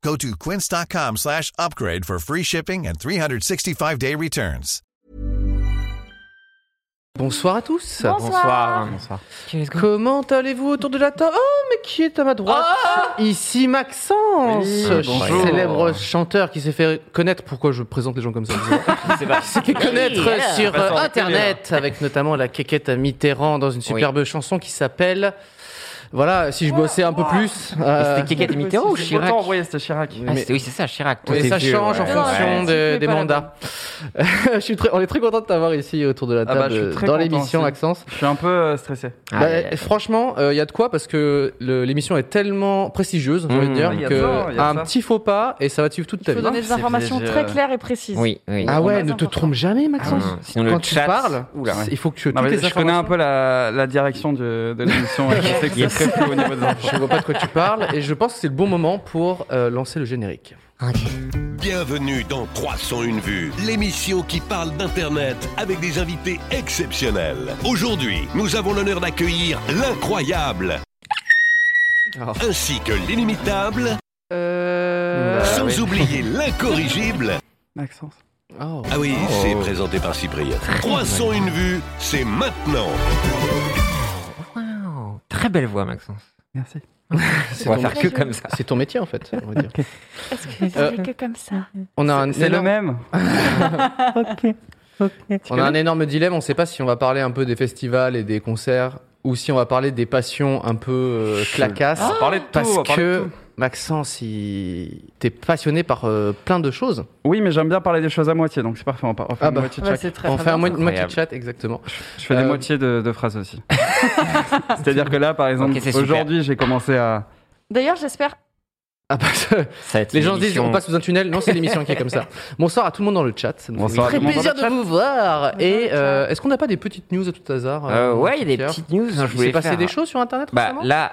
Go to quince.com slash upgrade for free shipping and 365-day returns. Bonsoir à tous. Bonsoir. Comment allez-vous autour de la table Oh, mais qui est à ma droite Ah Ici Maxence, euh, Oui, Euh, bonjour. célèbre chanteur qui s'est fait connaître. Pourquoi je présente les gens comme ça C'est pas- Qui s'est fait connaître Oui, alors. sur On va euh, s'en Internet, avec notamment la quéquette à Mitterrand dans une superbe chanson qui s'appelle. Voilà, si je bossais un peu plus. euh, C'était Kékette Mitterrand ou Chirac Autant envoyer c'était Chirac. Ah, c'était- Oui, c'est ça, Chirac. Toi, Mais t'es ça vieux, change en ouais. fonction Ouais. de- Ouais. des mandats. je suis très, on est très content de t'avoir ici autour de la Ah table bah, je suis très dans content l'émission, aussi. Maxence. Je suis un peu euh, stressé. Ah, Bah, ouais, ouais. franchement, il y a de quoi parce que le- l'émission est tellement prestigieuse, on va Mmh. dire, Il y a de que ça, il y a de un ça. petit faux pas et ça va te suivre toute ta Il faut vie. donner des c'est informations privilégié, très euh, claires et précises. Oui, oui. Ah ouais, Très ne te important. trompe jamais, Maxence. Ah, Sinon, le Quand tu chat- parles, Oula, ouais. il faut que tu aies Non, toutes mais les je connais informations. un peu la, la direction de, de l'émission. et je sais que Yes. c'est très flou au niveau des infos. Je vois pas de quoi tu parles et je pense que c'est le bon moment pour euh, lancer le générique. Bienvenue dans 301 vues, l'émission qui parle d'Internet avec des invités exceptionnels. Aujourd'hui, nous avons l'honneur d'accueillir l'incroyable Oh. ainsi que l'inimitable, Bah, Euh, Ah sans oui. oublier l'incorrigible. Maxence. Oh. Ah oui, Oh. c'est présenté par Cyprien. 301 vues, c'est maintenant. Wow. Très belle voix, Maxence. Merci. On va ton- faire que comme ça. C'est ton métier en fait, on va dire. Euh, Est-ce que vous parlez que comme ça On a un C'est le énorme- même. On a un énorme dilemme, on ne sait pas si on va parler un peu des festivals et des concerts ou si on va parler des passions un peu euh, clacasses. On va parler de tout. parce on va parler de que tout. Maxence, il... t'es passionné par euh, plein de choses. Oui, mais j'aime bien parler des choses à moitié, donc c'est parfait. On, part- on fait Ah une bah. moitié de Ouais, chaque. C'est très on très fait un bien. mo- moitié Incroyable. de chat, exactement. Je fais des Euh, moitiés de, de phrases aussi. C'est-à-dire que là, par exemple, Ok, c'est super. aujourd'hui, j'ai commencé à. D'ailleurs, j'espère. Ah, parce que Ça va être les une gens se disent émission- on passe sous un tunnel. Non, c'est l'émission qui est comme ça. Bonsoir à tout le monde dans le chat. Ça nous Bonsoir à fait tout le très monde plaisir dans de le vous voir. Dans le Et chat. euh, est-ce qu'on n'a pas des petites news à tout hasard Euh, euh, ouais, il y a des Pierre petites news. hein, je Il s'est voulais passé faire. des choses sur Internet Bah, récemment là,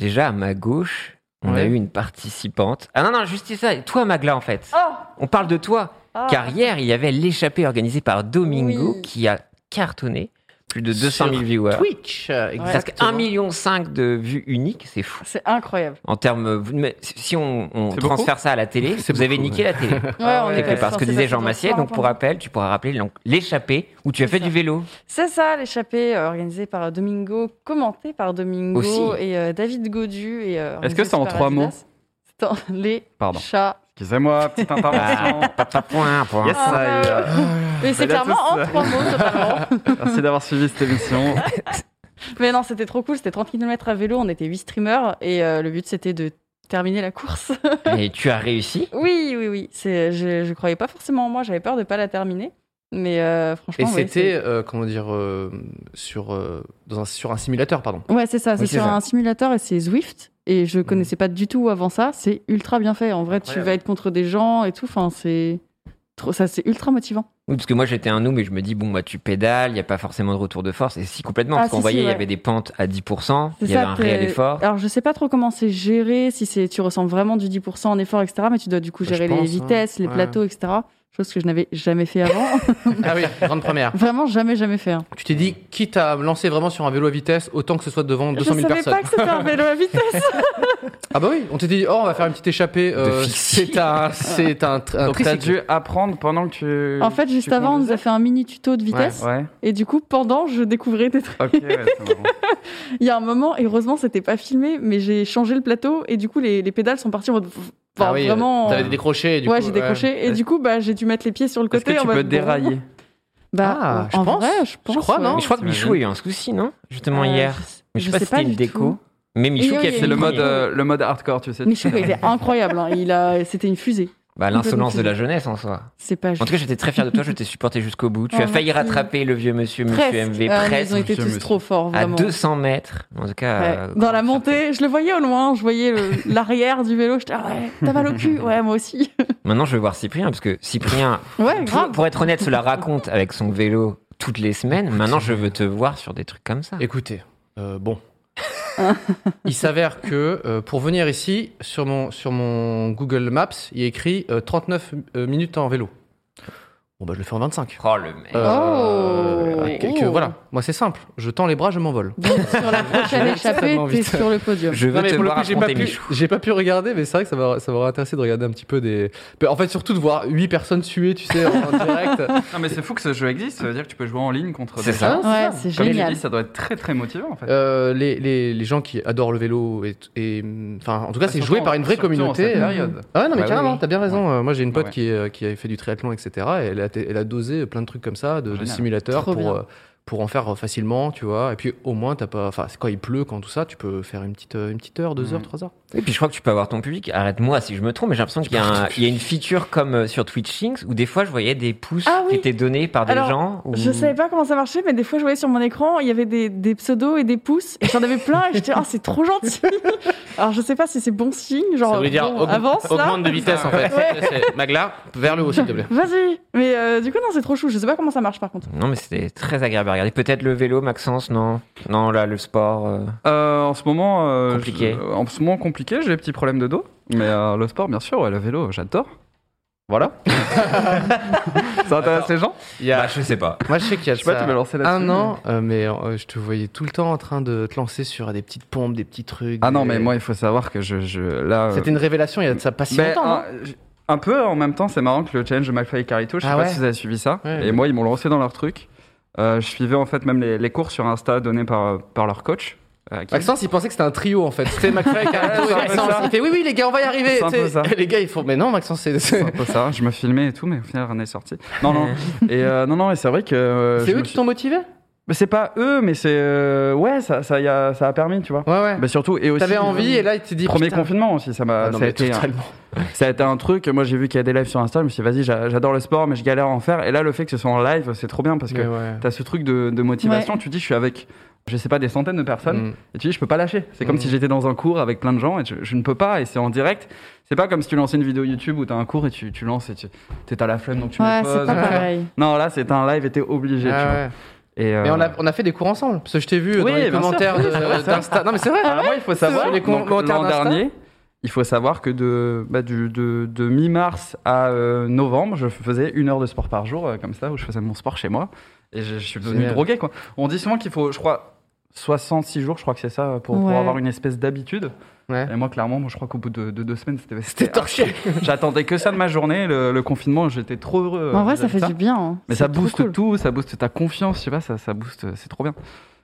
déjà, à ma gauche, on a Ouais. eu une participante. Ah non, non, juste ça. Toi, Magla, en fait. Oh, Ah On parle de toi. oh. Car hier, il y avait l'échappée organisée par Domingo Oui. qui a cartonné plus de 200 000 viewers. Twitch, euh, Presque exactement. 1,5 million de vues uniques, c'est fou. C'est incroyable. En termes, vous- mais si on, on C'est transfère ça à la télé, C'est vous avez beaucoup, niqué la télé. Ouais, on est Quelque passé part, ce que censé disait passer Jean dans Massier. trois Donc, pour pendant- rappel, tu pourras rappeler donc, l'échappée où tu as fait C'est du ça. vélo. C'est ça, l'échappée euh, organisée par Domingo, commentée par Domingo Aussi. et euh, David Godu. et, euh, Est-ce que organisée c'est en par trois Adidas. mots C'est en les Pardon. chats. Excusez-moi, petite intervention. Pas Ah, point, point. Yes, Ah, I, bah euh, Mais c'est là, clairement tous, en euh, trois mots totalement. Merci d'avoir suivi cette émission. Mais non, c'était trop cool. C'était 30 km à vélo. On était 8 streamers et euh, le but c'était de terminer la course. Et tu as réussi. Oui, oui, oui. C'est, je, je croyais pas forcément en moi. J'avais peur de pas la terminer. Mais euh, Et franchement, ouais, c'était, euh, comment dire, euh, sur, euh, dans un, sur un simulateur, pardon. c'est- Ouais, c'est ça. Oui, c'est c'est sur ça. Hmm. un simulateur et c'est Zwift. Et je connaissais pas du tout avant ça. C'est ultra bien fait. En vrai, Incroyable. tu vas être contre des gens et tout. Enfin, c'est trop. Ça, c'est ultra motivant. Oui, parce que moi j'étais un noob et je me dis, bon, bah tu pédales, il n'y a pas forcément de retour de force. Et si complètement, Ah, parce qu'on si, si, voyait, il y ouais. avait des pentes à 10%, C'est Ah, il y avait ça, un t'es- réel effort. Alors, je sais pas trop comment c'est géré. Si c'est, tu ressens vraiment du 10% en effort, etc. Mais tu dois du coup Bah, gérer je pense, les hein. vitesses, les Ouais. plateaux, etc. Chose que je n'avais jamais fait avant. Ah oui, grande première. vraiment, jamais, jamais fait. hein. Tu t'es dit, quitte à me lancer vraiment sur un vélo à vitesse, autant que ce soit devant 200 je 000 savais personnes. pas que c'était un vélo à vitesse. Ah bah oui, on t'était dit, oh, on va faire une petite échappée. euh, De fixie. c'est un, c'est un, tr- un Donc, t'as tricycle. dû apprendre pendant que tu. En fait, tu juste avant, on nous conduisais a fait un mini tuto de vitesse. Ouais. Et du coup, pendant, je découvrais des trucs. Ok, ouais, c'est marrant. Il y a un moment, et heureusement, c'était pas filmé, mais j'ai changé le plateau et du coup, les, les pédales sont parties en mode. Ah enfin, oui, euh, vraiment. T'avais décroché. Du ouais, coup, j'ai décroché. Et du coup, bah, j'ai dû mettre les pieds sur le Est-ce côté. que en tu mode, peux bon, dérailler Bah, Ah, en je pense. vrai, je pense. crois, ouais. non Mais je crois que T'imagines. Michou a eu un souci, non Justement Euh, hier. je- Mais je, je sais pas sais si pas c'était une du déco. tout. Mais Michou qui Oui, a oui, fait C'est le premier. mode, euh, le mode hardcore, tu sais. tu Michou, fais- il était incroyable. hein. Il a, c'était une fusée. Bah, l'insolence de la jeunesse en soi. C'est pas En juste. tout cas, j'étais très fier de toi, je t'ai supporté jusqu'au bout. Tu Oh, as failli merci. rattraper le vieux monsieur, monsieur Presque. MV, Ah, mais ils ont presque. été monsieur, tous monsieur. trop forts, À vraiment. 200 mètres. En tout cas. Ouais. euh, Dans la ça fait- montée, je le voyais au loin, je voyais le- l'arrière du vélo, j'étais ah ouais, t'as mal au cul, ouais moi aussi. Maintenant, je vais voir Cyprien, parce que Cyprien, Ouais, pour, grave. pour être honnête, cela raconte avec son vélo toutes les semaines. Maintenant, je veux te voir sur des trucs comme ça. Écoutez, euh, bon. il s'avère que euh, pour venir ici, sur mon, sur mon Google Maps, il est écrit euh, 39 euh, minutes en vélo. Bon, bah, je le fais en 25. Oh, le mec. Oh. que- que- Oh. Voilà, moi c'est simple, je tends les bras, je m'envole. Donc, sur la prochaine échappée, extrêmement t'es vite. sur le podium. Je veux Non, mais te pour le voir coup, j'ai pas, affronter pu, Michou. j'ai pas pu regarder, mais c'est vrai que ça m'aurait ça m'aurait intéressé de regarder un petit peu des. En fait, surtout de voir 8 personnes tuées, tu sais, en, en direct. Non, mais c'est fou que ce jeu existe. Ça veut dire que tu peux jouer en ligne contre. C'est des- ça. Ouais, c'est Comme tu génial. dis, ça doit être très très motivant en fait. Euh, les, les, les gens qui adorent le vélo et, et, hum, enfin en tout cas c'est Bah, Surtout joué en- par une vraie surtout en communauté cette euh. période. ah ouais non mais Bah carrément oui, oui. t'as bien raison Euh, moi j'ai une pote Ouais. qui est- qui avait fait du triathlon etc et elle a, elle a dosé plein de trucs comme ça de, de Génial. simulateurs Trop pour bien. euh, pour en faire facilement tu vois et puis au moins t'as pas enfin c'est quand il pleut quand tout ça tu peux faire une petite euh, une petite heure deux Mhm. heures trois heures Et puis je crois que tu peux avoir ton public. Arrête-moi si je me trompe, mais j'ai l'impression qu'il y, a un- il y a une feature comme euh, sur Twitch Things où des fois je voyais des pouces Ah oui. qui étaient donnés par des Alors, gens. ou- Je savais pas comment ça marchait, mais des fois, je voyais sur mon écran, il y avait des, des pseudos et des pouces, et j'en avais plein, et j'étais, ah, c'est trop gentil. Alors, je sais pas si c'est bon signe, genre, bon, avance là. de vitesse en fait Magla vers le haut s'il te plaît Vas-y. Mais euh, du coup, non, c'est trop chou. Je sais pas comment ça marche, par contre. Non, mais c'était très agréable à regarder. Peut-être le vélo, Maxence, non Non, là, le sport. euh, Euh, en ce moment, euh, Compliqué. je- en ce moment compliqué, j'ai des petits problèmes de dos. Mais euh, le sport, bien sûr, ouais, le vélo, j'adore. Voilà. ça intéresse les gens Il y a- bah, je sais pas. Moi, je sais qu'il y a Je sais pas, ça tu m'as lancé là-dessus. un an, euh, mais euh, je te voyais tout le temps en train de te lancer sur des petites pompes, des petits trucs. Ah non, des- mais moi, il faut savoir que je, je là. euh, C'était une révélation, il y a de ça pas si ben, longtemps, non un, un peu en même temps, c'est marrant que le challenge de McFly et Carito, je sais Ah pas ouais si vous avez suivi ça. Ouais, et ouais. moi, ils m'ont lancé dans leur truc. Euh, je suivais en fait même les, les cours sur Insta donnés par, par leur coach. euh, qui- Maxence, il pensait que c'était un trio en fait. C'était McFly, Carito Ah Ouais, et c'est un peu Maxence. ça. Il fait oui, oui, les gars, on va y arriver. C'est un tu sais. peu ça. Et les gars, ils font mais non, Maxence, c'est C'est c'est un peu ça, je me filmais et tout, mais au final rien n'est sorti. Non, non, et euh, non, non, et c'est vrai que. euh, je eux me qui suis- t'ont motivé Mais c'est pas eux, mais c'est. euh, Ouais, ça, ça, y a, ça a permis, tu vois. Ouais, ouais. Mais surtout, et aussi. euh, T'avais envie et là, il t'est dit. Premier putain. confinement aussi, ça m'a. Ah non, ça, a mais été un- totalement. ça a été un truc. Moi, j'ai vu qu'il y a des lives sur Insta, je me suis dit, vas-y, j'a- j'adore le sport, mais je galère à en faire. Et là, le fait que ce soit en live, c'est trop bien parce que Mais ouais. T'as ce truc de, de motivation, tu dis je suis avec, je sais pas, des centaines de personnes, Mm. et tu dis je peux pas lâcher. C'est comme Mm. si j'étais dans un cours avec plein de gens et je, je ne peux pas, et c'est en direct. C'est pas comme si tu lançais une vidéo YouTube où t'as un cours et tu, tu lances et tu t'es à la flemme donc tu mets Ouais, c'est pause. pas tu vois. pareil. Non, là c'est un live et t'es obligé. tu Ah vois. ouais. Et, euh, Mais on a, on a fait des cours ensemble. Parce que je t'ai vu Oui, dans les bien sûr. Ah commentaires Oui, de- c'est vrai, c'est vrai. d'Insta. Non, mais c'est vrai. Ah ouais, il faut savoir. Sur les donc, commentaires L'an d'Insta. dernier, il faut savoir que de, bah, du, de, de mi-mars à euh, novembre, je faisais une heure de sport par jour, euh, comme ça, où je faisais mon sport chez moi. Et je, je suis devenu Génial. drogué, quoi. On dit souvent qu'il faut, je crois, 66 jours, je crois que c'est ça, pour, pour Ouais. avoir une espèce d'habitude. Ouais. Et moi, clairement, moi, je crois qu'au bout de, de deux semaines, c'était. C'était torché. J'attendais que ça de ma journée, le, le confinement, j'étais trop heureux. euh, En vrai, vis-à-vis ça fait de du bien. hein. mais C'est ça trop booste cool. tout, ça booste ta confiance, je sais pas, ça, ça booste, c'est trop bien.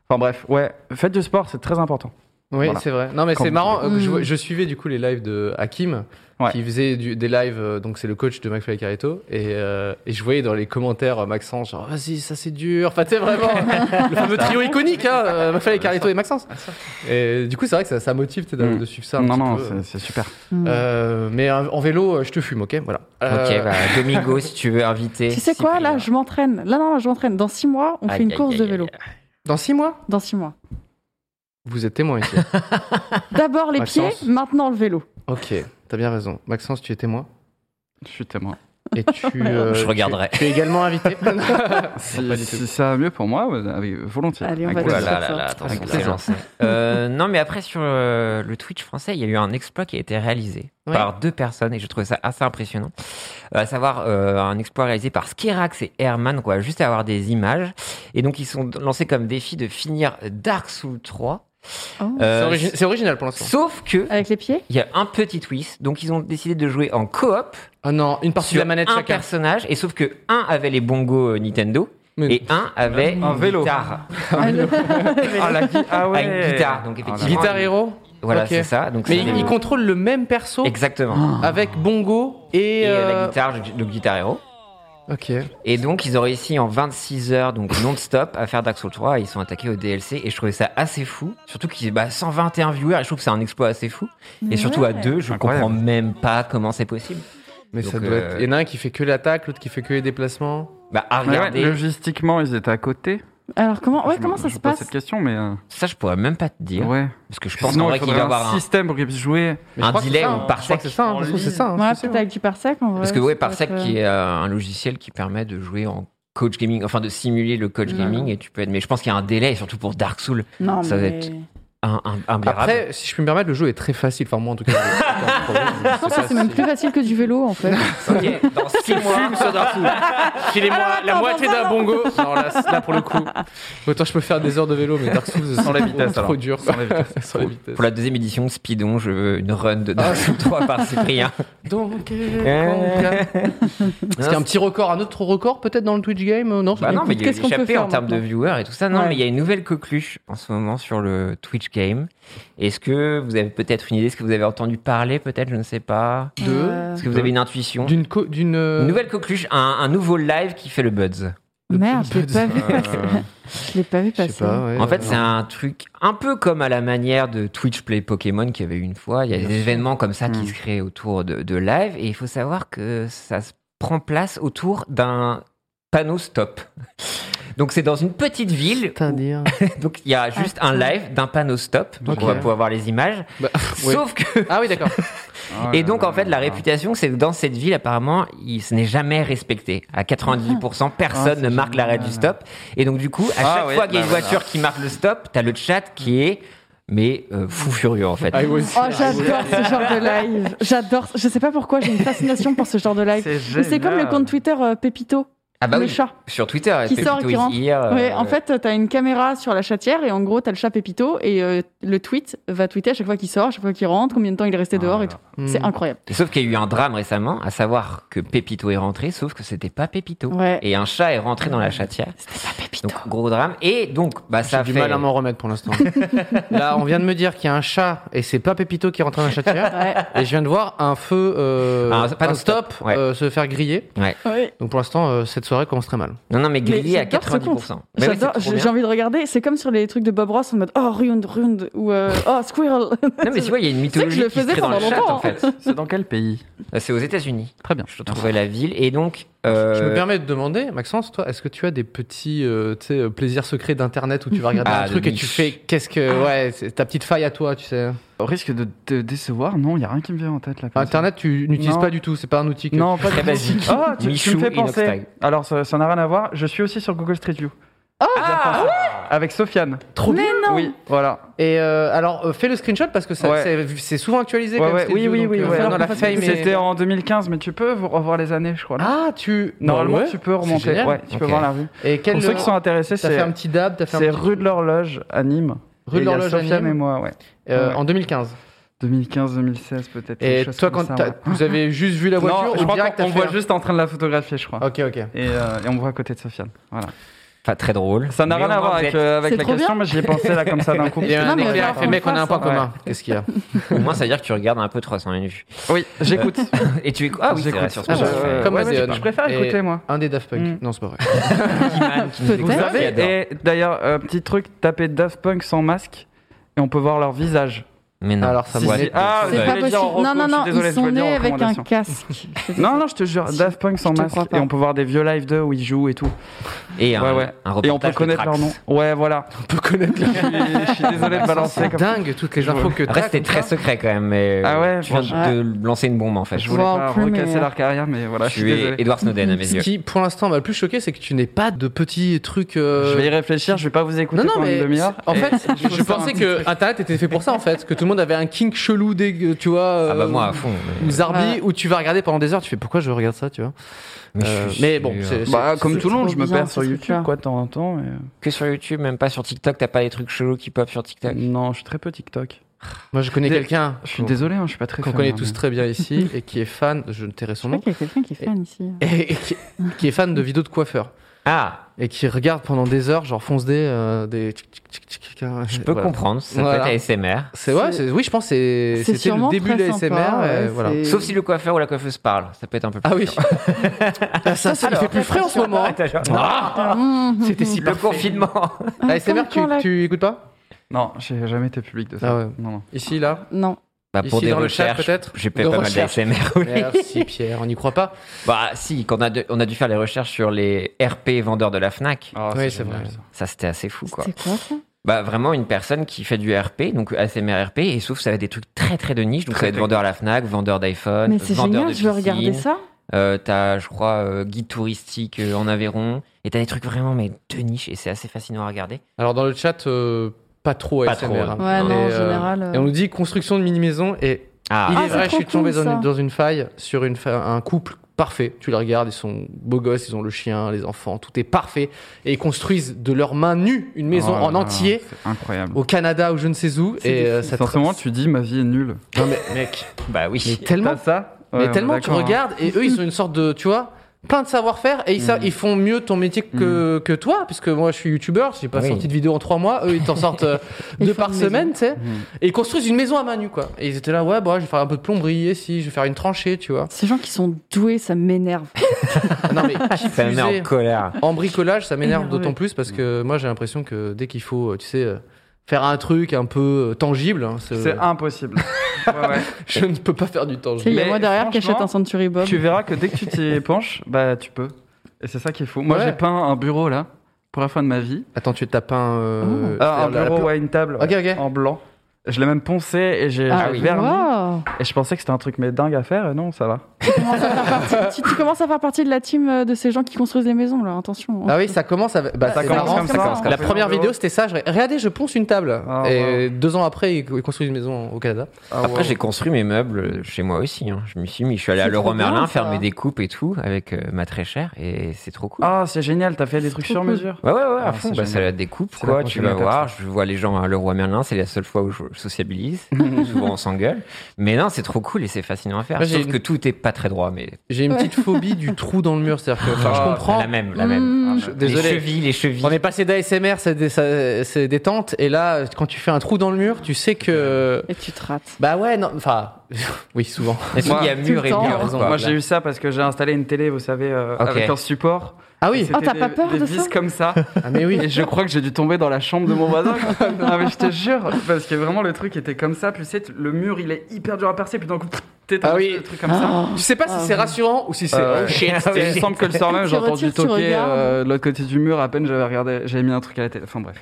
Enfin bref, ouais, faites du sport, c'est très important. Oui, Voilà. c'est vrai. Non, mais Quand c'est vous marrant. euh, que Je, Mm. je suivais du coup les lives de Hakim, Ouais. qui faisait du- des lives. euh, donc c'est le coach de McFly et Carito, et, euh, et je voyais dans les commentaires euh, Maxence genre vas-y ça c'est dur. Enfin tu sais vraiment le fameux trio iconique, hein, euh, McFly et Carito et Maxence. Et du coup c'est vrai que ça, ça motive t'es, de, Mm. de suivre ça. Un non, petit non, peu. c'est- c'est super. Mm. Euh, mais euh, en vélo, euh, je te fume, ok Voilà. Euh, Ok, bah, Domingo, si tu veux inviter. Tu sais quoi, là, Cyprien. je m'entraîne. Là, non, je m'entraîne. Dans six mois, on Aïe, fait une aïe, course de aïe, vélo. aïe, Dans six mois, Dans six mois. vous êtes témoin ici. D'abord les pieds, Maxence. maintenant le vélo. ok, t'as bien raison. Maxence, tu es témoin. Je suis témoin. Et tu. euh, Je tu- regarderai. Tu, es également invité. Si, pas du si tout. ça va mieux pour moi, ouais, avec, volontiers. Allez, on Avec va Ouh là plaisir. Oh dire. là là là, attention, Avec c'est plaisir. lancé. Euh, non, mais après, sur euh, le Twitch français, il y a eu un exploit qui a été réalisé Ouais. par deux personnes et je trouvais ça assez impressionnant. Euh, à savoir, euh, un exploit réalisé par Skerax et Herman, quoi, juste à avoir des images. Et donc, ils sont lancés comme défi de finir Dark Souls 3. Oh. Euh, C'est origi- c'est original pour l'instant. sauf que. Avec les pieds Il y a un petit twist, donc ils ont décidé de jouer en coop Oh non, une partie sur de la manette un chacun. personnage, et sauf que un avait les bongos euh, Nintendo Mais- et un avait Un vélo. une guitare, Ah, Ah, la gui- ah ouais. Ah, une guitare, donc Ah là là. effectivement. Guitar Hero Voilà, Ok. c'est ça. Donc Mais c'était- il contrôle le même perso Exactement. avec Bongo et. Et euh, euh, la guitare, le- le Guitar Hero. Ok. Et donc, ils ont réussi en 26 heures, donc non-stop, à faire Dark Souls 3. Ils sont attaqués au DLC et je trouvais ça assez fou. Surtout qu'ils bah, 121 viewers, et je trouve que c'est un exploit assez fou. Et surtout à deux, je Incroyable. comprends même pas comment c'est possible. Mais Donc, ça doit être- euh, Il y en a un qui fait que l'attaque, l'autre qui fait que les déplacements. Bah, à Ouais, regarder. logistiquement, ils étais à côté. Alors, comment, ouais, Je me- comment ça je se pose passe cette question, mais euh, Ça, je pourrais même pas te dire. ouais. Parce que je pense en Sinon, vrai il qu'il va y faudrait avoir un un. système pour qu'ils puissent jouer. Mais je Un crois que delay c'est ça, ou hein. par Je crois que sec c'est ça, hein. en Je trouve que c'est ligne. ça. hein. Ouais, C'est peut-être ça. avec du parsec en vrai. Parce que ouais, ça peut être, Parsec euh, qui est euh, un logiciel qui permet de jouer en coach gaming, enfin de simuler le coach Mhm. gaming et tu peux être. Mais je pense qu'il y a un délai, surtout pour Dark Souls, Non, euh, ça va mais- être- un, un, un bérable. Après, si je puis me permettre, le jeu est très facile. Enfin, moi en tout cas. Je pense que c'est même plus facile que du vélo en fait. Ok, dans 6 mois. Fume ce Dark Souls. Filez-moi la attends, moitié dans un d'un bongo. Non, là, c- là, pour le coup. Autant je peux faire des heures de vélo, mais Dark Souls, Sans la c'est vitesse, trop alors. dur. Sans la vitesse. Sans la vitesse. Pour la deuxième édition, Speedon, je veux une run de Dark Souls 3 par Cyprien. Donc, Euh, Est-ce qu'il y a un petit record, un autre record peut-être dans le Twitch game euh, Non, Bah non, mais il y a eu Qu'est-ce qu'on peut l'échappée faire en termes de maintenant viewers et tout ça. Non, Ouais. mais il y a une nouvelle coqueluche en ce moment sur le Twitch Game. Est-ce que vous avez peut-être une idée Est-ce que vous avez entendu parler Peut-être, je ne sais pas. Deux. Euh, Est-ce que vous avez une intuition D'une. co- d'une euh, Une nouvelle coqueluche, un, un nouveau live qui fait le buzz. Merde, je l'ai pas vu passer. Euh, Je l'ai pas vu Je sais passer. pas. ouais, en fait, euh, c'est un truc un peu comme à la manière de Twitch Play Pokémon qu'il y avait eu une fois. Il y a des événements comme ça qui Hmm. Mm. se créent autour de, de live et il faut savoir que ça se prend place autour d'un panneau stop. Donc c'est dans une petite ville, Putain, dire. donc il y a juste un live d'un panneau stop, donc Ok. on va pouvoir voir les images. Bah, ouais. Sauf que Ah oui, d'accord. et donc en fait la Ah. réputation c'est que dans cette ville apparemment il, ce n'est jamais respecté. À 98% Ah, personne c'est ne marque l'arrêt génial. du stop et donc du coup à Ah chaque ouais, fois qu'il y a bah une voilà. voiture qui marque le stop, t'as le chat qui est mais euh, fou furieux en fait. I was- Oh, j'adore ce genre de live. J'adore. Je sais pas pourquoi, j'ai une fascination pour ce genre de live. Mais c'est comme le compte Twitter euh, Pépito, Ah bah le oui, chat. sur Twitter Qui Pepito sort et Ah, is qui rentre. here, euh, Ouais, en fait, t'as une caméra sur la chatière et en gros, t'as le chat Pépito et euh, le tweet va tweeter à chaque fois qu'il sort, à chaque fois qu'il rentre, combien de temps il est resté Ah, dehors là, et là. tout. C'est Hmm. incroyable. Et Sauf qu'il y a eu un drame récemment, à savoir que Pépito est rentré, sauf que c'était pas Pépito. Ouais. Et un chat est rentré dans la chatière. C'était pas Pépito. Donc gros drame. Et donc bah ça J'ai a du fait. mal à m'en remettre pour l'instant. Là, on vient de me dire qu'il y a un chat et c'est pas Pépito qui rentre dans la chatière. Ouais. Et je viens de voir un feu, euh, Un- un, pas de stop, stop, ouais. euh, se faire griller. Ouais. Donc pour l'instant, euh, cette soirée commence très mal. Non non mais grillé à j'adore ce compte. 90%. Mais ouais, J'adore, c'est trop j'ai bien. envie de regarder. C'est comme sur les trucs de Bob Ross en mode Oh, Rund, Rund, ou euh, Oh, Squirrel. Non, mais tu vois, il y a une sais que mythologie je le qui se faisais crée dans le pendant chat, en longtemps, fait. Euh, C'est dans quel pays C'est aux États-Unis. Très bien. Je te trouvais la ville. Et donc. euh, Je me permets de demander, Maxence, toi, est-ce que tu as des petits euh, tu sais, euh, plaisirs secrets d'internet où tu vas regarder Ah, un de truc et tu niche. fais qu'est-ce que. Ouais, c'est ta petite faille à toi, tu sais. Ah. Au risque de te décevoir, non, il y a rien qui me vient en tête là. comme ça. Internet, tu n'utilises Non. pas du tout, c'est pas un outil que. Non, pas Très du tout. basique. Ah, tu, tu Michou me fais Inox penser. Tag. Alors, ça ça n'a rien à voir. Je suis aussi sur Google Street View. Ah, Avec Sofiane. Trop Mais bien. non Oui, voilà. Et euh, alors, euh, fais le screenshot parce que ça- Ouais. c'est- c'est souvent actualisé. Ouais, comme ouais, c'est oui, vieux, oui, donc, oui. euh, ouais. non, la faille, mais- C'était en 2015, mais tu peux vous revoir les années, je crois. là. Ah, tu. Normalement, Ouais. tu peux C'est remonter. génial. Ouais, tu peux Ok. voir la rue. Et quel. Pour ceux qui sont intéressés, T'as fait c'est un petit dab, t'as fait c'est un petit- rue de l'horloge à Nîmes. Rue de Et il y a l'Horloge à Sofiane Nîmes. et moi, ouais. Euh, Ouais. En 2015. 2015-2016 peut-être. Et quelque chose toi, comme quand ça, t'as- ouais. vous avez juste vu la voiture, non, ou je crois direct, qu'on t'as on fait voit un- juste en train de la photographier, je crois. Ok, ok. Et, euh, et on me voit à côté de Sofiane. Voilà. Enfin, très drôle. Ça n'a Mais rien au à moins, voir vous avec, êtes- euh, avec C'est la trop question, mais j'y ai pensé là comme ça d'un coup. Il y a eu Non, un mais éclair, genre, il fait mec, on a un point face, commun. Qu'est-ce qu'il y a Au moins, ça veut dire que tu regardes un peu 301 vues. Oui, j'écoute. Et tu Ah oui, c'est j'écoute. vrai, sur Ah, ouais. Spotify. Comme ouais, Azéon. mais je préfère Et- écouter moi. Un des Daft Punk. Mm. Non, c'est pas vrai. Keyman qui nous écoute, Peut-être. Vous Ouais, qui savez, adore. et d'ailleurs, euh, petit truc, tapez Daft Punk sans masque et on peut voir leur visage. Mais non. Alors, ça Si, va si. être- Ah, C'est je pas voulais possible. dire en reco, Non, non, je suis non, désolé, ils je sont voulais dire en nés avec un recommandation. casque. Non, non, je te jure, Si, Daft Punk sans je te masque crois pas. et on peut voir des vieux live d'eux où ils jouent et tout. Et un, Ouais, ouais. un Et on peut reportage de connaître leur Trax. nom. Ouais, voilà. On peut connaître Je suis- je suis désolé de balancer C'est comme ça. dingue toutes les infos que Après, t'as. c'était comme très ça. secret quand même. Mais Ah ouais, tu viens franchement. de lancer une bombe en fait. Je voulais Wow, pas plus, mais, recasser euh, leur carrière, mais voilà, je suis Tu es désolé. Edward Snowden à mes Ce yeux. qui, pour l'instant, m'a le plus choqué, c'est que tu n'es pas de petits trucs. euh, Je vais y réfléchir, je vais pas vous écouter Non, non, pendant mais. une demi-heure. En fait, Et- je, vais faire un pensais petit que truc. Internet était fait pour ça, en fait. Que tout le monde avait un kink chelou, dégueu, tu vois. Ah bah euh, moi à fond. mais- Ou Zarbi, Ouais. où tu vas regarder pendant des heures, tu fais pourquoi je regarde ça, tu vois. Mais, je Euh, suis mais bon, sûr. c'est- c'est- Bah, comme c'est tout le monde, trop je me bizarre, perds ce sur truc-là. YouTube, quoi, de temps en temps. mais, euh, que sur YouTube, même pas sur TikTok. T'as pas des trucs chelous qui pop sur TikTok. Non, je suis très peu TikTok. Moi, je connais Dé- quelqu'un. Je suis qu'on- désolé, hein, je suis pas très Qu'on fan, connaît hein, tous mais- très bien ici et qui est fan, je ne tairai son Je crois nom, qu'il y a quelqu'un qui hein. est fan ici. et, et qui, qui est fan de vidéos de coiffeurs Ah, et qui regarde pendant des heures, genre fonce des. euh, des tchic, tchic, tchic, tchic, tchic, euh, je peux voilà. comprendre. Ça Voilà. peut être ASMR. C'est ouais, c'est- oui, je pense que c'est- C'est c'était le sûrement début de très la SMR. sympa, ouais, euh, voilà. c'est- Sauf si le coiffeur ou la coiffeuse parle, ça peut être un peu plus. Ah oui. Bah, Ah, ça, ça il fait plus frais en ce moment. hein. Ah, Mmh. C'était si Le parfait. confinement. Ah, La SMR, Eh, tu, Comme quand la- tu écoutes pas Non, j'ai jamais été public de ça. Ah ouais. Non, non. Ici, là Non. Bah, pour Ici, des dans le chat, recherches, peut-être j'ai fait De pas recherche. mal d'ASMR. oui. Merci Pierre, on n'y croit pas. Bah si, qu'on a, de- on a dû faire les recherches sur les RP vendeurs de la FNAC. Ah, Oui, c'est génial, vrai. ça. Ça, c'était assez fou, quoi. C'est quoi ça Bah vraiment une personne qui fait du RP, donc ASMR RP, et sauf que ça va être des trucs très très de niche, donc ça va être vendeur à la FNAC, vendeur d'iPhone, Mais c'est vendeur génial, de je veux piscine. regarder ça. Euh, t'as, je crois, euh, guide touristique euh, en Aveyron, et t'as des trucs vraiment mais de niche, et c'est assez fascinant à regarder. Alors dans le chat, euh, pas trop Pas ASMR. trop, hein. ouais. Ouais, Et, non, en euh, général. euh, Et on nous dit construction de mini-maison et Ah, Il Ah, est c'est vrai, je trop suis tombé cool, dans, une, ça. dans une faille sur une fa- un couple parfait. Tu les regardes, ils sont beaux gosses, ils ont le chien, les enfants, tout est parfait. Et ils construisent de leurs mains nues une maison Oh là en là, entier c'est Incroyable. au Canada ou je ne sais où. Et euh, ça te- Forcément, tu dis ma vie est nulle. Non, mais mec, bah mais oui. tellement, T'as ça mais Ouais, on est tellement tu d'accord, hein. regardes et eux ils ont une sorte de, tu vois, plein de savoir-faire et ils, sa- Mm. ils font mieux ton métier que, que toi, puisque moi je suis youtubeur, j'ai pas Oui. sorti de vidéo en trois mois, eux ils t'en sortent euh, deux Ils font par une semaine, tu sais. Mm. Et ils construisent une maison à main nue quoi. Et ils étaient là, ouais, bah, je vais faire un peu de plomberie, et si, je vais faire une tranchée, tu vois. Ces gens qui sont doués, ça m'énerve. Non mais qui Ça me plus met en est, colère. Ah, en bricolage, ça m'énerve Énervé. d'autant plus parce que moi j'ai l'impression que dès qu'il faut, euh, tu sais, euh, faire un truc un peu euh, tangible, hein, c'est- C'est impossible. Ouais, ouais. je ne peux pas faire du Tu sais, Il tangible. y a Mais moi derrière qui achète franchement, un Century Bob. Tu verras que dès que tu t'y penches, bah tu peux. Et c'est ça qui est fou. Moi, Ouais. j'ai peint un bureau là pour la fin de ma vie. Attends, tu tapes un. euh, Ah, un la- la- bureau, ouais, une table Ok, ok. en blanc. Je l'ai même poncé et j'ai Ah j'ai oui. verni. Wow. Et je pensais que c'était un truc mais dingue à faire. Et non, ça va. tu, tu commences à faire partie de la team euh, de ces gens qui construisent les maisons, là, attention. hein. Ah oui, ça commence à. Bah, Ça c'est commence marrant. comme ça. commence comme La ça. première vidéo, c'était ça. je- Regardez, je ponce une table. Ah, et deux ans après, ils ils construisent une maison au Canada. Ah, Après, wow. j'ai construit mes meubles chez moi aussi. hein. Je me suis mis, je suis allé à C'est Leroy trop bien, Merlin ça. faire mes découpes et tout avec euh, ma très chère et c'est trop cool. Ah, c'est génial. T'as fait des C'est trucs trop sur cool. mesure. Ouais, ouais, ouais, à Ah, fond. c'est Bah, génial. c'est la découpe, C'est la quoi. Tu vas prochaine voir, je vois les gens à Leroy Merlin, c'est la seule fois où je je sociabilise. Souvent, on s'engueule. Mais non, c'est trop cool et c'est fascinant à faire. Moi, j'ai Sauf une- que tout est pas très droit, mais J'ai une petite phobie du trou dans le mur. C'est-à-dire que enfin, je Ah, comprends. la même, la même. Mmh. Je- Désolé. Les chevilles, les chevilles. On est passé d'ASMR, c'est des- ça- c'est détente, et là, quand tu fais un trou dans le mur, tu sais que. Et tu te rates. Bah ouais, non, enfin, oui, souvent. Est-ce qu'il y a Moi, tout mur le et temps. mur Raison. quoi. Moi, j'ai eu ça parce que j'ai installé une télé, vous savez, euh, Ok. avec un support. Ah Et oui, c'était Ah, t'as pas des- peur des de vis ça comme ça. ah, mais Et oui. je crois que j'ai dû tomber dans la chambre de mon voisin. ah, mais je te jure, parce que vraiment le truc était comme ça. Puis tu sais, le mur il est hyper dur à percer. Puis d'un coup, pff, t'es dans Ah oui. le truc comme ça. Je sais pas si Ah. c'est rassurant ou si c'est. Euh, oh shit, Et il me semble que le soir même, Ah. Tu j'ai entendu retires, tu toquer regardes. euh, de l'autre côté du mur. À peine j'avais regardé, j'avais mis un truc à la tête. Enfin bref.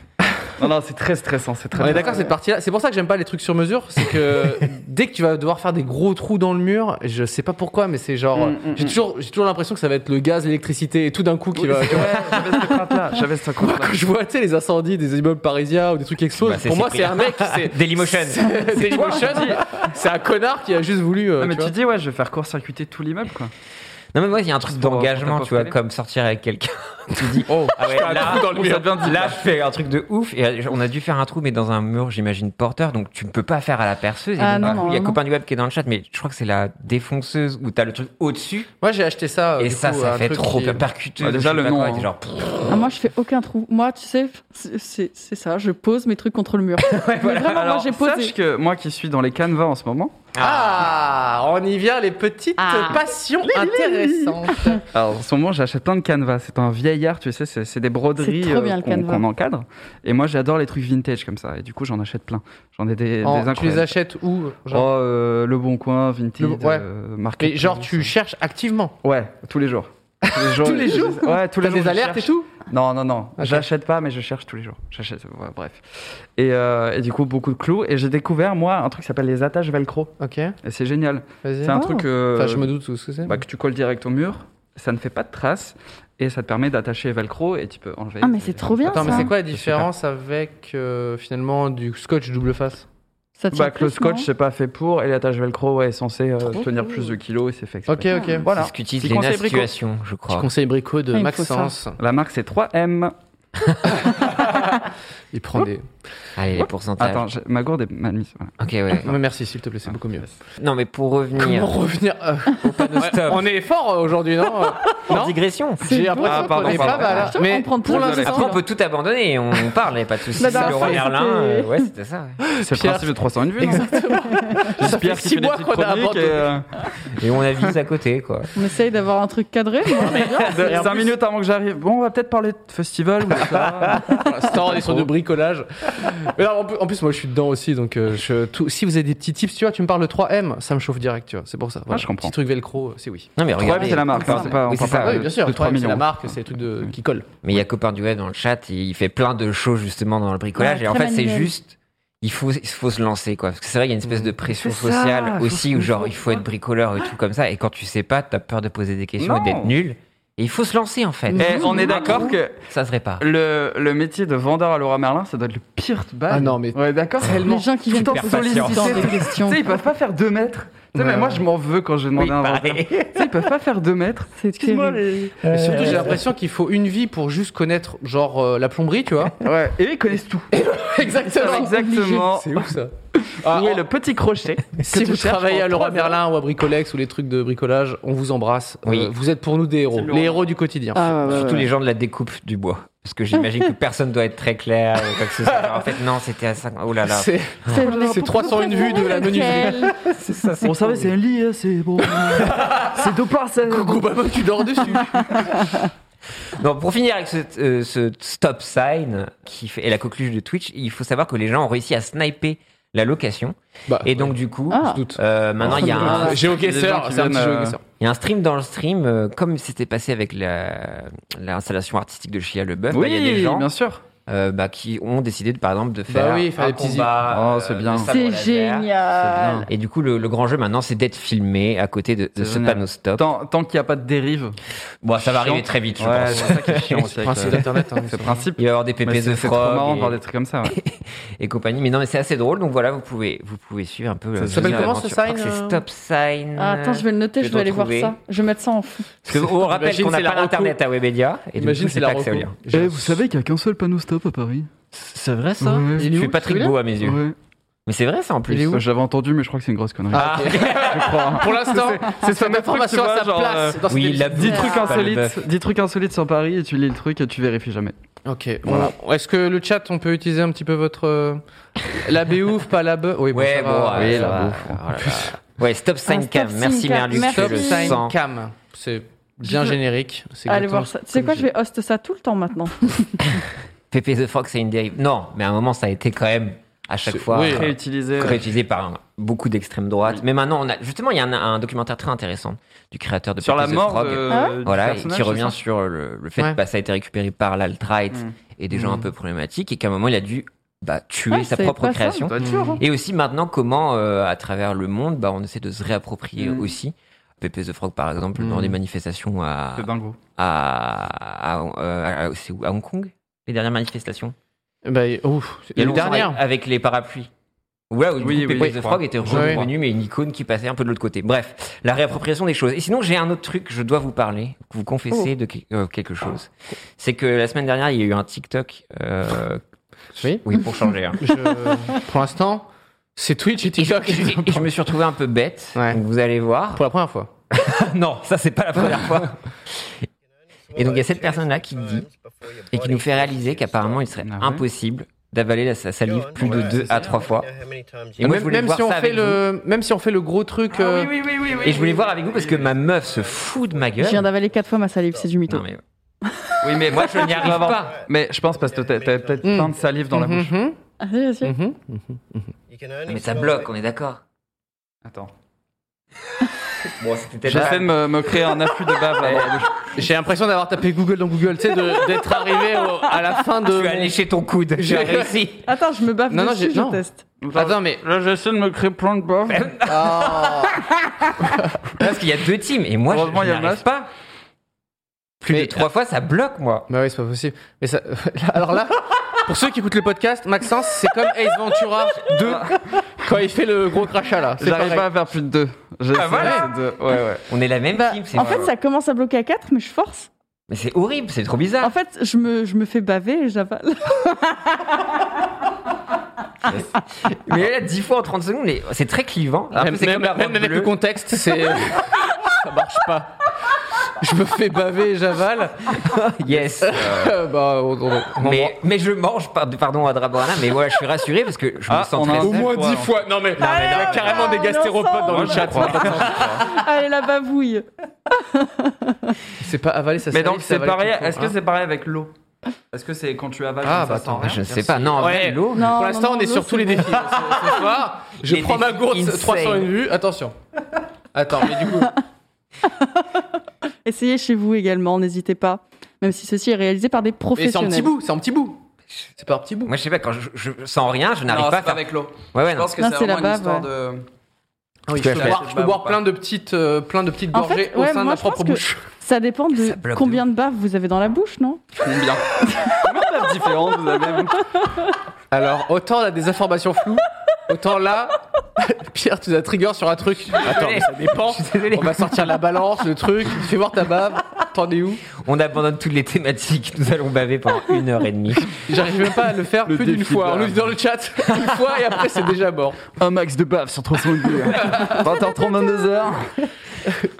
Non, non, c'est très stressant. C'est très. On est d'accord, cette partie-là. C'est pour ça que j'aime pas les trucs sur mesure. C'est que dès que tu vas devoir faire des gros trous dans le mur, je sais pas pourquoi, mais c'est genre. euh, Mm, mm, j'ai mm. toujours, j'ai toujours l'impression que ça va être le gaz, l'électricité et tout d'un coup qui va. Ouais, J'avais cette crainte-là. J'avais cette Moi, crainte-là. quand je vois tu sais, les incendies des immeubles parisiens ou des trucs qui explosent, Bah, c'est pour moi, c'est Cyprien. un mec. C'est Dailymotion. c'est- Dailymotion. C'est un connard qui a juste voulu. euh, Ah, mais tu vois. tu dis, ouais, je vais faire court-circuiter tout l'immeuble, quoi. Non, mais moi, il y a un truc Pour- d'engagement, pour tu vois, t'apporter. comme sortir avec quelqu'un. tu dis, oh, ah ouais, là, Ça devient là, je fais un truc de ouf. Et euh, on a dû faire un trou, mais dans un mur, j'imagine, porteur. Donc, tu ne peux pas faire à la perceuse. Et Ah, donc, non, du coup, il y a non, non. copain du web qui est dans le chat, mais je crois que c'est la défonceuse où t'as le truc au-dessus. Moi, j'ai acheté ça. euh, et du ça, coup, ça un fait truc trop qui- bien percuté. Ah, déjà, Je suis le d'accord nom, avec hein. genre, Ah, moi, je fais aucun trou. Moi, tu sais, c'est- c'est c'est ça, je pose mes trucs contre le mur. Mais vraiment, moi, Alors, j'ai posé. sache que moi qui suis dans les canevas en ce moment, Ah, on y vient, les petites Ah. passions intéressantes. Alors, en ce moment, j'achète plein de canevas. C'est un vieil art, tu sais, c'est c'est des broderies C'est trop bien, euh, le qu'on canevas. qu'on encadre. Et moi, j'adore les trucs vintage comme ça. Et du coup, j'en achète plein. J'en ai des, En- des tu les incroyables. achètes où genre Oh, euh, Le Bon Coin, Vinted, Le Bon- ouais. euh, Market Mais genre, Place. tu cherches activement. Ouais, tous les jours. Tous les jours. Tous les je- jours Ouais, tous les T'as jours. des je alertes cherche. et tout Non, non, non. Ok. J'achète pas, mais je cherche tous les jours. J'achète, ouais, bref. Et, euh, et du coup, beaucoup de clous. Et j'ai découvert, moi, un truc qui s'appelle les attaches velcro. Ok, Et c'est génial. vas-y. Ah. C'est un Oh. truc. euh, Enfin, je me doute tout ce que c'est. bah, que tu colles direct au mur, ça ne fait pas de traces et ça te permet d'attacher Velcro et tu peux enlever. Ah, mais c'est trop bien, Attends, mais ça. c'est quoi la différence avec euh, finalement du scotch double face Ça tient bah, que le plus, scotch, non c'est pas fait pour et l'attache Velcro ouais, est censée euh, Trop tenir cool. plus de kilos et c'est fait exprès. Ok, ok. Voilà. c'est ce qu'utilise Petit Lena conseil brico. Situation, je Petit crois. conseil brico de Ah, il me faut ça. Maxence. La marque, c'est 3M. Il prend des. Allez, les pourcentages. Attends, j'ai- ma gourde est mal mise. voilà. Ok, ouais. Ouais, Ah, merci, s'il te plaît, c'est beaucoup mieux. Non, mais pour revenir. Comment revenir euh, au panneau Ouais, stop On est fort euh, aujourd'hui, non En digression. J'ai beau, l'impression ça, pardon, qu'on est pardon. pas mal. hein. Je Mais vais en prendre pour plein Désolé. l'instant, Après, on peut tout abandonner et on parle, il n'y a pas de souci. Bah, dans la Le fin, Roi Merlin, c'était- euh, ouais, c'était ça. ouais. C'est le Pierre- principe de 300 vues. non Exactement. Juste Pierre six qui fait des mois petites qu'on a chroniques. Et, euh, Et on avise à côté, quoi. On essaye d'avoir un truc cadré. mais- Et en 5 plus- minutes avant que j'arrive. Bon, on va peut-être parler de festival. ou de ça. Star, on est sur du bricolage. Mais non, en plus- en plus, moi, je suis dedans aussi. Donc, euh, je- tout- si vous avez des petits tips, tu vois, tu me parles de 3M, ça me chauffe direct, tu vois. C'est pour ça. Ah, je comprends. Petit truc velcro, c'est oui. Non, mais Trois, regardez. c'est la marque. hein, c'est pas- on Oui, parle c'est ça, pas Ah, de- oui, bien sûr. de 3 3M, c'est millions. la marque, c'est les trucs de, qui collent. Mais il y a Copain Duet dans le chat, il fait plein de choses justement dans le bricolage. Ouais, et en très fait, c'est manuel. juste, il faut, il faut se lancer, quoi. Parce que c'est vrai, il y a une espèce de pression C'est ça, sociale faut aussi, se où lancer, genre, il faut être bricoleur et tout comme ça. Et quand tu sais pas, t'as peur de poser des questions Non. et d'être nul. Et il faut se lancer, en fait. Eh, on est d'accord que Ça se répare. le, le métier de vendeur à Laura Merlin, ça doit être le pire de base. Ah non, mais On est d'accord Les gens qui viennent Tout pour le temps solliciter solliciter. des questions. Tu sais, ils peuvent pas faire 2 mètres. Tu sais, Ouais, mais moi, ouais. je m'en veux quand j'ai demandé Euh, Oui, à un vendeur. pareil. Tu sais, ils peuvent pas faire 2 mètres. C'est Excuse-moi, terrible. les- Et surtout, Euh, j'ai l'impression qu'il faut une vie pour juste connaître, genre, euh, la plomberie, tu vois. Ouais. Et ils connaissent tout. Exactement. Exactement. C'est ouf, ça. Ah, Où est le petit crochet Si que tu vous cherches travaillez en à Leroy trois Merlin ou à Bricolex ou les trucs de bricolage, on vous embrasse. Oui. Euh, vous êtes pour nous des héros, C'est le les Laurent. héros du quotidien. Ah, ouais, ouais, Surtout ouais. les gens de la découpe du bois. Parce que j'imagine que personne doit être très clair. ou quoi que ce soit. En fait, non, c'était à 5. Oh là là. C'est c'est Bah, Pourquoi 301 vues de la menuiserie. Lequel Bon, ça va, c'est un lit, hein, c'est bon. c'est deux hein. parts, ça. Coucou, maman, tu dors dessus. Non, pour finir avec ce, euh, ce stop sign qui fait, et la coqueluche de Twitch, il faut savoir que les gens ont réussi à sniper la location. Bah, Et donc, du coup, Ah. je doute. euh, maintenant, il y, a un- Ah, GeoGuessr, gens qui c'est un viennent, petit euh, GeoGuessr. il y a un stream dans le stream, euh, comme c'était passé avec la- l'installation artistique de Chia Leboeuf. bah, Oui, il y a des gens bien sûr. euh, bah, qui ont décidé, de, par exemple, de faire Bah oui, faire un des petits combat. euh, Oh, c'est bien. de sabre C'est laser. génial. Euh, Et du coup, le, le grand jeu maintenant, c'est d'être filmé à côté de, de C'est ce génial. panneau stop. Tant, tant qu'il n'y a pas de dérive. Bon, ça va Chiant. arriver très vite, je Ouais, pense. c'est ça qui est chiant aussi. avec, Principe euh, d'Internet. hein, ce ça. principe. Il va y avoir des Mais pépés C'est de c'est trop marrant frog de et- voir des trucs comme ça. ouais. et compagnie. Mais non, mais c'est assez drôle. Donc voilà, vous pouvez, vous pouvez suivre un peu. Ça euh, s'appelle l'aventure. comment, ce Je crois sign, que C'est euh stop sign. Ah, attends, je vais le Je noter, je, vais vais aller retrouver. voir ça. Je vais mettre ça en fond. Parce qu'on rappelle Imagine, qu'on n'a c'est la pas l'internet à Webedia. Et du Imagine, coup, c'est c'est pas la accès au reco. lien. Eh, J'ai- qu'il n'y a qu'un seul panneau stop à Paris C'est vrai ça Ouais. Il Il est fait où, Patrick celui-là Beau à mes yeux. Ouais. Mais c'est vrai ça en plus. Il est où Euh, J'avais entendu, mais je crois que c'est une grosse connerie. Ah, ok. je crois. Pour l'instant, c'est ce cette même truc, information tu vois, à sa genre, place. euh, dans cette oui, émission. la Dix Ah. trucs Pas insolites, dix trucs insolites sur Paris et tu lis le truc et tu vérifies jamais. Ok. on- Est-ce que le chat, on peut utiliser un petit peu votre euh, la béouf, pas la bœuf Oui, Ouais, ça bon, va. ouais, Oui, ça la va. bouffe. Oh là là. Ouais, Ah, stop Un sign stop cam. sign merci Ah, cam. Merluc, tu Merci. Stop le Sign sens. sign cam. C'est bien Je- générique. c'est Allez exactement voir ça. Tu comme sais quoi, j'ai- je vais host ça tout le temps maintenant. Pépé the Frog, c'est une dérive. Non, mais à un moment, ça a été quand même à chaque C'est- fois. oui. euh, Réutiliser. réutilisé par un- beaucoup d'extrême droite. Mm. Mais maintenant, on a, justement, il y a un, un documentaire très intéressant du créateur de Sur la Peppa the mort Frog. de, Ah ouais du Voilà, et qui personnage, c'est revient ça sur le, le fait Ouais. que bah, ça a été récupéré par l'alt-right Mm. et des gens un peu problématiques, et qu'à un moment, il a dû bah, tuer Ouais, sa c'est propre pas ça. création. Ça doit être dur, hein. Et aussi maintenant, comment, euh, à travers le monde, bah, on essaie de se réapproprier Mm. aussi. Pépé the Frog, par exemple, dans Mm. les manifestations à, C'est dingo. à, à, euh, à- c'est où à Hong Kong, les dernières manifestations. Bah, ouf. Il y a Une longtemps, dernière. avec, avec les parapluies. Ouais, où du Oui, coup, oui, Pépé je the crois. Frog était Ouais. revenu, mais une icône qui passait un peu de l'autre côté. Bref, la réappropriation des choses. Et sinon, j'ai un autre truc que je dois vous parler, vous Oh. confesser de que- euh, quelque chose. C'est que la semaine dernière, il y a eu un TikTok. euh, Oui. oui, pour changer. hein. Je- Pour l'instant, c'est Twitch et Et je, TikTok. et je me suis retrouvé un peu bête. Ouais. Donc vous allez voir. Pour la première fois. non, ça c'est pas la première fois. Et donc il y a cette personne-là qui dit et qui nous fait réaliser qu'apparemment il serait Ah ouais impossible d'avaler la- sa salive plus de deux à trois fois. Et moi, je Même, voulais même voir si on ça fait avec vous. le, même si on fait le gros Ah truc. euh, Et je voulais voir avec vous parce que ma meuf se fout de ma Je gueule. viens d'avaler quatre fois ma salive, c'est du mytho. Non, mais... Oui, mais Moi, je n'y arrive Vraiment. pas. Mais je pense parce que t'as- t'avais peut-être Mm. plein de salive dans la mhm, bouche. mhm, Ah, vas-y, vas-y. mhm. Ah, Mais ça bloque, on est d'accord. Attends. Bon, c'était J'essaie de me, Euh, me créer un afflux de bave. là, dans la bouche. Eh, J'ai l'impression d'avoir tapé Google dans Google, tu sais, de- d'être arrivé au- à la fin de. Tu as léché ton coude. J'ai réussi. Attends, je me baffe Non, non, dessus, j'ai- je non. teste. Attends, mais. Là, j'essaie de me créer plein de bave. Parce qu'il y a deux teams et moi, je, Heureusement, je il y a le n'arrive masque. pas. Plus Mais- de trois fois, ça bloque, moi. Bah oui, c'est pas possible. Mais ça... Alors là, pour ceux qui écoutent le podcast, Maxence, c'est comme Ace Ventura 2 quand il fait le gros crachat là. Ah, C'est J'arrive pareil. pas à faire plus de deux. J'essaie Ah, voilà. de deux. Ouais, ouais. On est la même Bah, team. c'est en vrai. fait, ça commence à bloquer à 4, mais je force. Mais c'est horrible, c'est trop bizarre. En fait, je me, je me fais baver et j'avale. Mais elle a 10 fois en 30 secondes, et c'est très clivant. Un peu, Même, c'est comme la même- robe même avec bleue. le contexte, c'est. ça marche pas. Je me fais baver et j'avale. Yes. Euh, bah, on- on- on- mais, mais je mange, par- pardon, à Draborana, mais voilà, je suis rassuré parce que je me Ah, sens on a très. un- Au moins Ouais, ouais. 10 fois. Non mais, il y a Ah, non, carrément des on est gastéropodes dans ensemble. le chat. Ah. Allez, Ah, la bavouille. C'est pas avaler, ça Mais salive, donc, ça c'est avale pareil. tout court, Est-ce que hein. c'est pareil avec l'eau Est-ce que c'est quand tu avales Ah, comme bah, ça sans attends, rien Je ne sais pas. Non, Ouais. avec l'eau. Non, Pour non, l'instant, non, on est non, sur c'est tous les bon. défis. hein, ce, ce soir, je Les prends ma défis gourde insane. 301 vues. Attention. Attends, mais du coup, Essayez chez vous également, n'hésitez pas. Même si ceci est réalisé par des mais c'est en professionnels. petit bout, c'est en petit bout. C'est pas en petit bout. Moi, je sais pas, quand je, je- sans rien, je n'arrive Non, pas à c'est pas faire. avec l'eau. Ouais, ouais, Je non. pense que Non, c'est c'est la vraiment une bave, histoire ouais. de. Oui, Tout je à peux fait. boire, je peux Bah, boire ou pas. plein de petites, euh, plein de petites En fait, gorgées au ouais, sein de moi, ma je propre pense que- bouche. Ça dépend de Ça bloque de combien de baves vous avez dans la bouche, non Combien Combien de baves différentes vous avez vous Alors, autant là des informations floues, autant là, Pierre, tu as trigger sur un truc. Attends, mais ça dépend. Je suis désolé. On va sortir la balance, le truc. Fais voir ta bave. T'en es où On abandonne toutes les thématiques. Nous allons baver pendant une heure et demie. J'arrive même pas à le faire Le plus d'une défi fois. bave. On nous dit dans le chat une fois et après c'est déjà mort. Un max de baves sur 300 vues. 20h30, 22h.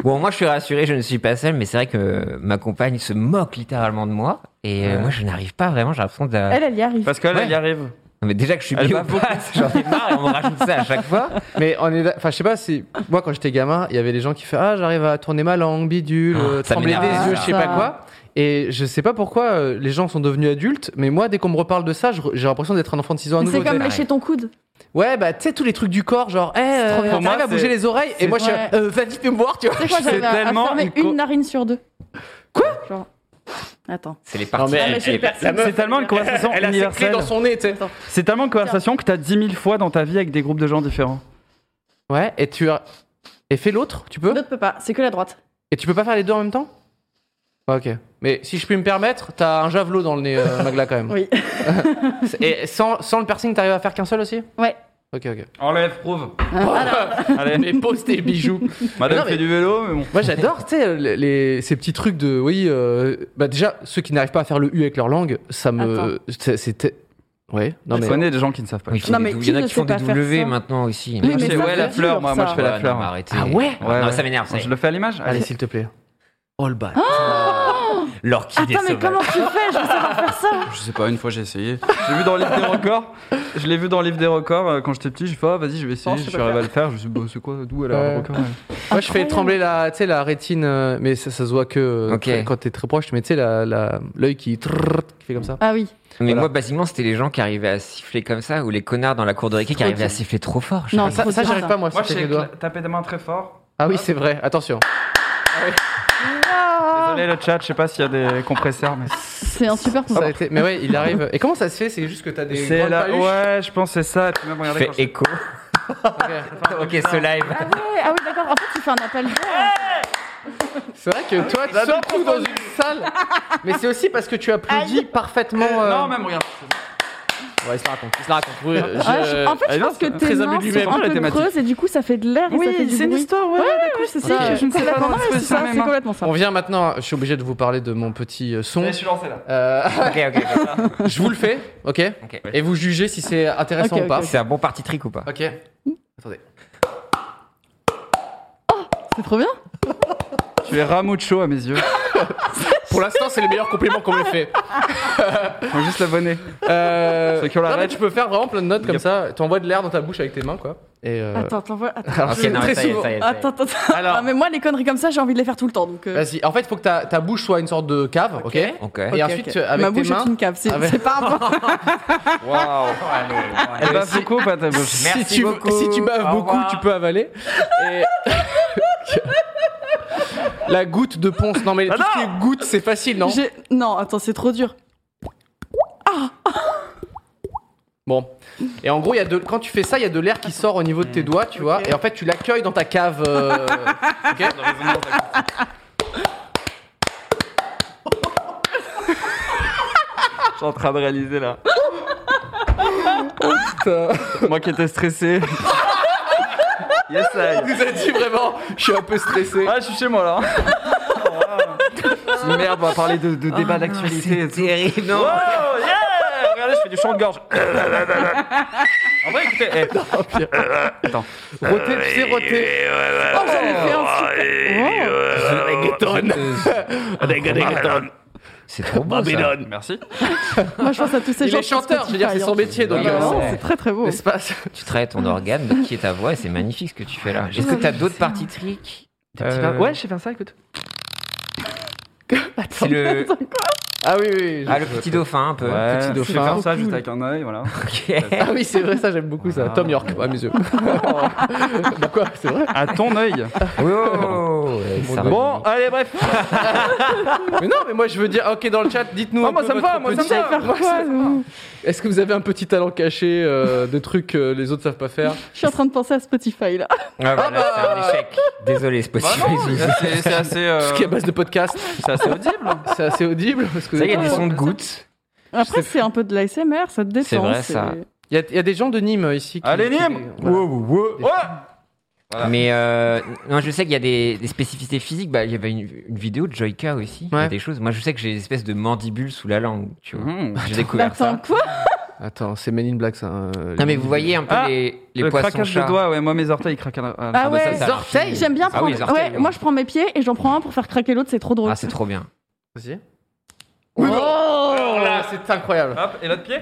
Bon, moi, je suis rassuré, je ne suis pas seul, mais c'est vrai que ma compagne se moque littéralement de moi. Et euh, Ouais. moi, je n'arrive pas vraiment, j'ai l'impression de. Elle, elle y arrive. Parce qu'elle, Ouais. elle y arrive. Non, mais déjà que je suis Elle bio va beaucoup. passe, j'en ai marre et on me rajoute ça à chaque fois. Mais on est, enfin, je sais pas si moi quand j'étais gamin, il y avait des gens qui faisaient ah j'arrive à tourner ma langue, bidule, euh, ça trembler des m'énerve, yeux, ça. je sais pas quoi. Et je sais pas pourquoi euh, les gens sont devenus adultes, mais moi dès qu'on me reparle de ça, je re- j'ai l'impression d'être un enfant de 6 ans à Mais nouveau. C'est comme t'sais. lécher ton coude. Ouais, bah tu sais tous les trucs du corps, genre eh, hey, trop bien. Pour moi, t'arrives à c'est- bouger les oreilles et c'est- moi je suis Ouais. euh, vas-y fais me voir, tu vois. Tu sais quoi, C'est j'arrive à- à tellement fermer une co- une narine sur deux. Quoi Genre- Attends. C'est les parties. mais Ah, mais je suis personne. C'est tellement une conversation Elle a ses clés universelle. dans son nez, tu sais. C'est tellement une conversation que t'as 10 000 fois dans ta vie avec des groupes de gens différents. Ouais, et tu as- et fais l'autre, tu peux L'autre peut pas, c'est que la droite. Et tu peux pas faire les deux en même temps Ouais, Ok. Mais si je puis me permettre, t'as un javelot dans le nez, euh, Magla quand même. Oui. Et sans, sans le piercing, t'arrives à faire qu'un seul aussi Ouais. Ah. Ok, ok. Enlève, prouve. Allez. Mais pose tes bijoux. Madame Ah Non, mais- fait du vélo, mais bon. Moi j'adore, tu sais, les- les- ces petits trucs de. Oui, euh, bah déjà, ceux qui n'arrivent pas à faire le U avec leur langue, ça me. c'est- C'était. Ouais, non Je mais. connais des gens qui ne savent pas. Oui, Non, des mais dou- qui il y en a ne qui font sait des pas faire W ça maintenant aussi. Oui, Moi, mais je fais, ça, ouais, la c'est fleur, dur, moi, moi, je ça. fais la Ouais, fleur. non, arrêtez. Ah ouais Non, Ouais, ouais. ça m'énerve. ça y Je est. le fais à l'image Allez, Allez. s'il te plaît. Oh, All back. L'orchidée Hein Attends, Ah, mais sauvage. comment tu fais Je veux savoir faire ça. Je sais pas, une fois j'ai essayé. J'ai vu dans le livre des records. Je l'ai vu dans le livre des records euh, quand j'étais petit. J'ai fait, ah, vas-y, je vais essayer. Non, je je sais suis pas arrivé à le faire. Je me suis dit, bah, c'est quoi D'où elle a Ouais. le record ouais. Moi, je fais Incroyable. trembler la, tu sais, la rétine, euh, mais ça, ça se voit que euh, Ok. très- quand t'es très proche, mais tu sais, la- la- l'œil qui, trrrr, qui fait comme ça. Ah oui. Mais Voilà. moi, basiquement, c'était les gens qui arrivaient à siffler comme ça ou les connards dans la cour de récré qui Trop arrivaient à dur. siffler trop fort. Non, J'arrive- ça- Ça, ça dur, j'arrive ça. pas, moi, je Moi, sais les doigts. j'ai tapé des mains très fort. Ah oui, c'est vrai, attention. Désolé, le chat, je sais pas s'il y a des compresseurs, mais. C'est un super Ça a pouvoir. été- Mais ouais, il arrive. Et comment ça se fait C'est juste que t'as des. C'est grandes là. paluches Ouais, je pense que c'est ça. Et puis même, Je regardez. fais quand je- écho. ok, ce live. Ah ouais, ah oui, d'accord. En fait, tu fais un appel d'air. C'est vrai que toi, tu sors tout dans une salle. Mais c'est aussi parce que tu applaudis parfaitement. euh, Non, même, regarde. Ouais, il se la raconte. Il se la raconte. Oui, je- Ah, je- En fait, Eh je bien, pense que c'est tes très mains ambigu, mais sont vraiment, un la peu thématique. creuses et du coup, ça fait de l'air et ça fait du bruit. histoire, ouais, d'accord, C'est ça, ça, je- je ne sais pas comment c'est ça, c'est complètement ça. On vient maintenant. Je suis obligé de vous parler de mon petit euh, son. Je suis lancé là. Euh, Ok, ok, ok. je vous le fais, ok Ok. Et vous jugez si c'est intéressant Ok, ou pas. ok, C'est un bon parti trick ou pas Ok. Attendez. C'est trop bien. Tu es Ramucho à mes yeux. Pour l'instant, c'est le meilleur compliment qu'on me fait. Faut juste l'abonner. Euh... Ceux qui ont la non, mais rage. tu peux faire vraiment plein de notes comme Yep. ça. T'envoies de l'air dans ta bouche avec tes mains, quoi. Et euh, Attends, t'envoies. Attends, alors, Ok, c'est non, très mais ça y est, souvent. ça y est, ça y est. attends, attends. attends. Alors- Non, mais moi, les conneries comme ça, j'ai envie de les faire tout le temps. Donc, euh, Vas-y. En fait, il faut que ta, ta bouche soit une sorte de cave, Ok. ok, Ok. Et ok, ensuite, ok. euh, avec Ma tes bouche mains. est une cave, c'est avec- c'est pas important. Waouh. Elle va beaucoup, pas ta bouche. Merci si tu, beaucoup. Si tu baves Au beaucoup, revoir. tu peux avaler. Et- La goutte de ponce. Non, mais tout ce qui est goutte, c'est facile, non J'ai- Non, attends, c'est trop dur. Bon. Et en gros, il y a de... quand tu fais ça, il y a de l'air qui sort au niveau de tes doigts, tu vois. Et en fait, tu l'accueilles dans ta cave. euh, ok Je suis en train de réaliser là. Oh, Moi qui étais stressé. yes, I. Il nous a dit vraiment, je suis un peu stressé. Ah, je suis chez moi là. C'est une Merde, on va parler de, Oh, de débat d'actualité. et tout. terrible. Non. Oh, yeah Regardez, je fais du chant de gorge. en vrai, écoutez, eh, Roté, tu sais, roté. Oh, j'en ai fait un super. Wow. euh, C'est trop beau, ça. merci. Moi, je pense à tous ces Il gens. hein. est chanteur, je veux dire, c'est son métier. Donc, Ouais, euh, ouais. C'est très très beau. n'est-ce pas ça Tu travailles ton organe, de qui est ta voix, et c'est magnifique ce que tu fais là. Est-ce que t'as d'autres parties tricks euh, Ouais, je sais faire ça, écoute. C'est le. Ah oui, oui, oui. je- Ah, le je- petit dauphin, un peu. Ouais, petit Je vais dauphin. faire ça juste avec un œil, voilà. Ok. Ah oui, c'est vrai, ça j'aime beaucoup ça. Voilà. Tom York, à mes yeux. Pourquoi C'est vrai. À ton œil. Oh, ouais, ça va. Bon, allez, bref. Mais non, mais moi je veux dire, ok, dans le chat, dites-nous. Ah, un moi, peu ça me votre va, moi, ça me petit- va. Moi, ça me va. Est-ce que vous avez un petit talent caché euh, de trucs que les autres savent pas faire Je suis en train de penser à Spotify là. Ah, voilà, c'est un échec. Désolé, Bah Spotify. non, possible. c'est c'est assez. euh, Tout ce qui est à base de podcast, C'est assez audible. c'est assez audible. Parce que Ça, il y a des Ah, sons de gouttes. Après, c'est un peu de l'ASMR, ça te détend. C'est vrai, ça. Il y, a- il y a des gens de Nîmes ici. Qui, Allez, qui- Nîmes voilà. Ouais Voilà. Mais euh, non, je sais qu'il y a des, des spécificités physiques. Bah, il y avait une, une vidéo de Joyka aussi. Il y a Ouais. des choses. Moi, je sais que j'ai une espèce de mandibule sous la langue. Tu vois, Hmm. Mmh. j'ai Bah, découvert Attends, ça. quoi Attends, c'est Men in Black ça. euh, Non, mais les- vous voyez un peu Ah, les, les le poissons craquage de chats. doigts, ouais, moi mes orteils ils craquent à la- à Ah la- à la- ouais, bah, ça, ça orteils marche. J'aime bien Ah prendre. oui, les orteils, ouais, oui. Moi, je prends mes pieds et j'en prends un pour faire craquer l'autre, c'est trop drôle. Ah, c'est trop bien. Vas-y. Oh Oh là, c'est incroyable. Hop, et l'autre pied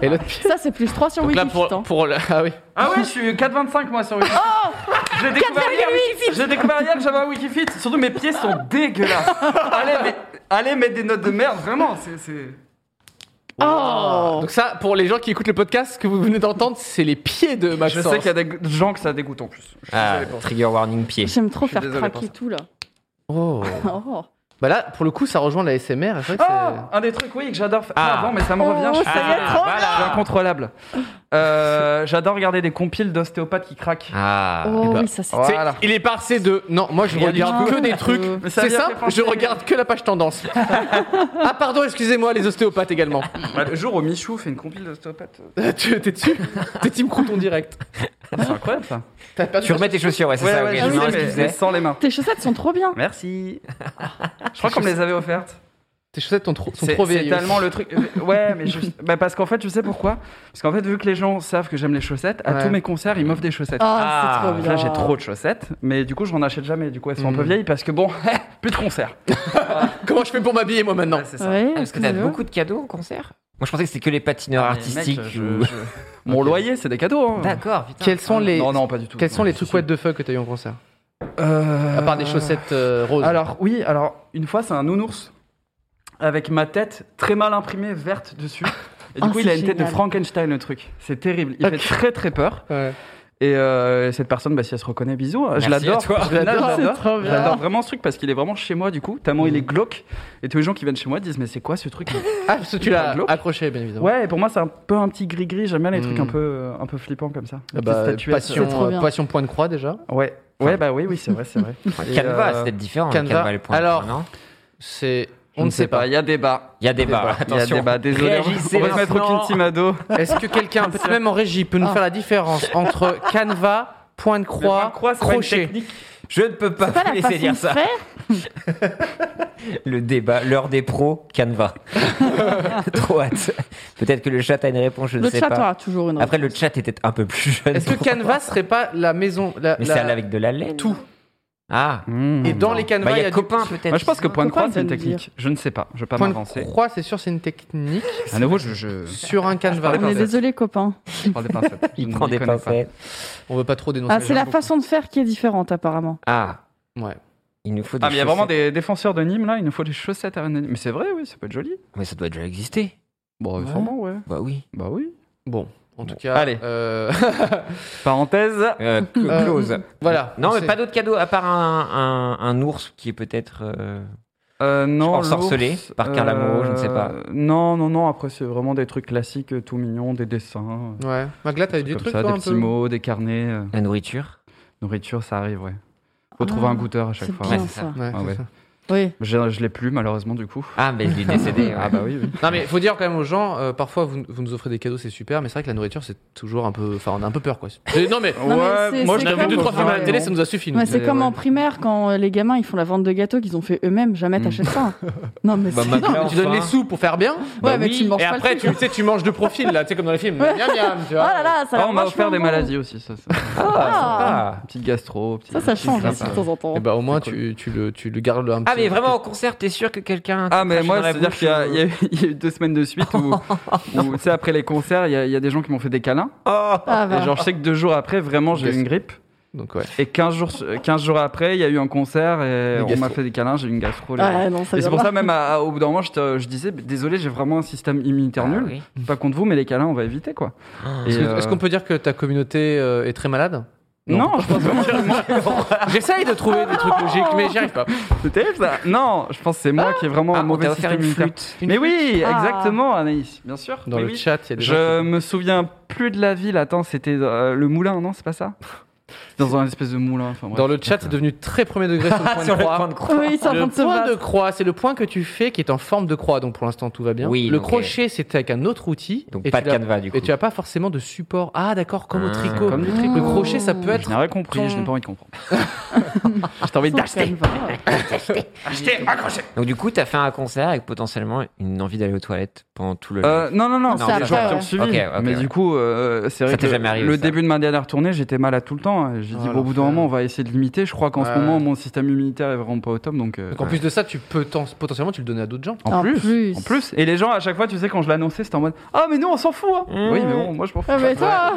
Et l'autre pied. ça, c'est plus 3 sur hein. Donc là Wikipédia. pour pour le- ah oui. Ah ouais, je suis 4,25 moi sur Wikifit. Oh J'ai découvert hier, j'ai découvert hier que j'avais un Wikifit. Surtout mes pieds sont dégueulasses. allez, mais- allez mettre des notes de merde, vraiment. c'est- C'est. Oh Donc ça, pour les gens qui écoutent le podcast, ce que vous venez d'entendre, c'est les pieds de Je Maxence. sais qu'il y a des g- gens que ça dégoûte en plus. Je suis Ah, désolé pour ça. trigger warning pied. J'aime trop suis faire désolé pour craquer ça. tout là. Oh. Oh. Bah là, pour le coup, ça rejoint la SMR. C'est vrai que Ah, un des trucs, oui, que j'adore faire Ah. avant, mais ça me Oh, revient. ça y est, Ah, trop voilà. Je suis incontrôlable. Euh, j'adore regarder des compiles d'ostéopathes qui craquent. Ah. Oh, bah, oui, ça c'est. c'est- Voilà. Il est passé de non, moi je Rien du regarde tout. que des Ah, trucs. euh, Mais ça C'est vient simple, faire penser- je regarde que la page tendance. ah pardon, excusez-moi les ostéopathes également. Euh, Bah, le jour où Michou fait une compile d'ostéopathes, euh, Euh, Tu- T'es dessus T'es team crouton direct. c'est incroyable ça. T'as perdu Tu remets tes chaussures, ouais, c'est Ouais, ça. ouais, ok, je je me sais, demande ce mais- qu'il mais faisait. sans les mains. Tes chaussettes sont trop bien. Merci. Je crois qu'on me les avait offertes. tes chaussettes sont trop, sont C'est trop c'est vieilles. tellement le truc. Ouais, mais je- bah, parce qu'en fait, tu sais pourquoi Parce qu'en fait, vu que les gens savent que j'aime les chaussettes, à Ouais. tous mes concerts, ils m'offrent des chaussettes. Ah, Ah, c'est trop Donc bien. Là, j'ai trop de chaussettes, mais du coup, je n'en achète jamais. Du coup, elles sont un peu Mm. vieilles parce que bon, eh, plus de concerts. Comment je fais pour m'habiller moi maintenant Ouais, c'est ça. Ouais, Ah, parce que c'est t'as vrai. beaucoup de cadeaux en concert. Moi, je pensais que c'était que les patineurs Ah, mais mec, artistiques. je- ou- je- Mon loyer, c'est des cadeaux. hein. D'accord. putain. Quels sont les Non, non, pas du tout. quels sont Non, les si, trucs si. what the fuck que t'as eu en concert Euh, À part des chaussettes euh, roses. Alors, oui, alors, une fois, c'est un nounours avec ma tête très mal imprimée, verte dessus. Et du Ah, coup, il a c'est une tête de génial. Frankenstein, le truc. C'est terrible. Il Ok. fait très, très peur. Ouais. Et euh, cette personne, bah, si elle se reconnaît, bisous. Merci je l'adore. à toi. Je l'adore, Ah, je c'est l'adore. trop bien. J'adore vraiment ce truc parce qu'il est vraiment chez moi, du coup. Tellement il est glauque. Et tous les gens qui viennent chez moi disent, mais c'est quoi ce truc Mm. Ah, parce que tu Il l'as a de l'eau. accroché bien évidemment. Ouais, et pour moi, c'est un peu un petit gris-gris. J'aime bien les trucs Mm. un peu, euh, un peu flippants comme ça. Ah Les bah, petites statuettes. C'est trop passion, euh, bien. passion point de croix déjà. Ouais. Ouais, bah oui, oui, c'est vrai, c'est vrai. Et, Canva, euh, c'est peut-être différent. le Canva. Canva, le point de Alors- vue, non C'est Je on ne sait pas. Il y a ben, débat. il y a des Débat. barres. Il y a Attention. débat. Désolé. on- Réagissez On va se mettre au maintenant. Quincy Mado. Est-ce que quelqu'un, peut-être même en régie, peut nous Ah. faire la différence entre Canva, point de croix, crochet Je ne peux pas, C'est pas vous la laisser façon dire de ça. faire. Le débat, l'heure des pros, Canva. Trop hâte. Peut-être que le chat a une réponse, je ne Le sais chat pas. aura toujours une Après, le chat était un peu plus jeune. Est-ce que Canva serait pas la maison la, Mais la- c'est avec de la laine. Tout. Ah. Hmm. Et dans les Bah, Canva, il y a du- copain peut-être. Moi, je pense que point de Pourquoi croix, ils c'est une veulent technique. Je ne sais pas. Je ne vais pas point m'avancer. de croix, c'est sûr, c'est une technique À nouveau, je, je... sur un Canva. On est désolé, copains. je prends des pincettes. il Je ne prend m'y des connais pas. pincettes. On veut pas trop dénoncer. Ah, les c'est gens, la beaucoup. façon de faire qui est différente, apparemment. Ah. Ouais. Il nous faut des Ah, mais il y a vraiment chaussettes. des défenseurs de Nîmes là, il nous faut des chaussettes à Nîmes. Mais c'est vrai, oui, ça peut être joli. Mais ça doit déjà exister. Bon, Ouais. sûrement, ouais. Bah oui. Bah oui. Bon, en tout cas. Allez. euh, Parenthèse. Euh, que- Euh, close. voilà. Non, mais C'est- pas d'autres cadeaux à part un, un, un ours qui est peut-être. euh, Euh, non, Ensorcelé l'ours, euh, par Carla Moreau, je ne sais pas. Non, non, non, après, c'est vraiment des trucs classiques, euh, tout mignons, des dessins. euh, Ouais. Magla, t'as eu des comme trucs ça, toi, des un petits peu mots, des carnets, euh, La nourriture. nourriture, ça arrive, ouais. Faut trouver Ah, un goûteur à C'est chaque fois. bien Ouais, c'est ça. Ouais, Ah c'est ouais. ça. Oui. Je, je l'ai plus, malheureusement, du coup. Ah, mais il est décédé. Ah, bah oui, oui. Non mais faut dire quand même aux gens, euh, parfois vous, vous nous offrez des cadeaux, c'est super, mais c'est vrai que la nourriture c'est toujours un peu, enfin on a un peu peur quoi. C'est- Non mais mais c'est- moi, c'est on je a comme- vu deux trois films à la Ouais, télé, non. ça nous a suffi. nous. Mais c'est Mais comme ouais. en primaire, quand euh, les gamins ils font la vente de gâteaux qu'ils ont fait eux-mêmes, jamais Mm. t'achètes ça. Non, mais Bah, c'est- maintenant, Tu donnes enfin. les sous pour faire bien. bah Ouais, mais tu ne manges Et pas après, le tu truc. tu sais, tu manges de profil, là, tu sais, comme dans les films. Miam, miam, tu Oh vois. là là, ça Ah, a on m'a offert des vachement bon. maladies aussi, ça. ça. Ah, Ah. Une petite gastro. petite- ça, ça change petite- aussi de temps en temps. hein. Et bah, au moins, C'est tu, tu, le, tu le gardes un petit Ah, mais vraiment, au concert, t'es sûr que quelqu'un. Ah mais crache moi dans la c'est à dire bouche, qu'il y, a- euh, il y a eu- il y a eu deux semaines de suite où, où, tu sais après les concerts il y, a- il y a des gens qui m'ont fait des câlins Oh. Ah, bah. et genre je sais que deux jours après vraiment j'ai eu une grippe Donc ouais. Et 15 jours, 15 jours après, il y a eu un concert et Une on m'a gastro. fait des câlins, j'ai eu une gastro. les gars. Ah, non, ça et c'est vient pour pas. ça, même à- à- au bout d'un moment, je, te- je disais, désolé, j'ai vraiment un système immunitaire nul. oui. Pas contre vous, mais les câlins, on va éviter quoi. Et, Ah Est-ce que- euh, est-ce qu'on peut dire que ta communauté euh, est très malade Non, je pense vraiment que c'est moi. J'essaye de trouver des trucs logiques, mais j'y arrive pas. C'est terrible, ça. Non, je pense que c'est moi qui ai vraiment Ah, un on mauvais t'a offert système une immunitaire. flûte. Une mais oui, Ah. exactement, Anaïs, bien sûr. Dans Oui, le oui. chat, il y a des Je gens me souviens plus de la ville. Attends, c'était euh, le moulin, non C'est pas ça Dans un espèce de moulin. Enfin, qui- bref. Dans le chat, c'est devenu très premier degré sur le point Sur de le croix. point de croix. Oui, c'est en train Le de se point de battre. croix, c'est le point que tu fais qui est en forme de croix, donc pour l'instant tout va bien. Oui, le donc, euh, crochet, c'était avec un autre outil. Donc et pas tu de l'as- canevas du coup. Et tu as pas forcément de support. Ah d'accord, comme au Ah, tricot. comme du tricot. Le crochet, ça peut Je être. n'ai rien compris, je n'ai pas envie de comprendre. J'ai envie d'acheter. Ah, Donc du coup, t'as fait un concert avec potentiellement une envie d'aller aux toilettes pendant tout le. Euh, non, non, non, Non, c'est ça les après, jours qui ouais. ont suivi. Ok, ok, mais ouais. du coup, euh, c'est vrai Ça t'est que jamais arrivé, le ça. début de ma dernière tournée, j'étais malade tout le temps. J'ai Ah, dit, bon, au bout d'un l'enfer. moment, on va essayer de limiter. Je crois qu'en Ouais. ce moment, mon système immunitaire est vraiment pas au top. Donc, euh, Donc en plus de ça, tu peux t'en- potentiellement tu le donner à d'autres gens. en, En plus, plus. En plus. Et les gens, à chaque fois, tu sais, quand je l'annonçais, c'était en mode, ah, mais nous, on s'en fout. hein. Mmh. Oui, mais bon, moi, je m'en fous. Ah, mais toi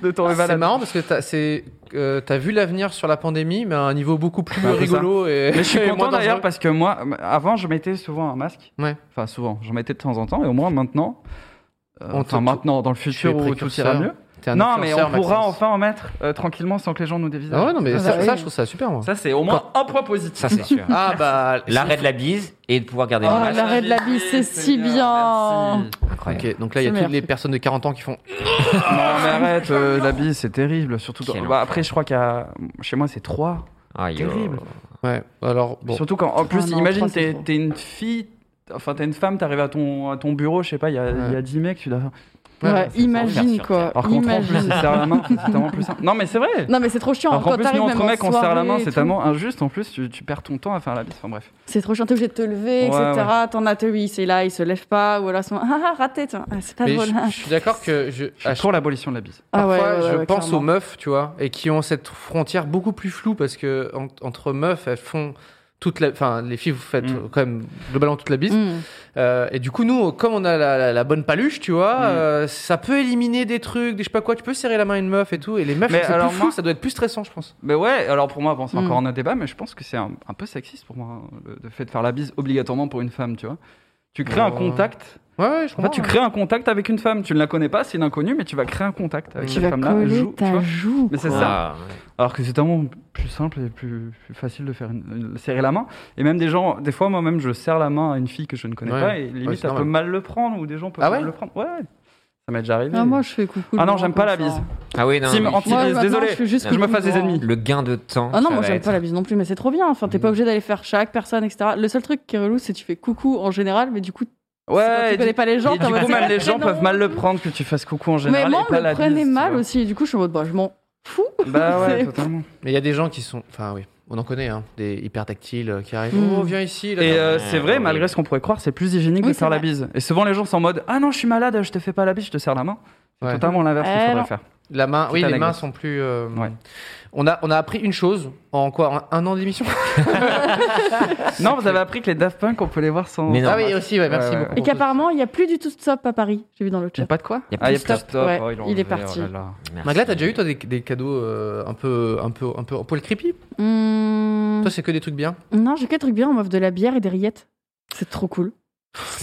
de- de tomber Ah, C'est malade. marrant parce que t'as c'est, euh, t'as vu l'avenir sur la pandémie, mais à un niveau beaucoup plus C'est un peu rigolo et. Bah, Mais je suis et moins content d'ailleurs dangereux. parce que moi, euh, avant, je mettais souvent un masque. Ouais. Enfin, souvent, j'en mettais de temps en temps. Et au moins maintenant, euh, On te- enfin maintenant, dans le suis futur où tout ira précurseur. mieux. T'es un Non, mais on influenceur, pourra Maxence. enfin en mettre euh, tranquillement sans que les gens nous dévisagent. Ah ouais, non, mais Ah ça, bah oui. ça, je trouve ça hein. super. moi. Ça, c'est au moins un point positif. Ça c'est sûr. Ah bah. L'arrêt de la bise et de pouvoir garder Oh le là masque. l'arrêt de la bise, c'est si bien. Merci. Incroyable. Ah, Ok, donc là, il y C'est a toutes meilleur. les personnes de 40 ans qui font. Non, mais arrête, euh, la bise, c'est terrible. Surtout dans- Ah. Quel bah, enfer. après, je crois qu'à chez moi, c'est 3. Aïe, oh. Terrible. Ouais, alors bon. Surtout quand, en plus, Ah non, imagine, trois, c'est t'es trop. t'es une fille, enfin, t'es une femme, t'arrives à ton, à ton bureau, je sais pas, il y, a- il y a 10 mecs, tu dois. Ouais, Ouais, imagine quoi. Alors qu'on en plus, Imagine. ils se serrent la main, c'est tellement plus simple. Non, mais c'est vrai! Non mais c'est trop chiant. Alors qu'en Quand plus, nous, t'arrives même entre en mecs, on se serre la soirée main, et c'est tout. tellement injuste. En plus, tu, tu perds ton temps à faire la bise. Enfin bref. C'est trop chiant. T'es obligé de te lever, Ouais, etc. ouais. T'en as, t'es- oui, c'est là, il se lève pas ou alors son ah ah, raté. tu vois. Ah, c'est pas Mais drôle. je, je suis d'accord que je, Je à suis pour l'abolition de la bise. Ah ouais, Parfois, ouais, je ouais, pense clairement. aux meufs, tu vois, et qui ont cette frontière beaucoup plus floue parce que en- entre meufs, elles font toute la, enfin, les filles, vous faites euh, Mm. quand même globalement toute la bise. Mm. Euh, et du coup, nous, comme on a la, la- la bonne paluche, tu vois, Mm. euh, ça peut éliminer des trucs, des je sais pas quoi. Tu peux serrer la main à une meuf et tout, et les meufs, Mais c'est alors plus moi- flou, ça doit être plus stressant, je pense. Mais ouais, alors pour moi, bon, c'est Mm. encore un autre débat, mais je pense que c'est un, un peu sexiste pour moi, hein, le le fait de faire la bise obligatoirement pour une femme, tu vois. Tu crées un Ouais. contact. Ouais, ouais, je En fait, comprends. tu crées un contact avec une femme. Tu ne la connais pas, c'est une inconnue, mais tu vas créer un contact avec Tu Tu cette vas femme-là. Elle coller joue, tu ta vois. joue. Mais c'est quoi. ça. Ah, ouais. Alors que c'est tellement plus simple et plus, plus facile de faire une- une- serrer la main. Et même des gens, des fois, moi-même, je serre la main à une fille que je ne connais Ouais. pas et Ouais, limite, c'est elle peut normal. mal le prendre ou des gens peuvent Ah mal ouais le prendre. Ouais, ça m'est déjà arrivé. Ah, moi je fais coucou. Ah le non, grand j'aime pas comme la ça. bise. Ah oui, non. Team mais- anti- Moi, Antibise, maintenant, désolé, je fais juste que je me coucou fasse le des grand. ennemis. Le gain de temps. Ah non, ça moi va j'aime être- pas la bise non plus, mais c'est trop bien. Enfin, t'es pas obligé d'aller faire chaque personne, etc. Le seul truc qui est relou, c'est que tu fais coucou en général, mais du coup, c'est quand Ouais, tu et du, connais pas les gens. et t'es en du mode, coup, c'est même les très gens peuvent drôle. mal le prendre que tu fasses coucou en Mais général. moi, et on pas me la le prenait bise, tu mal vois. aussi. Du coup, je suis en mode, bah, je m'en fous. Bah ouais, C'est- totalement. Mais il y a des gens qui sont, enfin oui, on en connaît, hein, des hyper tactiles euh, qui arrivent. Mm. Oh, viens ici. Là, Et t'as- euh, c'est vrai, malgré ce qu'on pourrait croire, c'est plus hygiénique Oui, de faire c'est la vrai. bise. Et souvent, les gens sont en mode Ah non, je suis malade, je te fais pas la bise, je te serre la main. C'est Ouais. totalement l'inverse qu'il Eh faudrait non. faire. La main, oui, Tout à les la mains glace. sont plus. euh, Ouais. On a, on a appris une chose en quoi, un, un an d'émission. Non, vous avez appris que les Daft Punk, on peut les voir sans. Mais non. Ah oui, aussi, ouais, merci Ouais, ouais, beaucoup. Et qu'apparemment, il n'y a plus du tout de stop à Paris. J'ai vu dans le Y a chat. pas de quoi Y a Ah, plus y a de plus de stop. stop. Ouais, Oh, ils l'ont il est enlevé, parti. oh là là. Merci. Magla, t'as déjà eu toi des, des cadeaux euh, un peu, un peu, un peu, un peu le creepy Mmh. Toi, c'est que des trucs bien. Non, j'ai que des trucs bien. On m'offre de la bière et des rillettes. C'est trop cool.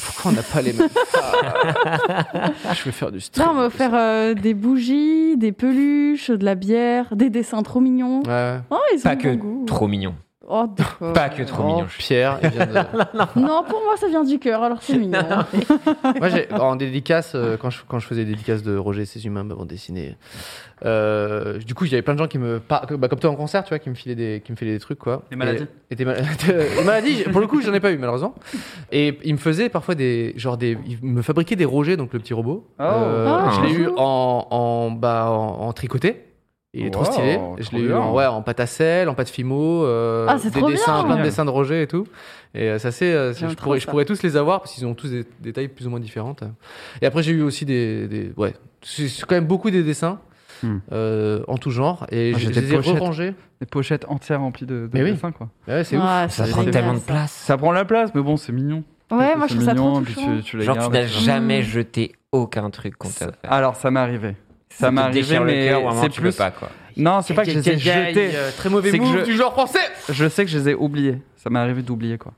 Pourquoi on n'a pas les mêmes Ah, Je vais faire du stream. Là, on m'a offert euh, des bougies, des peluches, de la bière, des dessins trop mignons. Ouais. Oh, ils ont Pas bon goût. que trop mignon. Oh, d'accord. Pas que trop Oh, mignon. Pierre, il vient de- Non, pour moi, ça vient du cœur, alors c'est mignon. Moi, j'ai- en dédicace, euh, quand, je, quand je faisais des dédicaces de Roger et ses humains m'avant dessiné, euh, du coup, il y avait plein de gens qui me. par- bah, comme toi en concert, tu vois, qui me filaient des, qui me filaient des trucs, quoi. Des maladies. Et, et des, ma- des maladies, j'ai- pour le coup, j'en ai pas eu, malheureusement. Et ils me faisaient parfois des. Genre des. Ils me fabriquaient des Roger, donc le petit robot. Euh, Oh. Ah. je l'ai eu en, en, bah, en, en tricoté. Il est trop Wow, stylé. trop Je l'ai eu bien. en, ouais, en pâte à sel, en pâte fimo, euh, Ah, c'est des trop bien. dessins, plein de Génial. dessins de Roger et tout. Et euh, ça c'est, euh, c'est- J'aime je, trop pourrais, je ça. pourrais tous les avoir parce qu'ils ont tous des, des tailles plus ou moins différentes. Et après j'ai eu aussi des, des- ouais, c'est c'est quand même beaucoup des dessins Hmm. euh, en tout genre et Ah, je, j'ai je des les ai pochettes. rangés. Des pochettes entières remplies de, de Mais oui. dessins, quoi. c'est ouf. Ah, Ça c'est prend génial, tellement de ça. place. Ça prend la place, mais bon, c'est mignon. Ouais, moi, je C'est trouve ça mignon, trop puis touchant. tu, tu les Genre, gardes. tu n'as jamais jeté aucun truc qu'on t'a offert. Alors, ça m'est arrivé. Ça m'est te arrivé, déchire le mais cœur, vraiment, c'est tu plus- peux pas, quoi. Non, c'est pas que je les ai jetés. euh, Très mauvais C'est que move je- du genre français. Je sais que je les ai oubliés. Ça m'est arrivé d'oublier quoi.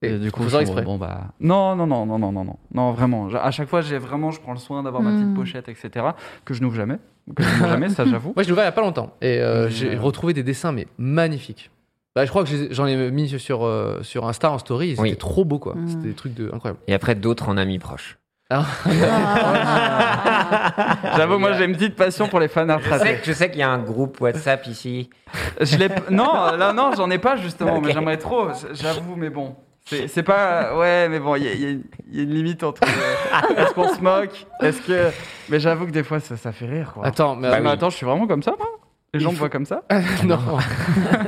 Et du coup, faisant je- exprès. bon bah non non non non non non non non vraiment. Je- À chaque fois, j'ai vraiment, je prends le soin d'avoir ma Mm. petite pochette, etc. Que je n'ouvre jamais. Que je n'ouvre jamais, ça j'avoue. Moi, je l'ai ouvert il y a pas longtemps et euh, Mm. j'ai retrouvé des dessins mais magnifiques. Bah, je crois que j'ai- j'en ai mis sur euh, sur Insta en story. et C'était Oui. trop beau quoi. Mm. C'était des trucs de incroyable. Et après, d'autres en amis proches. Ah. J'avoue, moi j'ai une petite passion pour les fans art Je sais, que- je sais qu'il y a un groupe WhatsApp ici. Je l'ai. Non, là, non, j'en ai pas justement, mais j'aimerais trop. J'avoue, mais bon. C'est c'est pas. Ouais, mais bon, il y, a- il y a une- il y a une limite entre. euh, Est-ce qu'on se moque Est-ce que. Mais j'avoue que des fois, ça, ça fait rire, quoi. Attends, mais, Ah, Bah mais oui. attends, je suis vraiment comme ça, moi Les Il gens me faut- voient comme ça non.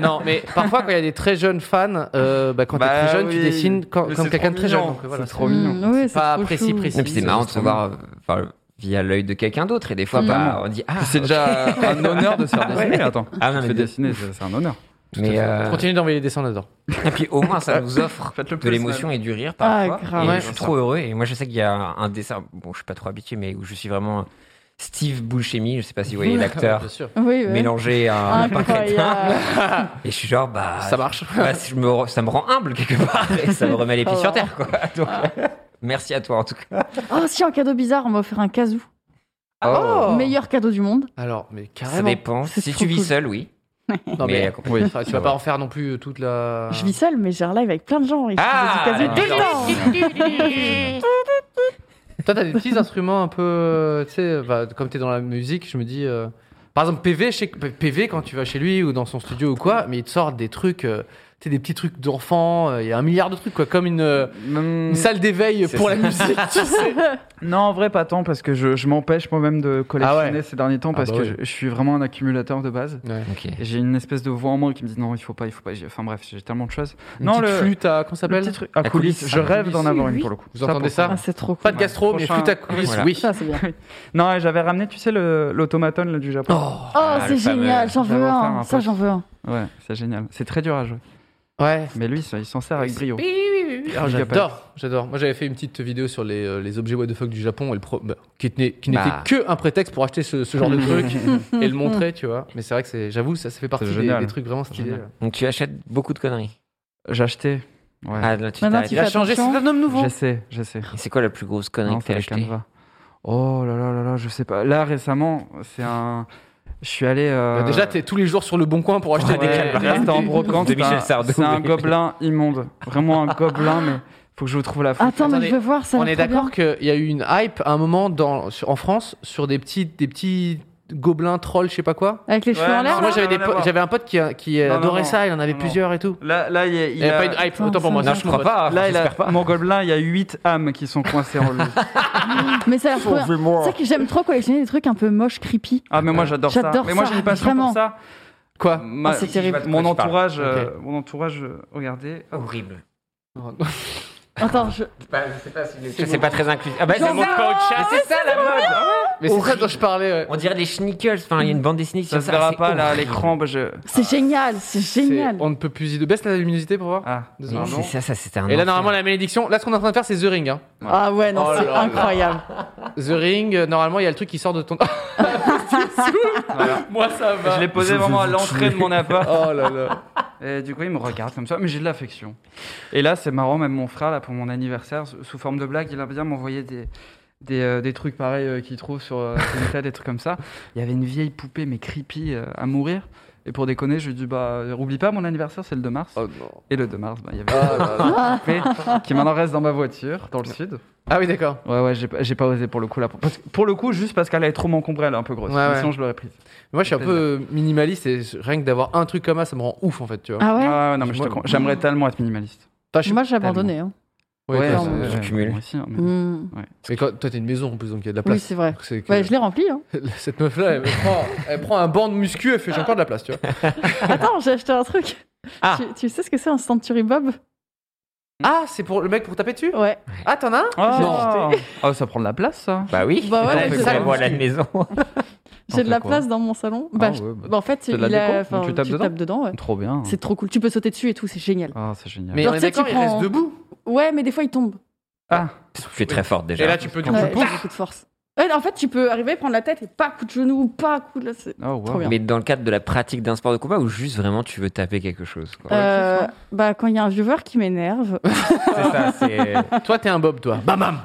non, mais parfois quand il y a des très jeunes fans, euh, bah, quand Bah t'es très jeune, tu oui. dessines quand- Mais comme c'est quelqu'un de trop très jeune. mignon. donc, voilà. C'est trop mignon. Mm, ouais, C'est pas trop précis, chou. précis. Et puis c'est c'est marrant de juste se voir euh, enfin, via l'œil de quelqu'un d'autre. Et des fois, Mm. bah, on dit Ah, C'est déjà un honneur de se faire dessiner, attends. ah non, Se mais, faire dessiner, c'est c'est un honneur. mais, euh, Continue d'envoyer des dessins, on adore. Et puis au moins, ça nous offre Faites-le de plus, l'émotion et du rire Ah, parfois. grave. Et Ouais, je suis c'est ça. trop heureux. Et moi, je sais qu'il y a un dessin, bon, je suis pas trop habitué, mais où je suis vraiment Steve Buscemi, je sais pas si vous voyez l'acteur, Bien sûr. Oui, ouais. mélangé à un lapin crétin. Incroyable. Et je suis genre, bah. Ça marche. bah, si je me re- ça me rend humble quelque part. Et ça me remet les pieds Oh. sur terre, quoi. Donc, merci à toi en tout cas. Oh, si, en cadeau bizarre, on m'a offert un casou. Oh. Meilleur cadeau du monde. Alors, mais Ça carrément. dépend. C'est Si trop tu vis cool. seul, oui. Non, mais, Mais, Oui. enfin, tu vas pas en faire non plus toute la. Je vis seule, mais j'ai un live avec plein de gens. Et je fais des la casiers tout le temps. différence. Toi, t'as des petits instruments un peu. euh, Tu sais, bah, comme t'es dans la musique, je me dis. euh, Par exemple, PV, chez... PV, quand tu vas chez lui ou dans son studio ou quoi, mais il te sort des trucs. euh, Tu sais, des petits trucs d'enfants. euh, Il y a un milliard de trucs, quoi. Comme une, euh, Hum, une salle d'éveil C'est pour ça. la musique, tu sais. Non, en vrai, pas tant, parce que je, je m'empêche moi-même de collectionner Ah ouais. ces derniers temps, Ah parce bah que oui. je- je suis vraiment un accumulateur de base. Ok. Et J'ai une espèce de voix en moi qui me dit non, il faut pas, il faut pas. J'ai- Enfin bref, j'ai tellement de choses. Une non, petite le- flûte à. Comment ça Le s'appelle petit truc à La coulisses, coulisse. je rêve d'en Oui, avoir oui. une pour le coup. Vous entendez pour ça Ah, c'est trop Pas cool. de gastro, mais Prochain- flûte à coulisses, Voilà. oui. Ça, c'est bien. Non, et j'avais ramené, tu sais, le- l'automaton là, du Japon. Oh, Ah, c'est le fameux- génial, j'en veux J'avais offert un. un Ça, pote. j'en veux un. Ouais, c'est génial. C'est très dur à jouer. Ouais. Mais lui, ça, il s'en sert avec brio. Ah, Big up à j'adore, j'adore. Moi, j'avais fait une petite vidéo sur les, euh, les objets what the fuck du Japon et le pro- bah, qui, tenait- qui n'était Bah. que un prétexte pour acheter ce, ce genre de truc et le montrer, tu vois. Mais c'est vrai que c'est, j'avoue, ça, ça fait partie C'est des, génial. des trucs vraiment stylés. euh. Génial. Donc tu achètes beaucoup de conneries. J'ai acheté. Ouais. Ah, là, tu Maintenant, t'arrêtes. tu fais attention. homme J'essaie, j'essaie. Et C'est quoi la plus grosse connerie Non, que t'as c'est les achetée Canva. Oh là là là là, je sais pas. Là, récemment, c'est un. Je suis allé. euh, Bah, déjà, t'es tous les jours sur le bon coin pour acheter Ouais, des canevas. là, c'était en brocante. De c'est Michel un- Sardou. C'est un gobelin immonde. Vraiment un gobelin, mais faut que je vous trouve la photo. Attends, mais Attendez, je veux voir ça. a On l'air est trop d'accord qu'il y a eu une hype à un moment dans, sur- en France sur des petits, des petits gobelins trolls, je sais pas quoi. bien. Avec les cheveux Ouais, en l'air. non, Moi, là j'avais, des rien à po- voir. j'avais un pote qui, qui euh, Non, non, adorait non. ça, il en avait Non, plusieurs et tout. Là, là, il y a, Il n'y a pas une hype, Attends, autant pour moi. ça, Non, c'est je mon crois pote. pas. Là, il a- j'espère pas. mon gobelin, il y a 8 âmes qui sont coincées en lui. Mais ça a l'air trop bien. C'est vrai que j'aime trop collectionner des trucs un peu moches, creepy. Ah, mais moi, j'adore ça. J'adore mais moi, ça, j'ai une passion vraiment. Ah, pour ça. Quoi Ma- c'est terrible. Mon Je parle. entourage, euh, mon entourage, euh, regardez. Hop. Horrible. Oh, Attends, je. Ça, c'est Bah, pas très inclusif. Ah bah, Genre- ça montre pas au chat. C'est ça la mode. Mais c'est ça dont je parlais. euh, ouais. On dirait des schnickels. Enfin, il y a une bande dessinée qui Ça sur se verra c'est pas là à horrible. l'écran. bah, je- C'est génial, c'est génial. C'est- On ne peut plus y de. Baisse la luminosité pour voir. Ah, Désolé. Mais pardon. C'est ça, ça c'était un. Et là, enfer. normalement, la malédiction. Là, ce qu'on est en train de faire, c'est The Ring. hein. Ah ouais, non, Oh là c'est là. incroyable. The Ring, euh, normalement, il y a le truc qui sort de ton. Moi, ça va. Je l'ai posé vraiment à l'entrée de mon appart. Oh là là. Et du coup, il me regarde comme ça, mais j'ai de l'affection. Et là, c'est marrant, même mon frère, là, pour mon anniversaire, sous sous forme de blague, il a bien m'envoyé des, des, euh, des trucs pareils euh, qu'il trouve sur euh, sur Insta, des trucs comme ça. Il y avait une vieille poupée, mais creepy, euh, à mourir. Et pour déconner, je lui ai dit, bah, euh, oublie pas, mon anniversaire, c'est le 2 mars. Oh non. Ah Et le 2 mars, bah, il y avait une poupée qui maintenant reste dans ma voiture, dans le sud. Ah oui, d'accord. Ouais, ouais, j'ai pas- j'ai pas osé pour le coup, là. Parce que- pour le coup, juste parce qu'elle est trop m'encombrée, elle est un peu grosse. Ouais, ouais. Sinon, je l'aurais prise. Moi, je suis un peu minimaliste et rien que d'avoir un truc comme ça, ça me rend ouf en fait, tu vois. Ah ouais Ah, ouais, non, mais je te Moi- con- j'aimerais tellement être minimaliste. Toi, je suis- Moi, j'ai abandonné. hein. Ouais, Ouais, toi, non, c'est- mais- ouais. ouais, j'accumule. moi aussi, hein, mais- Mm. Mais quand, toi, t'as une maison en plus, donc il y a de la Oui, place. c'est vrai. C'est que- Ouais, je l'ai rempli. hein. Cette meuf-là, elle, me prend, elle prend un banc de muscu, elle fait j'ai encore de la place, tu vois. Hein Attends, j'ai acheté un truc. Ah. Tu, tu sais ce que c'est un Century Bob Ah, c'est pour le mec pour taper dessus Ouais. Ah, t'en as un Ah, Ah, ça prend de la place, ça. Bah oui. Bah ouais, On mais fait c'est ça, ça, voilà la maison. J'ai de la quoi place dans mon salon. Bah, Ah je- ouais, bah, bah, en fait, de la il a- déco, enfin, donc tu tapes dedans ouais. Trop bien. C'est trop cool. Tu peux sauter dessus et tout, c'est génial. Ah, c'est génial. Mais Genre, on est tu sais, tu d'accord, il prends- reste debout. Ouais, mais des fois, il tombe. Ah, Tu es très forte déjà. Et là, tu peux du Ouais, coup j'ai pouf, beaucoup de force. Ouais, en fait, tu peux arriver, prendre la tête et pas coup de genou, pas coup de. là, c'est- Oh, Trop bien. Mais dans le cadre de la pratique d'un sport de combat ou juste vraiment tu veux taper quelque chose quoi. Euh, bah, quand il y a un viewer qui m'énerve. C'est ça, c'est- euh, Toi, t'es un bob, toi. Bam, bam.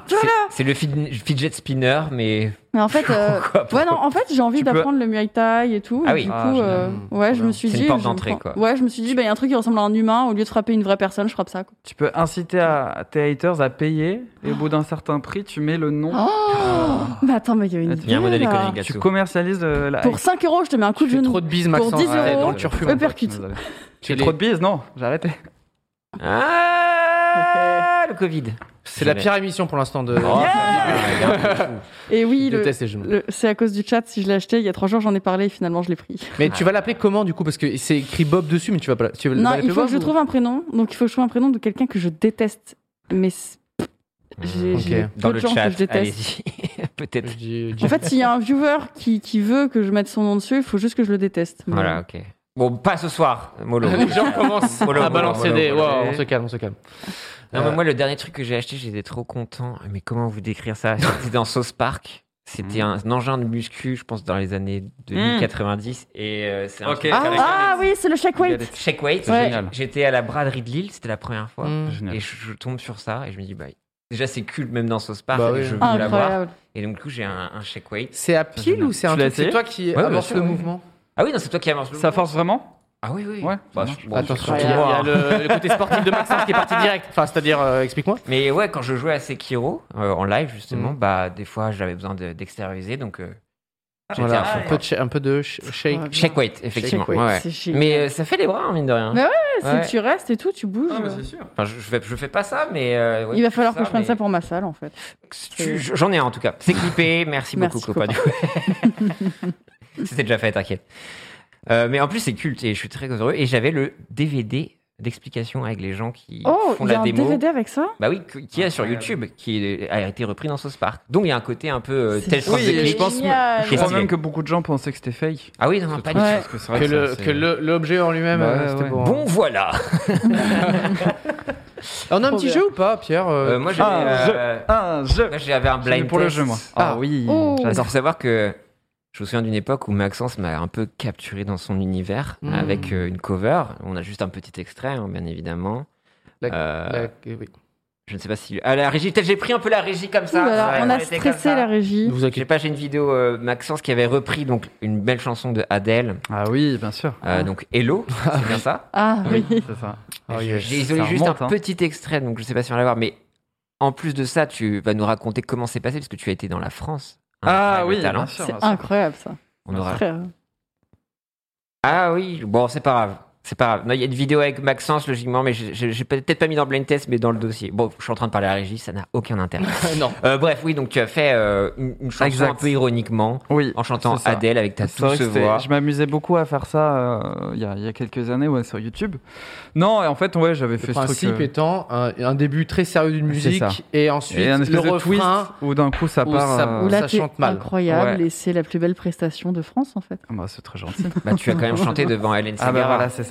c'est le fid- fidget spinner, mais Mais en fait, euh, Pourquoi pas ouais, non, en fait, j'ai envie Tu peux- d'apprendre le Muay Thai et tout. Ah et oui. Du coup, Ah, génial. euh, Mmh, ouais, je bien. me suis C'est dit. une porte je vais d'entrée, me prendre- quoi. Ouais, je me suis dit, bah, il y a un truc qui ressemble à un humain. Au lieu de frapper une vraie personne, je frappe ça. Quoi. Tu peux inciter à tes haters à payer et au bout d'un certain prix, tu mets le nom. Bah, attends, mais il y a une. Il il y a un idée, modèle là. économique tu là-dessous. commercialises euh, la. Pour 5 euros, je te mets un coup de Tu fais genou. trop de bises, Pour Maxence. 10 Ouais, euros, Euh, dans le turfu, mon pote. Uppercut. Désolé. Tu J'ai les- trop de bises, non, j'ai arrêté. Euh. Ah, le Covid. C'est la pire émission pour l'instant de. Et Je oui, le- déteste les genoux. le- c'est à cause du chat. Si je l'ai acheté il y a 3 jours, j'en ai parlé et finalement, je l'ai pris. Mais tu vas l'appeler comment du coup Parce que c'est écrit Bob dessus, mais tu vas pas. Tu vas Non, l'appeler il faut Bob que je ou- trouve un prénom. Donc, il faut que je trouve un prénom de quelqu'un que je déteste. Mais c'est- j'ai Mmh. j'ai Ok. peu Dans de le gens chat, que je déteste. allez-y. Peut-être. Je dis- je dis- En fait, s'il y a un viewer qui, qui veut que je mette son nom dessus, il faut juste que je le déteste. Mais- Voilà, ok. Bon, pas ce soir, mollo. les gens commencent Voilà, à voilà, balancer voilà, des. voilà. Wow, on se calme, on se calme. Non, Euh, mais moi, le dernier truc que j'ai acheté, j'étais trop content. Mais comment vous décrire ça C'était dans Sauce Park. C'était Hmm. un engin de muscu, je pense, dans les années 2090. Et euh, c'est un Ok. truc Ah, avec- Ah oui, c'est le check weight. Shake Weight. Ouais. Génial. J'étais à la braderie de Lille, c'était la première fois. hmm. Génial. Et je, je tombe sur ça et je me dis, bah, déjà, c'est cool, même dans Sauce Park. Bah et oui. Je veux l'avoir. Incroyable. Et donc, du coup, j'ai un, un Shake Weight. C'est à Ça, pile j'aime ou c'est un Tu l'as truc C'est essayé toi qui bien amorce sûr, le oui. mouvement Ah oui, non, c'est toi qui amorce le Ça mouvement. force vraiment Ah oui, oui. Ouais, Bah, ça je- marche. bon, Attention, je- il y a, il y a hein. le, le côté sportif de Maxence qui est parti direct. Enfin, c'est-à-dire, euh, explique-moi. Mais ouais, quand je jouais à Sekiro euh, en live justement, Mm. bah des fois j'avais besoin de- d'extérioriser, donc euh, j'étais Ah, Voilà, à fond, un, peu quoi. de, sh- un peu de sh- shake. Ouais. Shake weight, effectivement. Shake weight, ouais, ouais. C'est génial. Mais euh, ça fait les bras hein, mine de rien. Mais Ouais, ouais. Si tu restes et tout, tu bouges. sûr. Enfin, je, je fais, je fais pas ça, mais euh, ouais, il va falloir ça, que je prenne mais- ça pour ma salle en fait. Tu- je- J'en ai un en tout cas. C'est clippé. Merci Merci, beaucoup, copain. C'était déjà fait, t'inquiète. Euh, mais en plus c'est culte et je suis très heureux. Et j'avais le DVD d'explication avec les gens qui Oh, font il y a la un démo. DVD avec ça Bah oui, qui qui est sur YouTube, qui est- a été repris dans Sauce Park. Donc il y a un côté un peu euh, C'est tel sens Oui, de et clip. je pense- Génial. Je crois Stylé. même que beaucoup de gens pensaient que c'était fake. Ah oui, non, non, pas du tout. Ouais. Parce que c'est Que vrai le- ça, que c'est- le- l'objet en lui-même, Bah euh, ouais, c'était ouais. pour- Bon hein. voilà. On a un Trop petit bien. jeu ou pas, Pierre Euh, Euh, moi j'avais Ah, euh, Un jeu moi, j'avais un blind C'est pour le test. jeu, moi. Ah, oui. Oh. Alors faut savoir que je me souviens d'une époque où Maxence m'a un peu capturé dans son univers Hmm. Mm. avec euh, une cover. On a juste un petit extrait, hein, bien évidemment. La- Euh, la- euh, oui. Je ne sais pas si ah la régie. Peut-être j'ai pris un peu la régie comme Ouh ça. là là, Ouais, on a était comme stressé ça. la régie. Ne vous Je sais inquiétez pas, j'ai une vidéo euh, Maxence qui avait repris donc une belle chanson de Adele, Ah oui, bien sûr. euh, donc Hello, c'est bien ça. Ah oui. C'est ça. pas. Oh, Je- yes. J'ai isolé Ça juste remonte, un hein. petit extrait, donc je sais pas si on va l'avoir, mais en plus de ça, tu vas nous raconter comment c'est passé, parce que tu as été dans la France. Ah Incroyable oui, talent. bien sûr. C'est bien sûr. incroyable ça. On aura... Frère. Ah oui, bon, c'est pas grave. C'est pas grave. Non, Il y a une vidéo avec Maxence, logiquement, mais j'ai- j'ai j'ai peut-être pas mis dans le blind test, mais dans le dossier. Bon, je suis en train de parler à la régie, ça n'a aucun intérêt. non. Euh, bref, oui, donc tu as fait euh, une, une chanson Exact. un peu ironiquement, Oui. en chantant C'est ça. Adèle avec ta C'est vrai douce que c'était- voix. Je m'amusais beaucoup à faire ça euh, il y, a, il y a quelques années ouais, sur YouTube. Non, et en fait, ouais, j'avais Le fait ce truc. principe euh, étant un, un début très sérieux d'une C'est musique ça. et ensuite et un le espèce de twist refrain. où d'un coup ça où part. ça- euh, où Ou la- là, ça t'es chante mal. incroyable Ouais. et c'est la plus belle prestation de France en fait. Ah bah, c'est très gentil. Bah, tu as quand même chanté devant Hélène ah bah Segarra. voilà, c'est ça.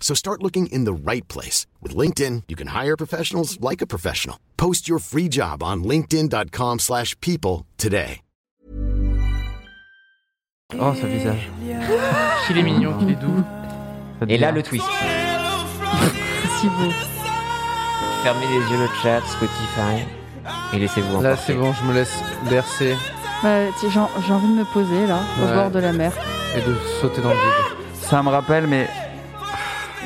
So start looking in the right place. With LinkedIn, you can hire professionals like a professional. Post your free job on linkedin.com/people slash people today. Oh, ce visage. Qu'il est mignon, qu'il est doux. Cette Et là, bizarre. le twist. Si beau. Fermez les yeux, le chat, Spotify, et laissez-vous Là, emporter. c'est bon, je me laisse bercer Ouais, tu- J'ai j'ai envie de me poser là, au Ouais. bord de la mer. et de sauter dans le vide. Ça me rappelle, mais.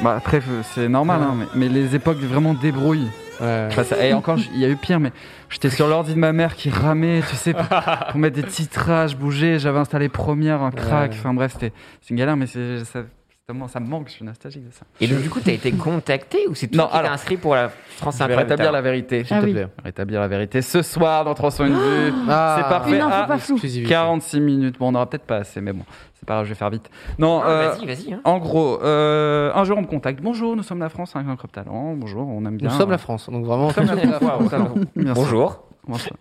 Bah, après, c'est normal, hein, mais, mais les époques vraiment débrouillent. Ouais. Enfin, ça- et encore, il y a eu pire, mais j'étais sur l'ordi de ma mère qui ramait, tu sais, pour, pour mettre des titrages, bouger. J'avais installé première, un crack. Ouais. Enfin bref, c'était c'est une galère, mais c'est ça- Justement, ça me manque, je suis nostalgique de ça. Et donc, du coup, t'as été contacté ou c'est toi Non, qui t'es alors- inscrit pour la France Je vais rétablir Inter la vérité, s'il Ah te oui. plaît. Rétablir la vérité ce soir dans 300 une vue. Ah. c'est parfait. Mais non, faut Ah, pas flou. Exclusivité. 46 minutes. Bon, on n'aura peut-être pas assez, mais bon, c'est pas grave, je vais faire vite. Non, euh, Vas-y, vas-y. hein. en gros, euh, un jour on me contacte. Bonjour, nous sommes la France, un club talent. Bonjour, on aime bien. Nous sommes la France, donc vraiment. Nous sommes la France. Bien sûr. Bonjour. Bonjour.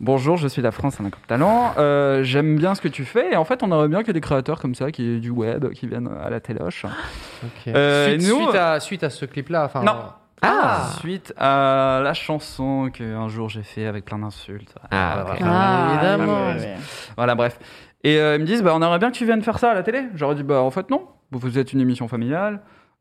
Bonjour, je suis la France, un incroyable talent. Euh, J'aime bien ce que tu fais. Et en fait, on aimerait bien qu'il y ait des créateurs comme ça, qui du web, qui viennent à la téloche. Ok. Euh, suite, nous- suite à, suite à ce clip-là. enfin, Non. euh, Ah Suite à la chanson qu'un jour j'ai fait avec plein d'insultes. Ah, ok. Ah, évidemment. oui, oui, oui. Voilà, bref. Et euh, ils me disent, bah, on aimerait bien que tu viennes faire ça à la télé. J'aurais dit, bah, en fait, non. Vous- Vous êtes une émission familiale.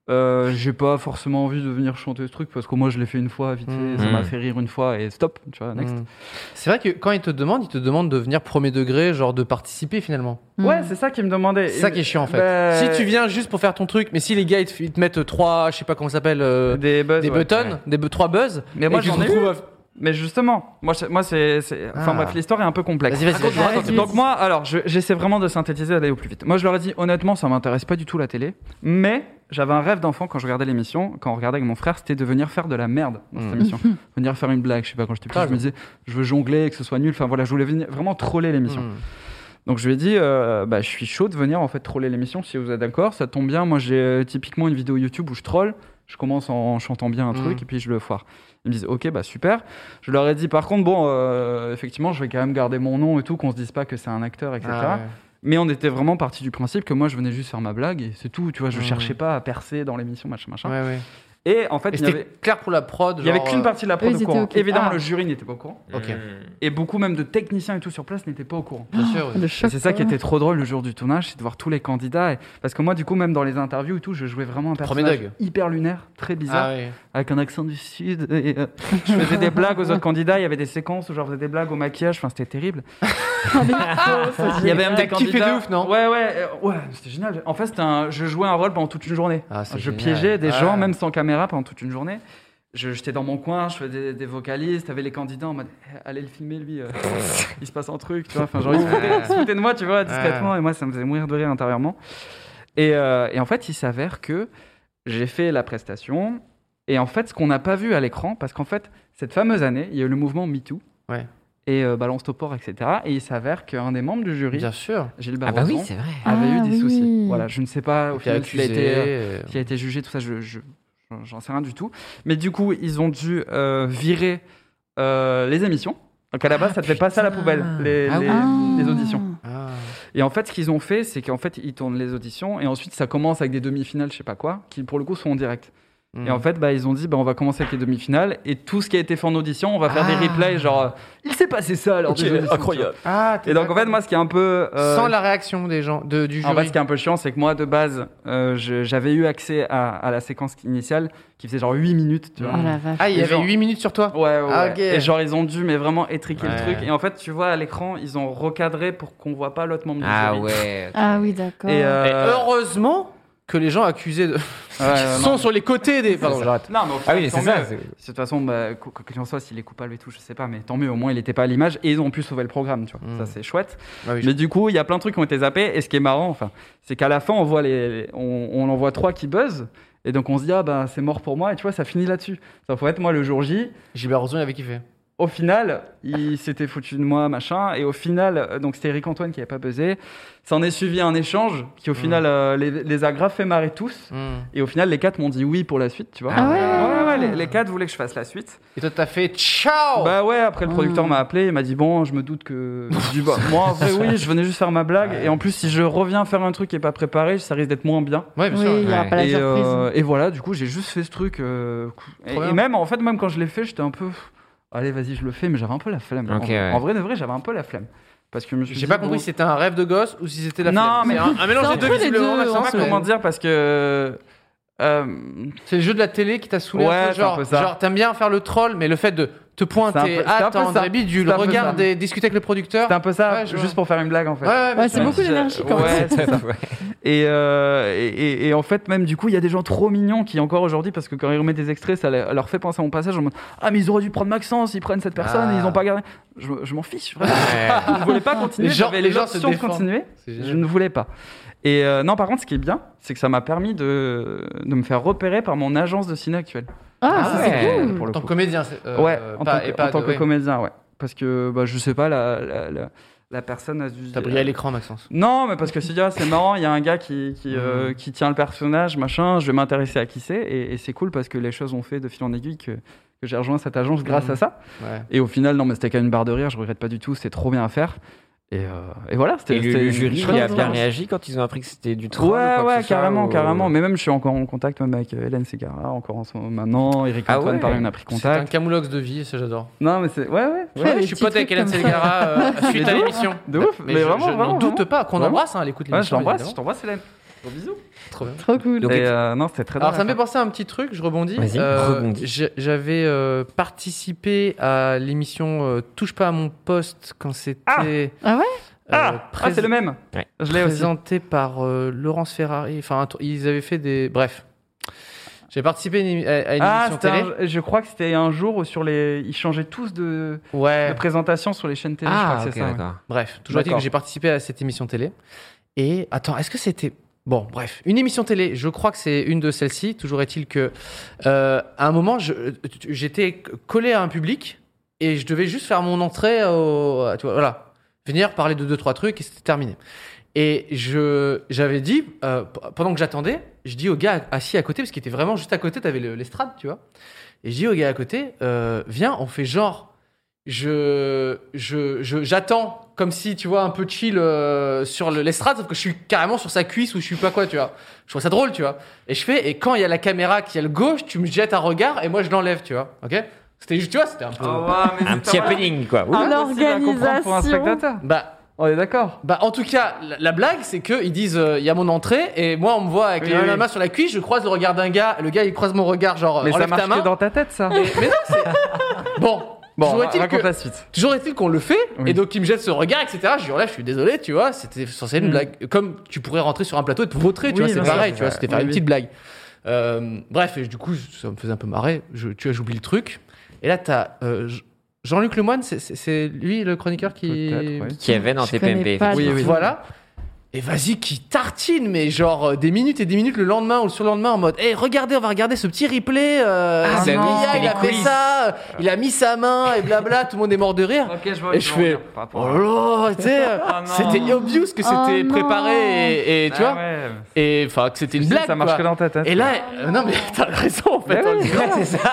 Euh, j'ai pas forcément envie de venir chanter ce truc parce que moi je l'ai fait une fois, vite fait, Mm. ça m'a Mm. fait rire une fois et stop, tu vois, next. hmm. C'est vrai que quand ils te demandent, ils te demandent de venir premier degré, genre de participer finalement. Ouais, Mm. c'est ça qui me demandait. C'est ça qui est chiant en fait. Bah, Si tu viens juste pour faire ton truc, mais si les gars ils te, ils te mettent trois, je sais pas comment ça s'appelle, euh, des, Des buzz. ouais. buttons, des bu- trois buzz. Mais et moi que tu j'en te ai eu. retrouves Mais justement, moi, c'est- moi c'est. c'est- Enfin Ah. bref, l'histoire est un peu à- complexe. Vas-y, vas-y, vas-y. Raconte-moi, raconte. raconte-moi. Donc moi, alors, je- j'essaie vraiment de synthétiser, d'aller au plus vite. Moi, je leur ai dit, honnêtement, ça m'intéresse pas du tout la télé, mais j'avais un rêve d'enfant quand je regardais l'émission, quand on regardait avec mon frère, c'était de venir faire de la merde dans cette Mhm. émission. venir faire une blague, je sais pas, quand j'étais petit, Ah, je me disais, je veux jongler, que ce soit nul, enfin voilà, je voulais venir- vraiment troller l'émission. Hmm. Donc je lui ai dit, euh, bah, je suis chaud de venir en fait troller l'émission si vous êtes d'accord. Ça tombe bien, moi j'ai euh, typiquement une vidéo YouTube où je troll. Je commence en chantant bien un truc Mhm. et puis je le foire. Ils me disent, ok, bah super. Je leur ai dit, par contre, bon, euh, effectivement, je vais quand même garder mon nom et tout, qu'on se dise pas que c'est un acteur, etc. Ah, ouais. Mais on était vraiment parti du principe que moi je venais juste faire ma blague et c'est tout, tu vois, je Mhm. cherchais pas à percer dans l'émission, machin, machin. Ouais, ouais. Et en fait, Et il y c'était avait. clair pour la prod. Il y avait genre, euh, qu'une partie de la prod ils au étaient courant. ok. Évidemment, Ah. le jury n'était pas au courant. Ok. Et beaucoup même de techniciens et tout sur place n'étaient pas au courant. euh, Bien sûr, oui. Le Et choc. C'est ça qui était trop drôle le jour du tournage, c'est de voir tous les candidats. et- Parce que moi, du coup, même dans les interviews et tout, je jouais vraiment un Premier personnage Doug. hyper lunaire, très bizarre, Ah, ouais. avec un accent du sud. et, euh, je faisais des blagues aux autres candidats. Il y avait des séquences où je faisais des blagues au maquillage. Enfin, c'était terrible. Il y avait même T'as des kiffé de candidats. ouf, non Ouais, ouais, euh, ouais. C'était génial. En fait, c'était un- je jouais un rôle pendant toute une journée. Ah, c'est je génial. Ah. piégeais des Ouais. gens, même sans caméra, pendant toute une journée. Je- J'étais dans mon coin, je faisais des, des vocalistes, t'avais les candidats en mode Eh, allez le filmer lui, euh, il se passe un truc, tu vois. Enfin, genre, ils se foutaient- ils se foutaient de moi, tu vois, discrètement, et moi ça me faisait mourir de rire intérieurement. Et, euh, et en fait, il s'avère que j'ai fait la prestation, et en fait, ce qu'on n'a pas vu à l'écran, parce qu'en fait, cette fameuse année, il y a eu le mouvement MeToo, Ouais. et euh, Balance Topor, etc. Et il s'avère qu'un des membres du jury, Bien sûr. Gilbert Ah bah oui, Rozon, c'est vrai. avait Ah eu des oui. soucis. Voilà, je ne sais pas au T'es final s'il a été, euh, accusé. qui a été jugé, tout ça, je, je- j'en sais rien du tout. Mais du coup, ils ont dû euh, virer euh, les émissions. Donc à la base, ça devait passer à la poubelle, les, Ah les- oui. les auditions. Ah. Et en fait, ce qu'ils ont fait, c'est qu'en fait, ils tournent les auditions et ensuite, ça commence avec des demi-finales, je sais pas quoi, qui pour le coup sont en direct. Et en fait, bah, ils ont dit, bah, on va commencer avec les demi-finales et tout ce qui a été fait en audition, on va faire Ah. des replays, genre, euh, il s'est passé ça alors Incroyable. Ah, t'es Et donc, en d'accord. fait, moi, ce qui est un peu. euh, sans la réaction des gens, de, du jury. en fait, ce qui est un peu chiant, c'est que moi, de base, euh, je- j'avais eu accès à, à la séquence initiale qui faisait genre 8 minutes, tu vois. Oh la vache. Ah, il y les avait gens- 8 minutes sur toi. Ouais, ouais, ouais. Ah, ok. Et genre, ils ont dû, mais vraiment étriquer Ouais. le truc. Et en fait, tu vois, à l'écran, ils ont recadré pour qu'on voit pas l'autre membre Ah du jury. ouais. Ah oui, d'accord. Et, euh, Et heureusement que les gens accusés de... ouais, ouais, sont non. sur les côtés des. Pardon, ça. j'arrête. Non, mais au Ah final, oui, tant c'est ça. mieux. De toute façon, bah, quoi quoi qu'il en soit, s'il est coupable et tout, je sais pas, mais tant mieux, au moins il était pas à l'image et ils ont pu sauver le programme, tu vois. Mm. Ça, c'est chouette. Ah oui, je- Mais du coup, il y a plein de trucs qui ont été zappés. Et ce qui est marrant, enfin, c'est qu'à la fin, on voit les, les- on, on en voit trois qui buzzent. Et donc on se dit ah ben c'est mort pour moi. Et tu vois, ça finit là-dessus. Ça faut être moi le jour J. Gilbert Rozon, il avait kiffé. Au final, il s'était foutu de moi, machin. Et au final, euh, donc c'était Eric Antoine qui avait pas buzzé. Ça en est suivi un échange Mm. qui au final euh, les, les a grave fait marrer tous. Hmm. Et au final, les quatre m'ont dit oui pour la suite, tu vois. Ah ouais. ouais, ouais, les, les quatre voulaient que je fasse la suite. Et toi, t'as fait ciao Bah ouais, après le producteur Ah. m'a appelé, il m'a dit bon, je me doute que. Je dis, bah, moi en vrai, oui, je venais juste faire ma blague. Et en plus, si je reviens faire un truc qui est pas préparé, ça risque d'être moins bien. Ouais, bien Oui, sûr. il n'y aura Ouais. pas la et, surprise. euh, et voilà, du coup, j'ai juste fait ce truc. euh, et, Trop bien. et même, en fait, même quand je l'ai fait, j'étais un peu. Allez, vas-y, je le fais, mais j'avais un peu la flemme. Ok, en, ouais. en vrai, de vrai, j'avais un peu la flemme. Parce que je me suis J'ai dit, pas bon, compris si c'était un rêve de gosse ou si c'était la Non, flemme. mais- C'est un, un mélange C'est un des deux, peu les visiblement, deux, Maxence, en Je sais fait. pas mais- comment dire parce que. euh, C'est le jeu de la télé qui t'a saoulé Ouais, un peu, c'est un genre, peu ça. genre, t'aimes bien faire le troll, mais le fait de te pointer, ah, C'est un peu- c'est un peu attendre, ça. et bidule, C'est un peu regarder, discuter avec le producteur. C'est un peu ça, Ouais, je vois. juste pour faire une blague en fait. Ouais, ouais, mais Ouais, c'est vrai. beaucoup d'énergie quand Ouais, même. c'est ça. Et, euh, et, et- et en fait, même du coup, il y a des gens trop mignons qui, encore aujourd'hui, parce que quand ils remettent des extraits, ça leur leur fait penser à mon passage en mode Ah, mais ils auraient dû prendre Maxence, ils prennent cette personne, Ah. ils n'ont pas gardé. Je, je m'en fiche, vraiment. Ouais. Je ne voulais pas continuer, Ah, Les gens- j'avais les gens se l'option de défendent. continuer, C'est génial. je ne voulais pas. Et euh, non, par contre, ce qui est bien, c'est que ça m'a permis de, de me faire repérer par mon agence de ciné actuelle. Ah, Ah c'est ouais. cool. Pour En le tant coup. que comédien, c'est. euh, ouais, en pas- tant et que, pas en tant que ouais. comédien, ouais. Parce que, bah, je sais pas, la, la, la, la personne a dû. T'as brillé à l'écran, Maxence. Hmm. Non, mais parce que si ah, c'est marrant, il y a un gars qui, qui, euh, qui tient le personnage, machin, je vais m'intéresser à qui c'est, et, et c'est cool parce que les choses ont fait de fil en aiguille que, que j'ai rejoint cette agence grâce Mhm. à ça. Ouais. Et au final, non, mais c'était quand même une barre de rire, je regrette pas du tout, c'était trop bien à faire. Et, euh, et voilà, c'était Et le, c'était le une jury chouette il a bien expérience. réagi quand ils ont appris que c'était du troll. ou quoi Ouais, que ouais, ce soit, carrément, ou- carrément. Mais même, je suis encore en contact même avec euh, Hélène Segara, encore en ce moment maintenant. Eric Ah Antoine, ouais. pareil, on a pris C'est un contact. camoulox de vie, ça j'adore. Non, mais c'est. Ouais, ouais. Ouais, je les suis petits pote avec trucs Hélène comme ça. Selgara euh, suite à de ouf. l'émission. De ouf, mais je- vraiment, je vraiment, n'en doute vraiment. pas qu'on Vraiment. embrasse, hein, elle écoute Ouais, je l'émission. l'embrasse, je évidemment. t'embrasse, Hélène. Gros bisous. Trop bien. Trop cool. Et, euh, non, c'était très Alors bien ça à me fait penser à un petit truc, je rebondis. Euh, Vas-y, rebondis. j'ai- J'avais euh, participé à l'émission euh, Touche pas à mon poste quand c'était Ah ouais euh, Ah, ah, prés- c'est le même. Ouais. Je l'ai aussi. présenté par euh, Laurence Ferrari. Enfin, un tour- ils avaient fait des... Bref. J'ai participé à une émi- à à une Ah, émission c'était télé. un- je crois que c'était un jour où sur les, ils changeaient tous de, Ouais. de présentation sur les chaînes télé. je Ah, crois que ok, c'est ça. ouais. d'accord. Bref, toujours est-il D'accord. que j'ai participé à cette émission télé. Et attends, est-ce que c'était. Bon, bref, une émission télé, je crois que c'est une de celles-ci. Toujours est-il que. euh, à un moment, je- j'étais collé à un public et je devais juste faire mon entrée au. Tu vois, voilà. Venir parler de deux, trois trucs et c'était terminé. Et je j'avais dit, euh, p- pendant que j'attendais, je dis au gars assis à côté, parce qu'il était vraiment juste à côté, t'avais le- l'estrade, tu vois. Et je dis au gars à côté, euh, viens, on fait genre, je je je- j'attends comme si tu vois un peu chill euh, sur le- l'estrade, sauf que je suis carrément sur sa cuisse ou je suis pas quoi, tu vois. Je trouve ça drôle, tu vois. Et je fais, et quand il y a la caméra qui est le gauche, tu me jettes un regard et moi je l'enlève, tu vois. Ok C'était juste, tu vois, c'était un peu. Oh, Un petit happening, quoi. Ouh. Ah, Impossible à comprendre pour un L'organisation. spectateur. Bah. On est d'accord. Bah, en tout cas, la, la blague, c'est qu'ils disent euh, il y a mon entrée, et moi, on me voit avec Oui, les- oui. la main sur la cuisse, je croise le regard d'un gars, le gars, il croise mon regard, genre, euh, Mais ça enlève ta marche main. que dans ta tête, ça. Mais non, c'est. Bon. Bon, toujours ra- est-il raconte que- la suite. Toujours est-il qu'on le fait, Oui. et donc il me jette ce regard, etc. Je lui enlève, je suis désolé, tu vois, c'était censé être une Mm. blague. Comme tu pourrais rentrer sur un plateau et te vautrer, tu Oui, vois, c'est bien sûr. pareil, tu vois, c'était faire Oui, une oui. petite blague. Euh, bref, et du coup, ça me faisait un peu marrer, je, tu vois, j'oublie le truc. Et là, t'as euh, Je- Jean-Luc Lemoine, c'est- c'est c'est lui le chroniqueur qui. Peut-être, ouais. Qui avait dans Je TPMP. connais pas Oui, du oui. tout. Voilà. Et vas-y, qui tartine, mais genre euh, des minutes et des minutes le lendemain ou le surlendemain en mode Hey, regardez, on va regarder ce petit replay. euh, Ah, c'est bah oui, Mia, c'était il les a fait coulisses. ça, euh, il a mis sa main et blabla, tout le monde est mort de rire. Ok, je vois. Et je fais Oh là là, tu sais, euh, Ah non. Bah c'était obvious que c'était Oh préparé et, et tu vois, et enfin que c'était une blague. Ça marche quoi. que dans ta tête. Bah Et là, euh, non mais t'as raison en fait. Mais oui, hein, grave. c'est ça.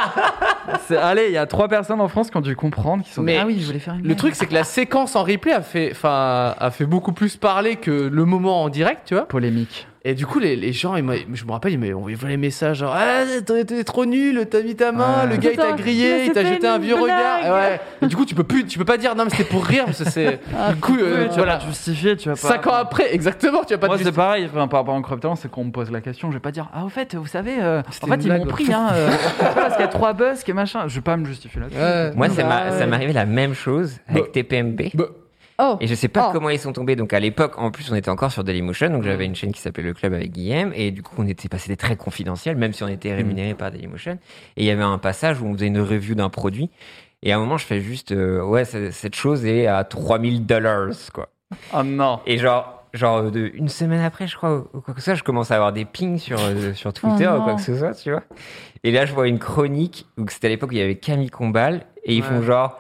C'est- allez, il y a trois personnes en France qui ont dû comprendre, qui sont. Mais- ah oui, je voulais faire une. Le truc c'est que la séquence en replay a fait, enfin, a fait beaucoup plus parler que le moment en direct, tu vois. polémique. Et du coup, les, les gens, ils m'a- je me rappelle, ils m'ont envoyé les messages genre Ah, t'es t'es trop nul, t'as mis ta main, Ouais. le gars il t'a Putain, grillé, mais il t'a c'était jeté un une vieux regard. Et, blague. ouais. Et du coup, tu peux, plus, tu peux pas dire non, mais c'était pour rire, parce que c'est. Ah, du coup, euh, tu voilà. vas pas te justifier, tu vas pas. 5 ans après, exactement, tu as pas Moi, de c'est pareil, enfin, par rapport au crop talent, c'est qu'on me pose la question. Je vais pas dire, ah, au fait, vous savez, euh, en C'était fait, une ils m'ont blague. pris, hein, euh, parce qu'il y a trois buzz, qui est machin. Je vais pas me justifier là-dessus. Ouais. Moi, ça m'a- Bah, ça m'est arrivé la même chose Bah. avec TPMP. Bah, Oh. Et je sais pas Oh. Mm. comment ils sont tombés. Donc à l'époque, en plus, on était encore sur Dailymotion. Donc j'avais une chaîne qui s'appelait Le Club avec Guillaume. Et du coup, on était passé des très confidentiels, même si on Mm. était rémunéré par Dailymotion. Et il y avait un passage où on faisait une review d'un produit. Et à un moment, je fais juste, euh, ouais, c- cette chose est à 3000 dollars, quoi. Oh non. Et genre, genre de, une semaine après, je crois, ou quoi que ce soit, je commence à avoir des pings sur, euh, sur Twitter Oh ou quoi non. que ce soit, tu vois. Et là, je vois une chronique où c'était à l'époque où il y avait Camille Combal et ils Ouais. font genre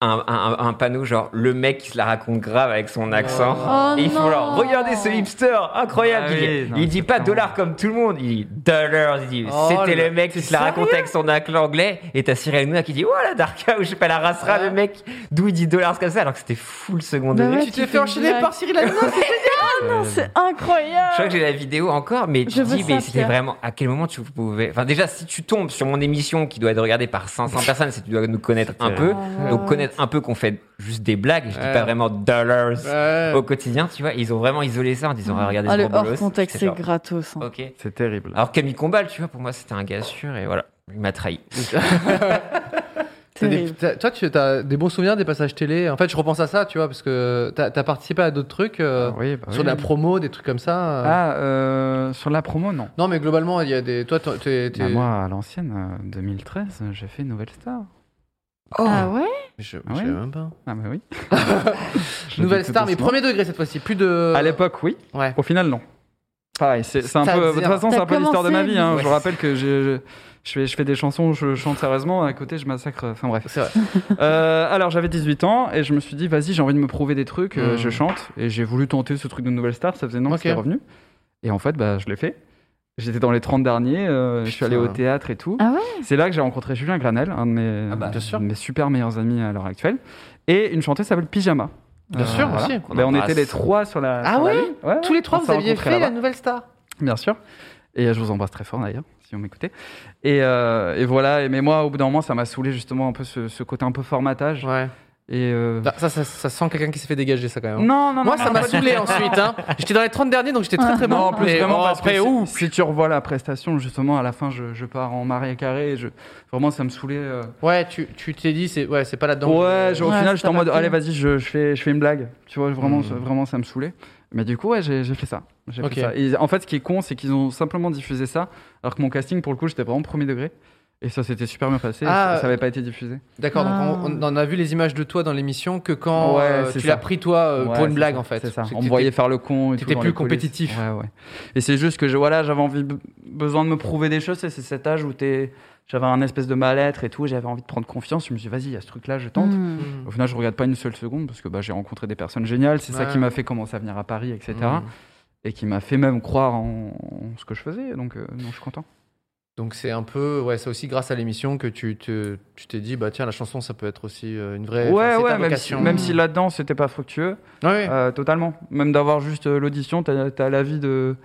un, un- un- un panneau genre le mec qui se la raconte grave avec son accent. Oh et ils font non. genre regardez ce hipster incroyable. Ah il oui, il non, dit c'est pas pas dollar comme tout le monde, il dit dollars. Il dit Oh c'était là, le mec qui t'es se la raconte sérieux avec son accent anglais. Et t'as Cyril Hanouna qui dit oh la Darka ou je sais pas la racera Ouais. le mec d'où il dit dollars comme ça alors que c'était full second Bah degré. ouais, tu tu t'es fais fait une enchaîner euh, blague. par Cyril Hanouna, c'est génial. Non, c'est Je crois incroyable. que j'ai la vidéo encore, mais Je tu veux te dis, ça, mais c'était Pierre. vraiment à quel moment tu pouvais. Enfin, déjà, si tu tombes sur mon émission qui doit être regardée par 500 personnes, c'est que tu dois nous connaître un peu. Ah Donc, ouais. connaître un peu qu'on fait juste des blagues, je euh, Ouais. dis pas vraiment dollars Ouais. au quotidien, tu vois. Ils ont vraiment isolé ça en disant, on va regarder Ah, ce le gros hors bolos. contexte, J'étais c'est genre, gratos. hein. Ok. C'est terrible. Alors, Camille Combal, tu vois, pour moi, c'était un gars sûr et voilà. Il m'a trahi. T'as des- Terrible. t'as- toi, tu as des bons souvenirs des passages télé. En fait, je repense à ça, tu vois, parce que t'as as participé à d'autres trucs euh, oui, bah sur oui. de la promo, des trucs comme ça. euh. Ah, euh, sur la promo, non. Non, mais globalement, il y a des. Toi, t'es- t'es. Bah, t'es- moi, à l'ancienne, euh, 2013, euh, j'ai fait Nouvelle Star. Ah ouais Je, Ah je ouais savais même pas. Ah, bah oui. Je le Nouvelle dis tout star, mais doucement. premier degré cette fois-ci. Plus de. À l'époque, oui. Ouais. Au final, non. Pareil, c'est c'est un Ça peu. De veut toute dire- façon, c'est T'as un peu l'histoire de ma commencé vie. hein. Je vous Ouais. rappelle que je, je, je fais, je fais des chansons, je chante sérieusement, à côté, je massacre. Enfin bref. C'est vrai. Euh, alors, j'avais 18 ans et je me suis dit, vas-y, j'ai envie de me prouver des trucs, euh, Mm. je chante. Et j'ai voulu tenter ce truc de Nouvelle Star, ça faisait non Ok. que c'était revenu. Et en fait, bah, je l'ai fait. J'étais dans les 30 derniers, euh, je suis allé Putain. au théâtre et tout. Ah ouais C'est là que j'ai rencontré Julien Granel, un de mes, Ah bah, bien sûr. de mes super meilleurs amis à l'heure actuelle. Et une chanteuse s'appelle Pyjama. Bien sûr, voilà. aussi. Qu'on Ben, on embrasse. était les trois sur la. Ah sur la ouais ligne. ouais Tous les trois, on vous s'est aviez rencontrés fait la là-bas. nouvelle star. Bien sûr. Et euh, je vous embrasse très fort d'ailleurs, si vous m'écoutez. Et, euh, et voilà, et, mais moi, au bout d'un moment, ça m'a saoulé justement un peu ce, ce côté un peu formatage. Ouais. Ah, Et euh, Ça, ça, ça- ça sent quelqu'un qui s'est fait dégager, ça quand même. Non, non, Moi, non, ça non, m'a pas du saoulé tout. ensuite. Hein. J'étais dans les 30 derniers, donc j'étais très très bon. Non, en plus, Mais, vraiment, oh, parce que après, si- ouf. si, tu revois la prestation, justement, à la fin, je, je pars en Maria Carré. et Je, vraiment, ça me saoulait. euh. Ouais, tu tu t'es dit, c'est ouais, c'est pas là-dedans. ouais, je- au Ouais, final, c'est j'étais en pas mode, parti. allez, vas-y, je, je fais, je fais une blague. Tu vois, vraiment, Hmm. ça- vraiment ça me saoulait. Mais du coup, ouais, j'ai j'ai fait ça. J'ai fait Ok. ça. Et en fait, ce qui est con, c'est qu'ils ont simplement diffusé ça, alors que mon casting, pour le coup, j'étais vraiment premier degré. Et ça s'était super bien passé. et Ah. ça- ça n'avait pas été diffusé. D'accord, donc on, on en a vu les images de toi dans l'émission que quand Ouais, euh, c'est tu ça. l'as pris toi euh, Ouais, pour une c'est blague ça, en fait. C'est ça. C'est que On me t'étais- voyait faire le con et tout. t'étais dans plus les coulisses. compétitif. Ouais, ouais. Et c'est juste que je- voilà, j'avais envie, besoin de me prouver des choses. et C'est cet âge où t'es- j'avais un espèce de mal-être et tout. J'avais envie de prendre confiance. Je me suis dit, vas-y, il y a ce truc-là, je tente. Hmm. Au final, je regarde pas une seule seconde parce que bah, j'ai rencontré des personnes géniales. C'est ça Ouais. qui m'a fait commencer à venir à Paris, etc. Mm. Et qui m'a fait même croire en, en ce que je faisais. Donc, euh, non, je suis content. Donc c'est un peu ouais, c'est aussi grâce à l'émission que tu te tu t'es dit bah tiens la chanson ça peut être aussi euh, une vraie ouais, enfin, c'est ta ouais, même si, vocation. même si là-dedans, c'était pas fructueux. Ouais, ouais. Euh, totalement. Même d'avoir juste euh, l'audition, t'as as l'avis de.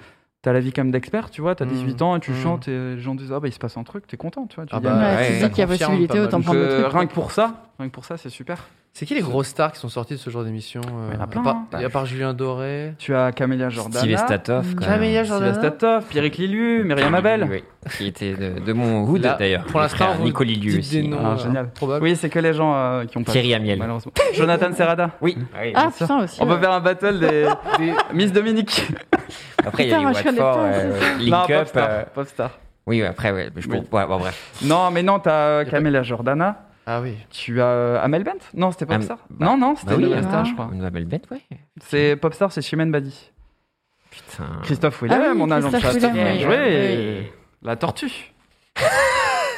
T'as la vie quand même d'expert, tu vois, t'as Mm. 18 ans et tu Mm. chantes et les gens disent Ah bah il se passe un truc, t'es content, tu vois. Tu Ah gagnes. bah, Ouais, ouais, tu ça dis qu'il y a confirme possibilité, pas mal. autant Donc, prendre le euh, truc. rien que pour ça, rien que pour ça, c'est super. C'est qui les grosses stars qui sont sorties de ce genre d'émission euh, Il y en a à plein, part- hein. et à part Julien Doré. Tu as Camélia Jordana, Steve Euh, Estatov. quand même. Camélia Sylvia Statov, Pierrick Lilu, Myriam Abel. Oui, qui était de, de mon hood Là, d'ailleurs. Pour Les l'instant frères vous Nicoli dites Liu aussi. des noms Ah, euh, génial. improbables. Oui, c'est que les gens euh, qui ont pas. Thierry Amiel. Malheureusement. Jonathan Serrada. Oui. Ah putain aussi. On peut ouais. faire un battle des, des Miss Dominique. Après, il y a eu Putain, je hein, connais Watford, pas, euh, Link non, Up. Popstar. euh, Popstar. Oui, ouais, après, ouais. mais je Oui. pour- ouais, bon, bref. Non, mais non, t'as euh, pas- Camélia Jordana, Ah oui. tu as euh, Amel Bent Non, c'était Am- Popstar. bah- non, non, c'était Bah oui, Nouvelle hein. Star, je crois. Une nouvelle bête, ouais. C'est Popstar, c'est Chimène Badi. Putain. Christophe Willem, Ah oui, mon agent de Christophe chasse. Willem, Bien oui, joué. oui. La tortue.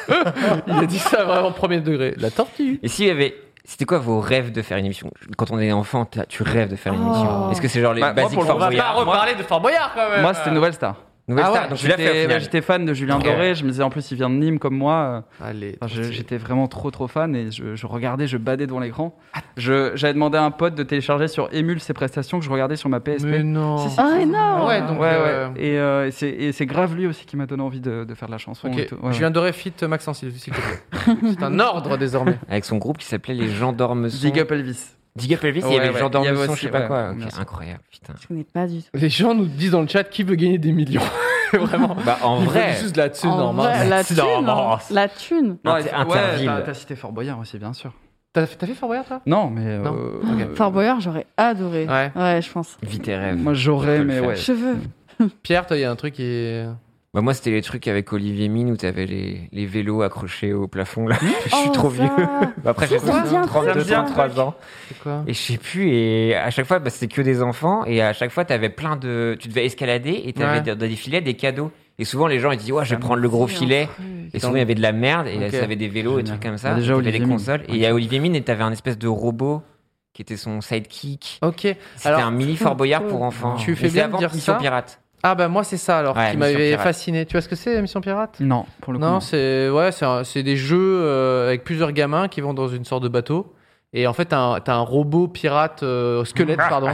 Il a dit ça vraiment premier degré. La tortue. Et s'il y avait. C'était quoi vos rêves de faire une émission Quand on est enfant, t'as- tu rêves de faire une Oh. émission. Est-ce que c'est genre les Bah, moi, basiques pour le Fort moment, on va Boyard reparler de Fort Boyard quand Moi, c'était Nouvelle Star. Nouvelle Ah Star, ouais, donc tu l'as fait au J'étais final. ouais, j'étais fan de Julien Ouais. Doré. Je me disais, en plus, il vient de Nîmes comme moi. euh, Allez. Enfin, je- J'étais vraiment trop trop fan et je, je regardais, je badais devant l'écran. Ah. Je- J'avais demandé à un pote de télécharger sur Emule ses prestations que je regardais sur ma PSP. Mais non. Si, si, Ah Ah non ouais, donc, ouais, euh, ouais. Et, euh, et c'est- et c'est grave lui aussi qui m'a donné envie de, de faire de la chanson. Ok, et tout. Ouais, Julien Doré fit euh, Maxence, s'il s'il te plaît. C'est un ordre désormais. Avec son groupe qui s'appelait Les Gens ouais. Dormesons. Dig Up Elvis. Dig Up Elvis, il y Ouais, avait ouais, Les Gens il y avait Dormesons, je aussi, sais pas ouais, quoi. bien Ok, sûr. Incroyable, putain. Je connais pas du tout. Les gens nous disent dans le chat qui veut gagner des millions. Vraiment. Bah, en Ils vrai. veulent juste de la thune, En vrai, normal. la C'est thune, normal. hein. la thune. Non, Ouais, c'est ouais, Interville. t'as- T'as cité Fort Boyard aussi, bien sûr. T'as fait t'as fait Fort Boyard, toi Non, mais. Non. euh, Ok. euh, Fort Boyard, j'aurais adoré. Ouais. Ouais, je pense. Vite tes rêves. Moi j'aurais, Je peux le mais faire. ouais. Cheveux. Pierre, toi, il y a un truc qui est. Bah, moi, c'était les trucs avec Olivier Mine où t'avais les, les vélos accrochés au plafond, Hmm là. je suis Oh, trop ça. vieux. Bah, après, Si, j'ai ça me dit un 32, truc, ça. 33 ans. C'est quoi Et je sais plus, et à chaque fois, bah, c'était que des enfants, et à chaque fois, t'avais plein de. Tu devais escalader, et t'avais Ouais. dans dans des filets des cadeaux. Et souvent, les gens, ils disaient, ouais, je vais Ah, prendre le gros c'est un filet. Et souvent, il y avait de la merde, et Ok. ça avait des vélos, et des Génial. trucs comme ça. Bah, déjà, Déjà, Olivier des Mine. consoles. Et il y a Olivier Mine, et t'avais un espèce de robot qui était son sidekick. Ok. C'était Alors, un mini Fort Boyard pour enfants. Tu fais Mais c'est bien de avant dire Mission ça. Pirate. ah bah moi, c'est ça alors Ouais, qui Mission m'avait Pirate. fasciné. Tu vois ce que c'est, Mission Pirate Non, pour le coup. Non, c'est ouais, c'est un- c'est des jeux euh, avec plusieurs gamins qui vont dans une sorte de bateau. Et en fait, t'as un, t'as un robot pirate, euh, squelette, pardon,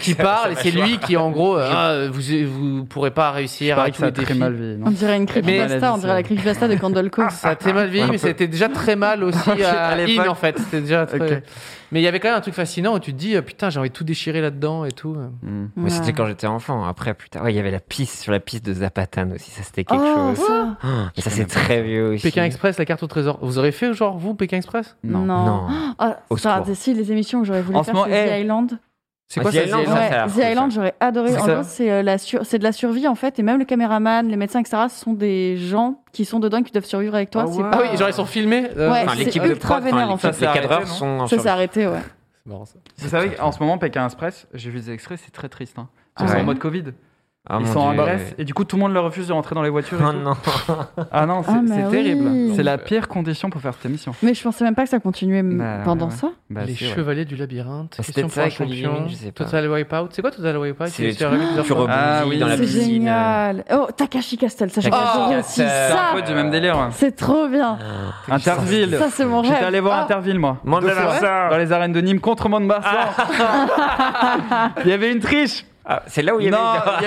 qui parle, et c'est lui qui, en gros, euh, Ah, vous, vous pourrez pas réussir à Pareil que tous ça a les très défis. mal vieilli, non On dirait une Mais- creepypasta, on dirait la creepypasta de Gandolko. Ah, Ça a été mal vieilli, mais c'était déjà très mal aussi euh, à, À l'époque. In, en fait. C'était déjà très... Ok. Mais il y avait quand même un truc fascinant où tu te dis, euh, putain, j'ai envie de tout déchirer là-dedans et tout. Hmm. Mm. Mais c'était quand j'étais enfant. Après, plus tard, ouais, il y avait la piste sur la piste de Zapatan aussi. Ça, c'était quelque Oh, chose. ça. Ah, mais ça, c'est très vieux aussi. Pékin Express, la carte au trésor. Vous aurez fait, genre, vous, Pékin Express Non. Non. Ah, Au ça, secours. si, les émissions que j'aurais voulu En ce faire, moment, c'est The hey. Island. eh. C'est Ah, quoi The ça Island, c'est- ça, ça Ouais, a l'air The cool, ça. Island, j'aurais adoré. C'est En ça. gros, c'est euh, la sur- c'est de la survie en fait, et même le caméraman, les médecins, etc. Ce sont des gens qui sont dedans, et qui doivent survivre avec toi. Ah c'est ouais. Ah oui, genre, ils sont filmés. euh, Ouais. Enfin, c'est l'équipe de ultra prod, vénère, en enfin, fait. les Ça s'est cadreurs arrêté, non sont. en Ça survie. s'est arrêté, ouais. C'est marrant, ça. Vous savez qu'en ce moment, Pékin Express, j'ai vu des extraits, c'est très triste. hein. Ils Ah sont ouais. en mode Covid. Ah, ils mon sont en Dieu. Grèce et du coup tout le monde leur refuse de rentrer dans les voitures. et Oh tout. non. Ah non, c'est Ah, mais c'est oui. terrible. Donc, C'est la euh, pire condition pour faire cette émission. Mais je pensais même pas que ça continuait m- Bah, pendant ouais, ouais. ça. Bah, les c'est- ouais. Chevaliers du Labyrinthe. Ah, c'était Question ça pour un avec Olivier champion. Mine, je sais pas. Total Wipeout. C'est quoi Total Wipeout C'est les C'est arrivé plusieurs Tu fois. Ah rebondis oui, dans la C'est piscine. génial. Oh, Takashi Castle, ça euh. Takashi j'adore aussi. Castle. C'est un Ça, peu du même délire. ouais. c'est trop bien. Ah, Interville. Ça, c'est mon J'étais rêve. allé voir Ah, Interville, moi. Mande Deux la fois. Marsan. Dans les arènes de Nîmes contre Mande Marsan. Il y avait une triche. Ah, c'est là où Non, il y il n'y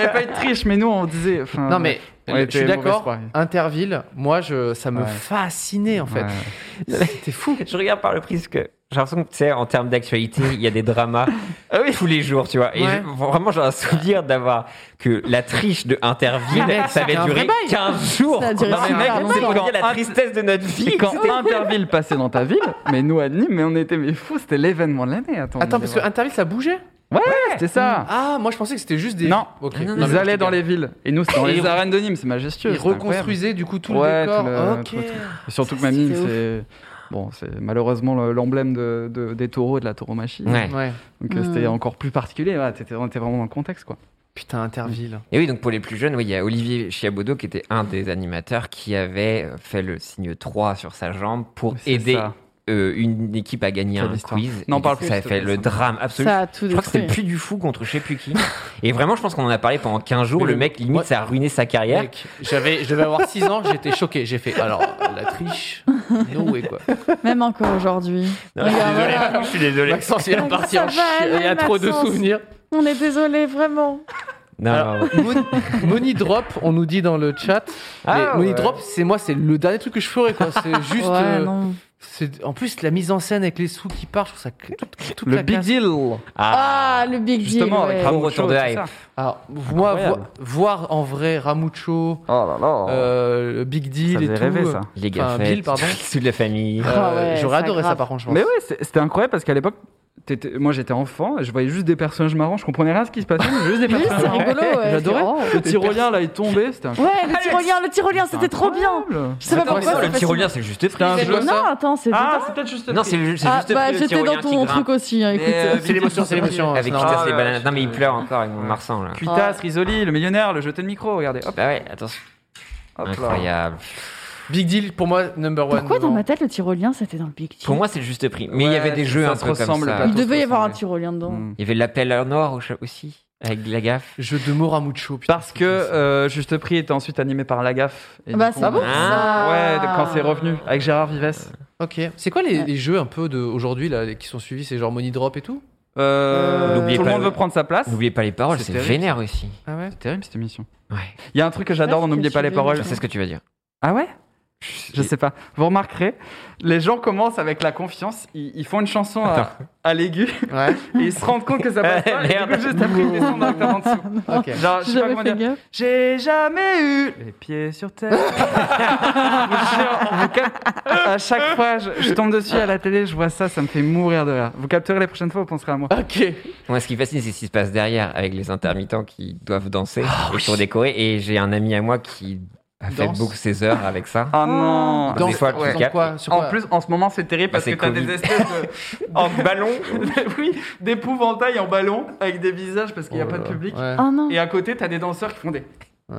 avait. avait pas eu de triche, mais nous on disait. enfin, Non mais on était je suis mauvaise d'accord. foi. Interville, moi je, ça me Ouais. fascinait en fait. Ouais. C'était fou. Je regarde par le prisme que j'ai l'impression que, tu sais, en termes d'actualité, il y a des dramas Ah tous les jours, tu vois. Et Ouais. je- vraiment, j'ai un souvenir d'avoir que la triche de Ah, Interville, Mais ça c'était avait un duré vrai bail. 15 jours. Ça a duré Non, mais super mec, longtemps. c'est quand on dit la Quand- tristesse de notre vie. C'est quand Interville passait dans ta ville, mais nous à Nîmes, mais on était mais fous, c'était l'événement de l'année. Attends, on Attends disait, parce que Interville ça bougeait. ouais, c'était ça. Ah moi je pensais que c'était juste des. Non. Ok. Ah, Non, non, mais Ils allaient je dans te les villes et nous c'était dans Et les ils- arènes de Nîmes, c'est majestueux. Ils c'était incroyable. reconstruisaient du coup tout Ouais, le décor. tout le- ok. tout le Et surtout que Ça, même Nîmes, c'était ouf. c'est bon, c'est malheureusement le- l'emblème de, de- des taureaux et de la tauromachie. Ouais. Ouais. Hmm. Donc euh, Mm. c'était encore plus particulier. Voilà, t'étais- on était vraiment dans le contexte quoi. Putain Interville. Et oui, donc pour les plus jeunes, oui, il y a Olivier Chiabodo qui était un des animateurs qui avait euh, fait le signe 3 sur sa jambe pour C'est aider ça. euh, une équipe à gagner Quelle un histoire. quiz. N'en Et parle du plus, coup, Ça a s'il te fait plaît, le ça. drame absolu. Ça a Je tout crois que c'était le détruit. puits du fou contre je sais plus qui. Et vraiment, je pense qu'on en a parlé pendant 15 jours. Mais Le le- mec, limite, moi- ça a ruiné sa carrière. Mec, j'avais, je devais avoir 6 ans, j'étais choqué. J'ai fait alors la triche. No way quoi. Même encore aujourd'hui. Non, je suis Regarde, désolé, voilà. je suis désolé. Maxence il est Ça parti en va chien. Il y a aller, trop de Maxence. souvenirs. On est désolé, vraiment. Non, Alors, non, non. Mon- Money Drop, on nous dit dans le chat. Ah, mais Money ouais. Drop, c'est moi, c'est le dernier truc que je ferais quoi. C'est juste. Ouais, euh, non. c'est- en plus, la mise en scène avec les sous qui partent, je trouve ça cl- toute, toute Le la big classe. deal. Ah, le big deal. Justement, ouais. avec Bravo, Ramucho, retour de tout hype. ça. Alors, moi, Incroyable. vo- voir en vrai Ramucho, Oh là là. euh, le Big Deal Ça et faisait tout. rêver, ça. Les Enfin, gars, Bill, pardon. de la famille. euh, Ah ouais, J'aurais ça adoré grave. ça par contre, je pense. Mais ouais, c'est- c'était incroyable parce qu'à l'époque, t'étais- moi j'étais enfant, et je voyais juste des personnages marrants, je comprenais rien à ce qui se passait, mais juste des Oui, personnages c'est marrants. rigolo. Ouais. J'adorais. Oh. Le tyrolien là, il tombait, c'était incroyable. Ouais, le tyrolien, le tyrolien, c'était trop bien. Incroyable. Je sais pas Attends, mais pourquoi. non, c'est le petit fascinant. rouleur, c'est juste un pris. jeu. rouleur, Non, attends, c'est. Ah, dedans. c'est peut-être juste. Non, c'est ju- c'est Ah, juste bah, pris, le j'étais dans tyrolien qui ton grimpe. truc aussi, hein, Mais, euh, écoute. C'est l'émotion, c'est l'émotion. Avec c'est qui normal. casse les ouais, bananes. je- Non, mais il pleure encore avec mon Marsan là. Ah. Cuitas, Risoli, le millionnaire, le jeté de micro, regardez. Hop, Bah ouais, attention. hop là. Incroyable. Big Deal pour moi, number one. Pourquoi dans devant. ma tête le tyrolien c'était dans le Big Deal Pour moi, c'est le juste prix. Mais il y Ouais, avait des ça jeux un se peu comme ressemble ça. pas. Il tous devait y avoir un ressemblés. tyrolien dedans. Mm. Il y avait l'appel à noir au cha- aussi, avec de la gaffe. Jeu de mots Ramucho. putain, Parce c'est que intéressant. euh, Juste Prix était ensuite animé par La Gaffe. Et Ah bah, du coup, c'est on- bon, ça. Ouais, de- quand c'est revenu, avec Gérard Vives. Euh, Ok. C'est quoi les, Ouais. les jeux un peu de aujourd'hui là les- qui sont suivis C'est genre Money Drop et tout Euh, N'oubliez tout le pas monde le- veut prendre sa place. N'oubliez pas les paroles, C'est c'est terrible, vénère aussi. Ah ouais. C'est terrible cette émission. Ouais. Il y a un truc que sais pas j'adore dans si N'oubliez je pas les vais- paroles. Je sais ce que tu vas dire. Ah ouais Je sais pas. Vous remarquerez, les gens commencent avec la confiance, ils, ils font une chanson à, à l'aigu Ouais. et ils se rendent compte que ça passe pas. et du coup, Merde. juste après, ils descendent directement en dessous. Ok. Genre, je J'ai sais pas jamais comment fait dire. gaffe. J'ai jamais eu Ah les pieds sur terre. Je vous jure, vous cap- à chaque fois, je, je tombe dessus à la télé, je vois ça, ça me fait mourir de rire. Vous capterez les prochaines fois, vous penserez à moi. Ok. Moi, ce qui me fascine, c'est ce qui se passe derrière avec les intermittents qui doivent danser et pour décorer. Et j'ai un ami à moi qui a fait Ah Danse. beaucoup ses heures avec ça. Ah non Dans- Des fois, dans tu captes. quoi, sur En quoi plus, en ce moment, c'est terrible Bah, parce c'est que t'as Covid. des espèces de... en ballon, oui, d'épouvantail en ballon avec des visages parce qu'il n'y a pas de public. Ouais. Oh non. Et à côté, t'as des danseurs qui font des. Ouais.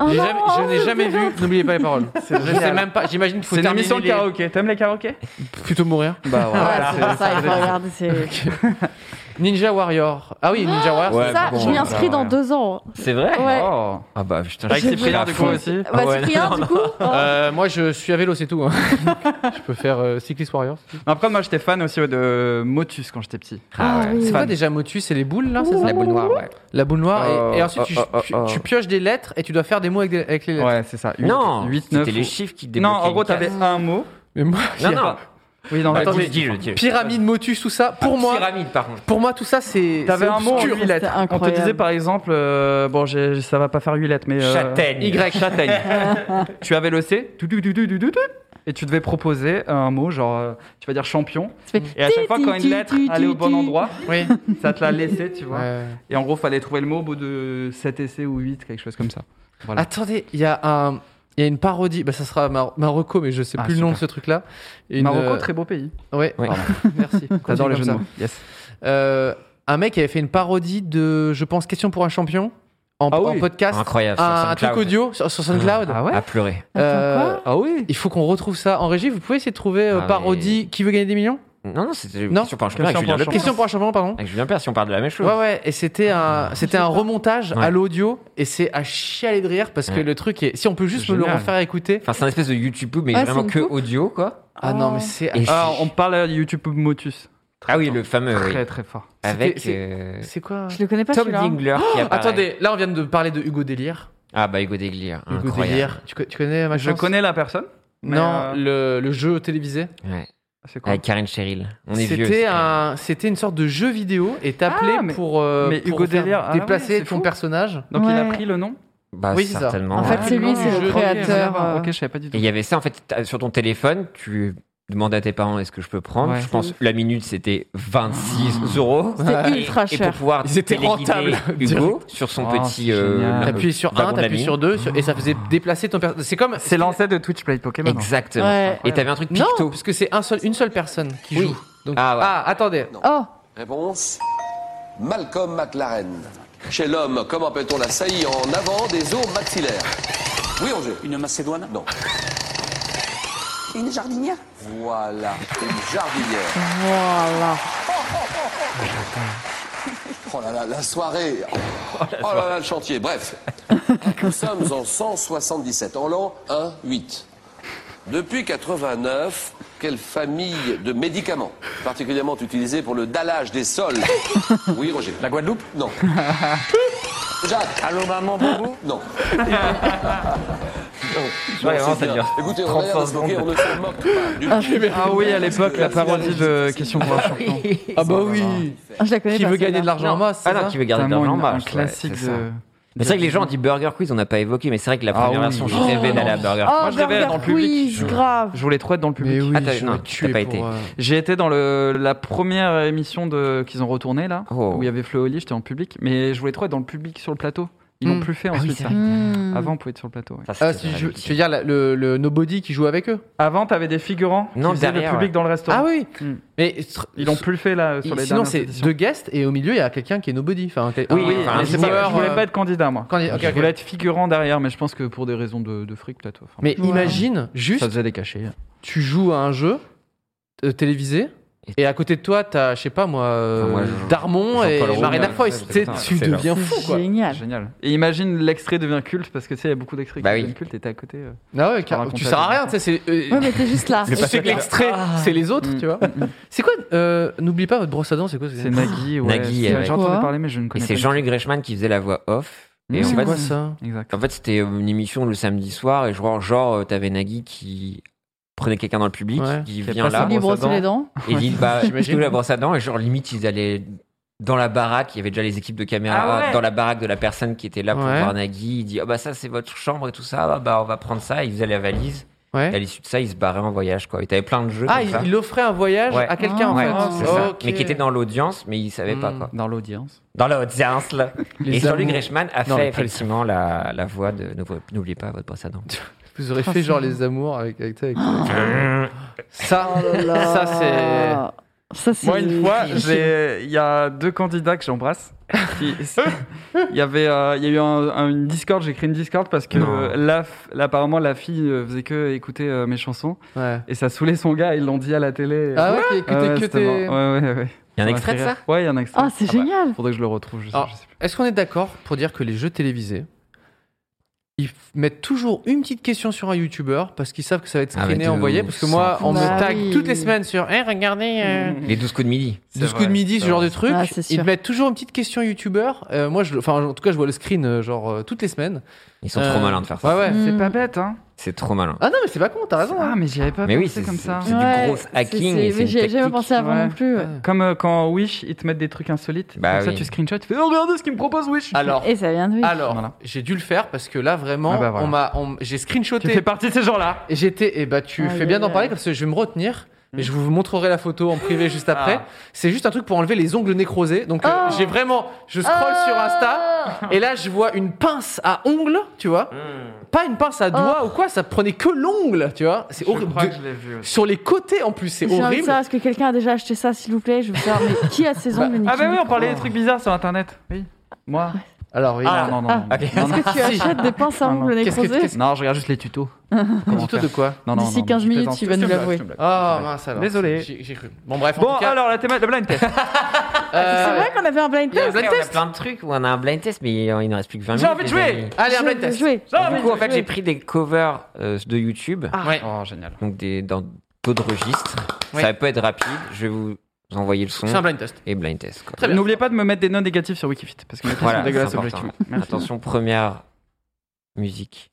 Oh J'ai non, jamais- je n'ai c'est jamais vu. vrai. N'oubliez pas les paroles. Je sais génial. même pas. J'imagine qu'il faut C'est une terminer émission de les- karaoké. T'aimes les karaokés Plutôt mourir. Bah Ouais, c'est pour ça, il faut regarder. c'est- Ninja Warrior. Ah oui, Ninja Warrior. Ouais, Ça, bon, je m'y inscris dans ouais. deux ans. C'est vrai Ouais. Oh. Ah bah putain, Avec je suis Cyprien, à du coup, fond. aussi. Bah, Ah ouais, Cyprien, du coup. oh. Euh, moi, je suis à vélo, c'est tout. hein. je peux faire euh, Cyclist Warrior. Après, moi, j'étais fan aussi ouais, de Motus quand j'étais petit. Ah ouais. oui. C'est quoi Fan. déjà Motus C'est les boules là, c'est ça La boule noire, ouais. La boule noire. et- et, Oh, ensuite, tu, oh, oh, tu- oh. tu pioches des lettres et tu dois faire des mots avec, des- avec les lettres. Ouais, c'est ça. Non, 8, 9. c'était les chiffres qui débloquaient. Non, en gros, une t'avais case. un mot. Mais moi, Non, non, Oui, non, Bah, mais Ah, Attendez, attendez. pyramide, motus, tout ça, pour moi, Pyramide, par contre. pour moi, tout ça, c'est. T'avais c'est un mot en obscur. huit lettres. C'était On te incroyable. disait par exemple, euh, bon, j'ai- ça va pas faire huit lettres, mais. euh, Châtaigne. Y, châtaigne. tu avais le C, tout, tout, tout, tout, tout, tout, tout, et tu devais proposer un mot, genre, euh, tu vas dire champion. Ça fait Et à chaque fois, ti, quand ti, une lettre ti, allait au ti, bon ti. endroit, Oui. ça te la laissait, tu vois. Ouais. Et en gros, fallait trouver le mot au bout de 7 essais ou 8, quelque chose comme ça. Voilà. Attendez, il y a un. Il y a une parodie, bah ça sera Mar- Marocco, mais je sais Ah, plus le nom de super. ce truc-là. Une, Marocco, euh, très beau pays. Ouais, Ouais. pardon. merci. T'adores les Continue jeux de comme mots. Yes. ça. Euh, un mec avait fait une parodie de, je pense, Question pour un champion en, Ah oui. en podcast. Incroyable. sur Un, un truc SoundCloud. audio sur, sur SoundCloud. Euh, Ah ouais À pleurer. Attends, quoi Ah oui il faut qu'on retrouve ça en régie. Vous pouvez essayer de trouver euh, Ah, parodie mais- qui veut gagner des millions Non, non, c'était Non. question pour un champion avec Question Julien pour un Lepers. Question pour un champion, pardon. Avec Julien Lepers, si on parle de la même chose. Ouais, ouais, et c'était Ah, un, c'était un remontage à Ouais. l'audio, et c'est à chialer de rire parce que Ouais. le truc est. Si on peut juste me le Génial. refaire écouter. Enfin, c'est un espèce de YouTube, mais Ah, c'est vraiment une que coupe audio, quoi. Ah non, mais c'est. Oh. Et Ah, on parle à YouTube Motus. Ah oui, le fameux, oui. Très très fort. Avec C'était- euh, C'est quoi Oh, Je le connais pas Tom celui-là. Dingler qui apparaît. Attendez, là on vient de parler de Hugo Délire. Ah bah Hugo Déglire. Hugo Incroyable. Délire, tu, co- tu connais ma Je connais la personne. mais, Non, euh, le, le jeu télévisé. Ouais. C'est quoi Avec Karen Cheryl. On est vieux. C'était c'est- un, c'était une sorte de jeu vidéo et t'appelais Ah, mais- pour, euh, mais pour Hugo faire Délire, ah ouais, déplacer c'est ton fou. personnage. Donc il a Ouais. pris le nom Bah, Oui, c'est ça. certainement. En fait, ouais. c'est lui, nom c'est du le jeu. créateur, Ok, euh. Ok, je savais pas du Et tout. il y avait ça, en fait, t'as- sur ton téléphone, tu demandais à tes parents est-ce que je peux prendre. Ouais. Ah. Je pense la minute, c'était 26 euros. C'était Et- ultra Et pour cher. pouvoir Oh, Ils étaient téléguider rentables, Hugo sur son Oh, petit. euh, c'est génial. T'appuyais sur wagon un, de la t'appuyais nuit. sur deux, sur- et ça faisait déplacer ton personnage. C'est comme. C'est l'ancêtre de Twitch Play Pokémon. hein. Exactement. Ouais. Et t'avais un truc Non, picto. parce que c'est un seul, une seule personne qui Oui. joue. Donc- Ah, ouais. attendez. Oh, Réponse Malcolm McLaren. Chez l'homme, comment peut-on la saillie en avant des os maxillaires Oui, Angers. Une Macédoine Non. Une jardinière Voilà, une jardinière. voilà. Oh là là, la soirée. Oh là là, le chantier. Bref, nous sommes en 177, en l'an 1-8. Depuis 89, quelle famille de médicaments particulièrement utilisés pour le dallage des sols Oui, Roger. La Guadeloupe Non. Jacques Allô maman, bonjour Non. Ouais, vraiment, ça dure Écoutez, on 35 a l'air de se moquer, secondes. on ne se moque pas du tout. Ah oui, à l'époque, la parodie de Question pour un champion. Ah bah oui. Ah, Je la connais Qui pas, veut gagner celle-là. de l'argent en masse c'est Ah non, ça qui veut garder de Vraiment l'argent en une- marche, un ouais, classique c'est ça. de. Mais c'est vrai que les gens ont dit Burger Quiz, on n'a pas évoqué, mais c'est vrai que la Ah première oui. version, je rêvais d'aller à Burger Oh, Moi, je l'avais Burger dans le public. Quiz, Je- grave. Je voulais trop être dans le Mais public. oui, Ah, t'as- je non, vais t'as tuer pas pour, été. euh, J'ai été dans le, la première émission de qu'ils ont retourné là, Oh. où il y avait Flo et Oli, j'étais en public, mais je voulais trop être dans le public sur le plateau. Ils Hmm. l'ont plus fait oui, ensuite. c'est ça. vrai. Hmm. Avant, on pouvait être sur le plateau. ouais. Quiz. Ah, si je- tu veux dire la- le, le Nobody qui joue avec eux Avant, t'avais des figurants Non, qui faisaient le derrière, public ouais. dans le Ah restaurant. oui. Hmm. Mais tr- Ils l'ont plus fait là sur les Sinon, dernières c'est éditions. deux guests et au milieu, il y a quelqu'un qui est nobody. Enfin, quel- Oui, oui, un enfin, Mais un c'est pas- joueur, je voulais euh, pas être candidat moi. candidat, ok, je ok. voulais être figurant derrière, mais je pense que pour des raisons de, de fric peut-être. Enfin, Mais Ouais. imagine juste, ça faisait des cachets. tu joues à un jeu euh, télévisé. Et à côté de toi, t'as, je sais pas moi, euh, moi, je- Darmon et Jean-Paul Rouve, Marina ouais, Foïs. c'est Tu sais, ça, Tu c'est là. deviens fou, C'est quoi. génial. Génial. Et imagine l'extrait devient culte parce que tu sais, il y a beaucoup d'extraits Bah qui oui. deviennent cultes et t'es à côté. euh. Ah ouais, car- raconte tu la sers à vie. rien, tu sais. c'est, euh, Ouais, mais t'es juste là. tu sais que l'extrait, c'est les autres, Mm. tu vois. C'est quoi euh, N'oublie pas votre brosse à dents, c'est quoi C'est Nagui. Ouais, Nagui, eh c'est- ouais. J'ai entendu Quoi parler, mais je ne Et connais pas. c'est Jean-Luc Reichmann qui faisait la voix off. Mmh, Et en c'est fait, quoi ça Exact. en fait, c'était une émission le samedi soir et genre, genre euh, t'avais Nagui qui prenait quelqu'un dans le public, Ouais. qui Qui a vient passé là Ça lui brosse à brosse les dents. et dit bah J'imagine. j'imagine la brosse à dents et genre limite ils allaient dans la baraque, il y avait déjà les équipes de caméra Ah ouais. dans la baraque de la personne qui était là pour Ouais. voir Nagui. Il dit ah bah ça c'est votre chambre et tout ça, Ah bah on va prendre ça. Et ils faisaient la valise. Et à Ouais. l'issue de ça, ils se barraient en voyage quoi. Et t'avais plein de jeux. Ah, comme il, ça. il offrait un voyage Ouais. à quelqu'un Ah, en Ouais, fait. hein. c'est ça. Ok. Mais qui était dans l'audience, mais ils savaient pas Hmm. quoi. Dans l'audience. Dans l'audience là. Les et Jean-Luc amours. Reichmann a Non, fait mais pas les- effectivement la, la voix de N'oublie- N'oubliez pas votre brosse à dents. Vous aurez fait genre les amours avec, avec, avec- ça. Ça c'est. Ah. Oh Ça, c'est. Moi, une fois, j'ai- il y a deux candidats que j'embrasse. qui- Il y avait, euh, il y a eu un- un- une Discord. J'ai créé une Discord parce que Non. euh, la f- là, apparemment, la fille euh, faisait que écouter euh, mes chansons Ouais. et ça saoulait son gars. Ils l'ont dit à la télé. Ah ouais, écoutez Ah ouais, que c'était t'es. marrant. Ouais, ouais, ouais. Il y a un m'a extrait de fait ça rire. Ouais, il y a un extrait. Ah, c'est bah, génial. Faudrait que je le retrouve. Je sais, Alors, je sais plus. Est-ce qu'on est d'accord pour dire que les jeux télévisés, ils f- mettent toujours une petite question sur un youtubeur parce qu'ils savent que ça va être Ah, mais screené, de envoyé ouf, Parce que moi, on me Bah tag oui. toutes les semaines sur Eh, regardez, euh, Les 12 coups de midi. 12 coups de midi, ce genre de truc. Ah, c'est ils sûr. te mettent toujours une petite question youtubeur. Euh, moi, je, enfin, en tout cas, je vois le screen euh, genre euh, toutes les semaines. Ils sont Euh, trop malins de faire ça. Ouais, ouais. Hmm. C'est pas bête, hein. C'est trop malin. Ah non, mais c'est pas con, t'as raison. Ah, hein. mais j'y avais pas Mais oui, pensé c'est comme ça. c'est du gros hacking. et c'est mais une J'ai jamais tactique. pensé avant Ouais. non plus. ouais. Ouais. Comme euh, quand Wish, ils te mettent des trucs insolites. Bah comme ça, oui. tu screenshots, tu fais Oh, regardez ce qu'ils me propose Wish. Alors, Et ça vient de lui. alors Voilà. j'ai dû le faire parce que là, vraiment, Ah bah voilà. on m'a, on- j'ai tu screenshoté. fais partie de ces gens-là. Et j'étais, et bah tu Aïe, fais bien aïe, d'en parler aïe. parce que je vais me retenir. Mais je vous montrerai la photo en privé juste après. Hmm. Ah. C'est juste un truc pour enlever les ongles nécrosés. Donc euh, Ah. j'ai vraiment, je scroll sur Insta Ah. et là je vois une pince à ongles, tu vois. Hmm. Pas une Oh. pince à doigts ou quoi, ça prenait que l'ongle, tu vois. C'est horrible. De- l'ai vu aussi. Sur les côtés en plus, c'est J'ai envie de horrible. savoir, est-ce que quelqu'un a déjà acheté ça, s'il vous plaît Je veux savoir, mais qui a ses ongles Ah, bah oui, Nikki on parlait des trucs bizarres sur internet. Oui. Moi. Oh. Alors, oui, Ah, non. non, non. Ah. non. non, non. Est-ce que tu achètes des pinces à Non, non. ongles Qu'est-ce que- nécrosées qu'est-ce Non, je regarde juste les tutos. Comment Tuto faire. de quoi Non, non, D'ici non, 15 je minutes, plaisante. il va nous C'est une blague, l'avouer. c'est une blague. Ah mince alors. Désolé. J'ai j'ai cru. Bon, bref, en Bon, tout cas. alors la thématique, le blind test. Ah, C'est euh, vrai qu'on avait un blind Il y a test un blind test. On a plein de trucs où on a un blind test, mais il ne reste plus que 20 J'ai minutes. envie de les jouer. amis. Allez, un Je blind veux test. jouer. Non, mais Du coup, en je- fait, j'ai pris des covers euh, de YouTube, Ouais. Oh, génial. donc des, dans d'autres registres. Ouais. Ça peut être rapide. Je vais vous envoyer le son C'est un blind test. et blind test. quoi. Très bien. N'oubliez pas de me mettre des notes négatives sur Wikifit parce que mes questions Voilà, sont dégueulasses c'est important. objectivement. Merci. Attention, première musique.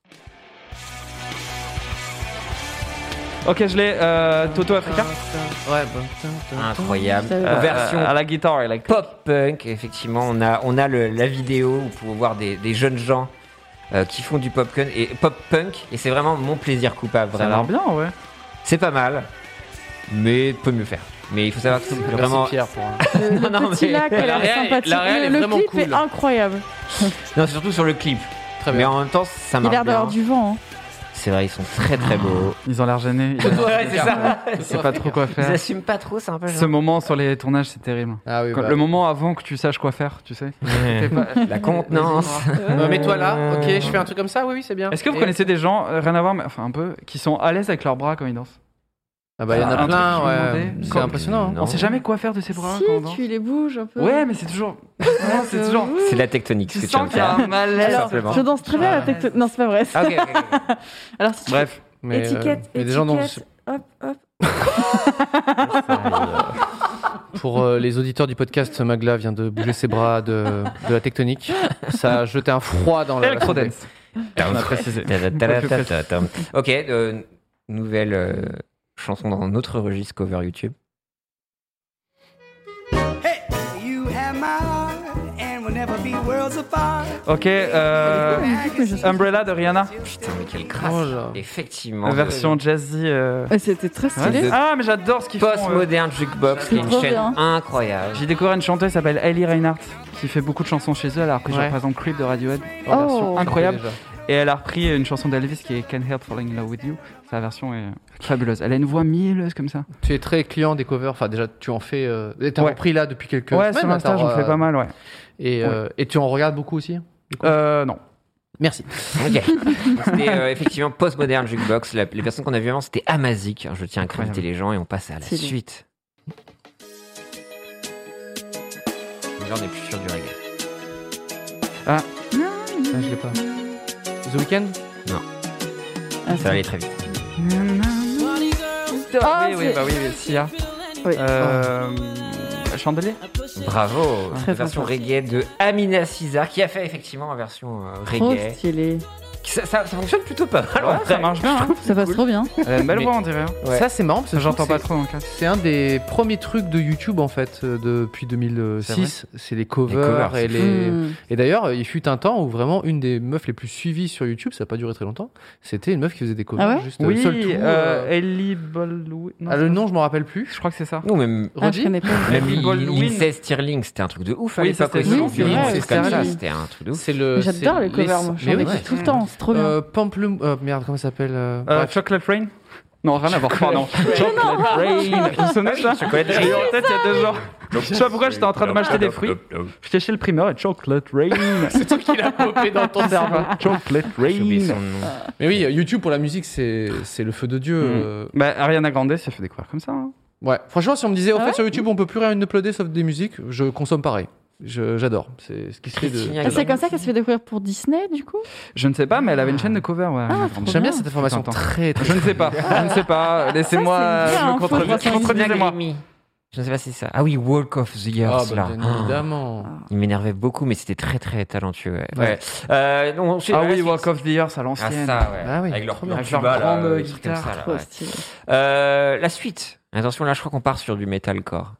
Ok, je l'ai. euh, Toto Africa. Ouais, bon. Incroyable. Je savais Euh, pas. version à la guitare, like. pop punk. Effectivement, on a, on a le- la vidéo où vous pouvez voir des, des jeunes gens euh, qui font du pop punk et pop punk. Et c'est vraiment mon plaisir coupable. Ça a l'air Vraiment, bien, ouais. c'est pas mal, mais peut mieux faire. Mais il faut savoir que c'est vraiment. Merci Pierre pour un- Le, le Non, petit mais- lac, elle La a l'air réelle- sympathique. la réelle Le- le est vraiment clip cool. est incroyable. Non, c'est surtout sur le clip. Très Mais bien. en même temps, ça Il a marche l'air bien. d'avoir du vent. hein. C'est vrai, ils sont très très beaux. Ils ont l'air gênés. Ils ont l'air- Ouais, c'est ça. Ils savent pas trop quoi Ils faire. assument pas trop, c'est un peu. Ce moment sur les tournages, c'est terrible. Ah oui, Quand- bah. le moment avant que tu saches quoi faire, tu sais. genre- La contenance. Euh, Mets-toi là, ok, je fais un truc comme ça, oui, oui, c'est bien. Est-ce que vous Et- connaissez des gens, euh, rien à voir, mais enfin un peu, qui sont à l'aise avec leurs bras quand ils dansent Ah bah, il y en a Un truc que je plein, me ouais. demandais. C'est Comme- impressionnant. hein. Non. On sait jamais quoi faire de ses bras Si, quand on danse. tu les bouges un peu. Ouais, mais c'est toujours. Non, c'est toujours. C'est la tectonique, ce Tu que tu viens sens de qu'il y a faire. un malaise. Alors, simplement. je danse très bien la tête. Non, c'est pas vrai. Ah, ok, ok, ok. Alors, si tu- Bref, Mais, euh, étiquette, mais des gens dont- étiquette, Hop, hop. euh. Pour euh, les auditeurs du podcast, Magla vient de bouger ses bras de, de la tectonique. Ça a jeté un froid dans la. l'assemblée. Electrodance. On a précisé. Ta-da-ta-da-ta-ta-ta. Ok, euh, nouvelle euh, chanson dans notre registre cover YouTube. Ok, euh, Umbrella de Rihanna, Putain, mais quelle crasse. Oh là. Effectivement. version jazzy. euh. Ouais, Ah, C'était très stylé. Ouais. Ah, mais j'adore ce qu'ils font. euh. Post-moderne jukebox, qui est une trop chaîne bien. incroyable. J'ai découvert une chanteuse qui s'appelle Ellie Reinhardt qui fait beaucoup de chansons chez eux alors que Ouais. je représente Creep de Radiohead. Oh. version incroyable. Déjà. Et elle a repris une chanson d'Elvis qui est Can't Help Falling in Love with You. Sa version est fabuleuse. Elle a une voix mielleuse comme ça. Tu es très client des covers, enfin déjà tu en fais. Euh... et T'as Ouais. repris là depuis quelques ouais, semaines. hein, sur Insta, t'as- j'en fais pas mal, ouais. Et, euh, et tu en regardes beaucoup aussi Euh, non. Merci. Ok. C'était euh, effectivement post-moderne jukebox. La- les personnes qu'on a vues avant, c'était Amazic. Je tiens à créditer les gens et on passe à la C'est bien. suite. Là, on est plus sur du reggae. Ah, je l'ai pas. The Weeknd Ça va aller très vite. Ah, oui, oui, c'est- bah oui, oui, Sia. Oui. Euh, Chandelier Bravo. Très, La très version fort. reggae de Amina César qui a fait effectivement en version euh, Trop reggae. stylé. Ça, ça- ça fonctionne plutôt pas mal. en Ouais, ça vrai. marche bien. hein. Ça passe trop bien. Elle a une belle Mais- voix, on dirait. hein. Ouais. Ça c'est marrant parce que je J'entends trouve pas que trop en cas. c'est- C'est un des premiers trucs de YouTube en fait euh, depuis 2006. C'est les covers, covers, et c'est les. Mm. Et d'ailleurs, il fut un temps où vraiment une des meufs les plus suivies sur YouTube, ça n'a pas duré très longtemps, c'était une meuf qui faisait des covers. Ah ouais juste euh, Oui, seul tour, euh, euh, Ellie Baldwin. non, ah, le c'est- nom, je m'en rappelle plus. Je crois que c'est ça. Nous, même, Ah, je Redis connais pas. même Happy Gold Win. Lindsay Stirling, c'était un truc de ouf à Oui, l'époque c'était aussi. ça, c'est vrai, Lindsay c'est comme ça, vrai. c'était un truc de ouf. C'est le. J'adore c'est les covers, les- moi. Mais J'en oui. écoute tout le temps. C'est trop bien. Euh, Pamplemou- euh, merde, comment ça s'appelle euh, Euh, bref. Chocolate Rain Non, rien à voir. Pardon. Chocolate Rain. Vous vous souvenez de ça Chocolate J'ai eu Rain. en tête il y a deux jours. Je sais pas pourquoi j'étais en train de m'acheter des fruits. J'étais chez le primeur et Chocolate Rain. C'est toi qui l'as popé dans ton cerveau. Chocolate J'ai oublié Rain. son nom. Mais oui, YouTube pour la musique, c'est c'est le feu de Dieu. Mm. euh, Bah, Ariana Grande s'est fait découvrir comme ça. hein. Ouais, franchement, si on me disait, au Ah fait, ouais sur YouTube, on peut plus rien uploader sauf des musiques, je consomme pareil. Je- J'adore. C'est ce qui se fait de. Christina Ah, c'est Aguilera. comme ça qu'elle se fait découvrir pour Disney, du coup Je ne sais pas, mais elle Ah. avait une chaîne de cover. Ouais, Ariana Grande. J'aime bien cette information Attends, attends. très. très- Je ne sais pas. Je ne sais pas. Laissez-moi. euh, Ça, c'est une vraie Je me info, contredis- franchement. contredisez-moi. Christina Grimmie. Je ne sais pas si c'est ça. Ah oui, Walk of the Ah, Years, bah, là. bien Ah. évidemment. Il m'énervait beaucoup, mais c'était très très talentueux. Ouais. Ouais. Ouais. Euh, non, ensuite, Ah voilà, oui, c'est- Walk of the Years à Ah, l'ancienne. ça, ouais. Ah oui, Avec leur, trop leur bien. tuba, Avec leur là, euh, grande des trucs comme guitare. ça, là, Euh, Trop ouais. stylé. Euh, la suite. Attention, là, je crois qu'on part sur du metalcore.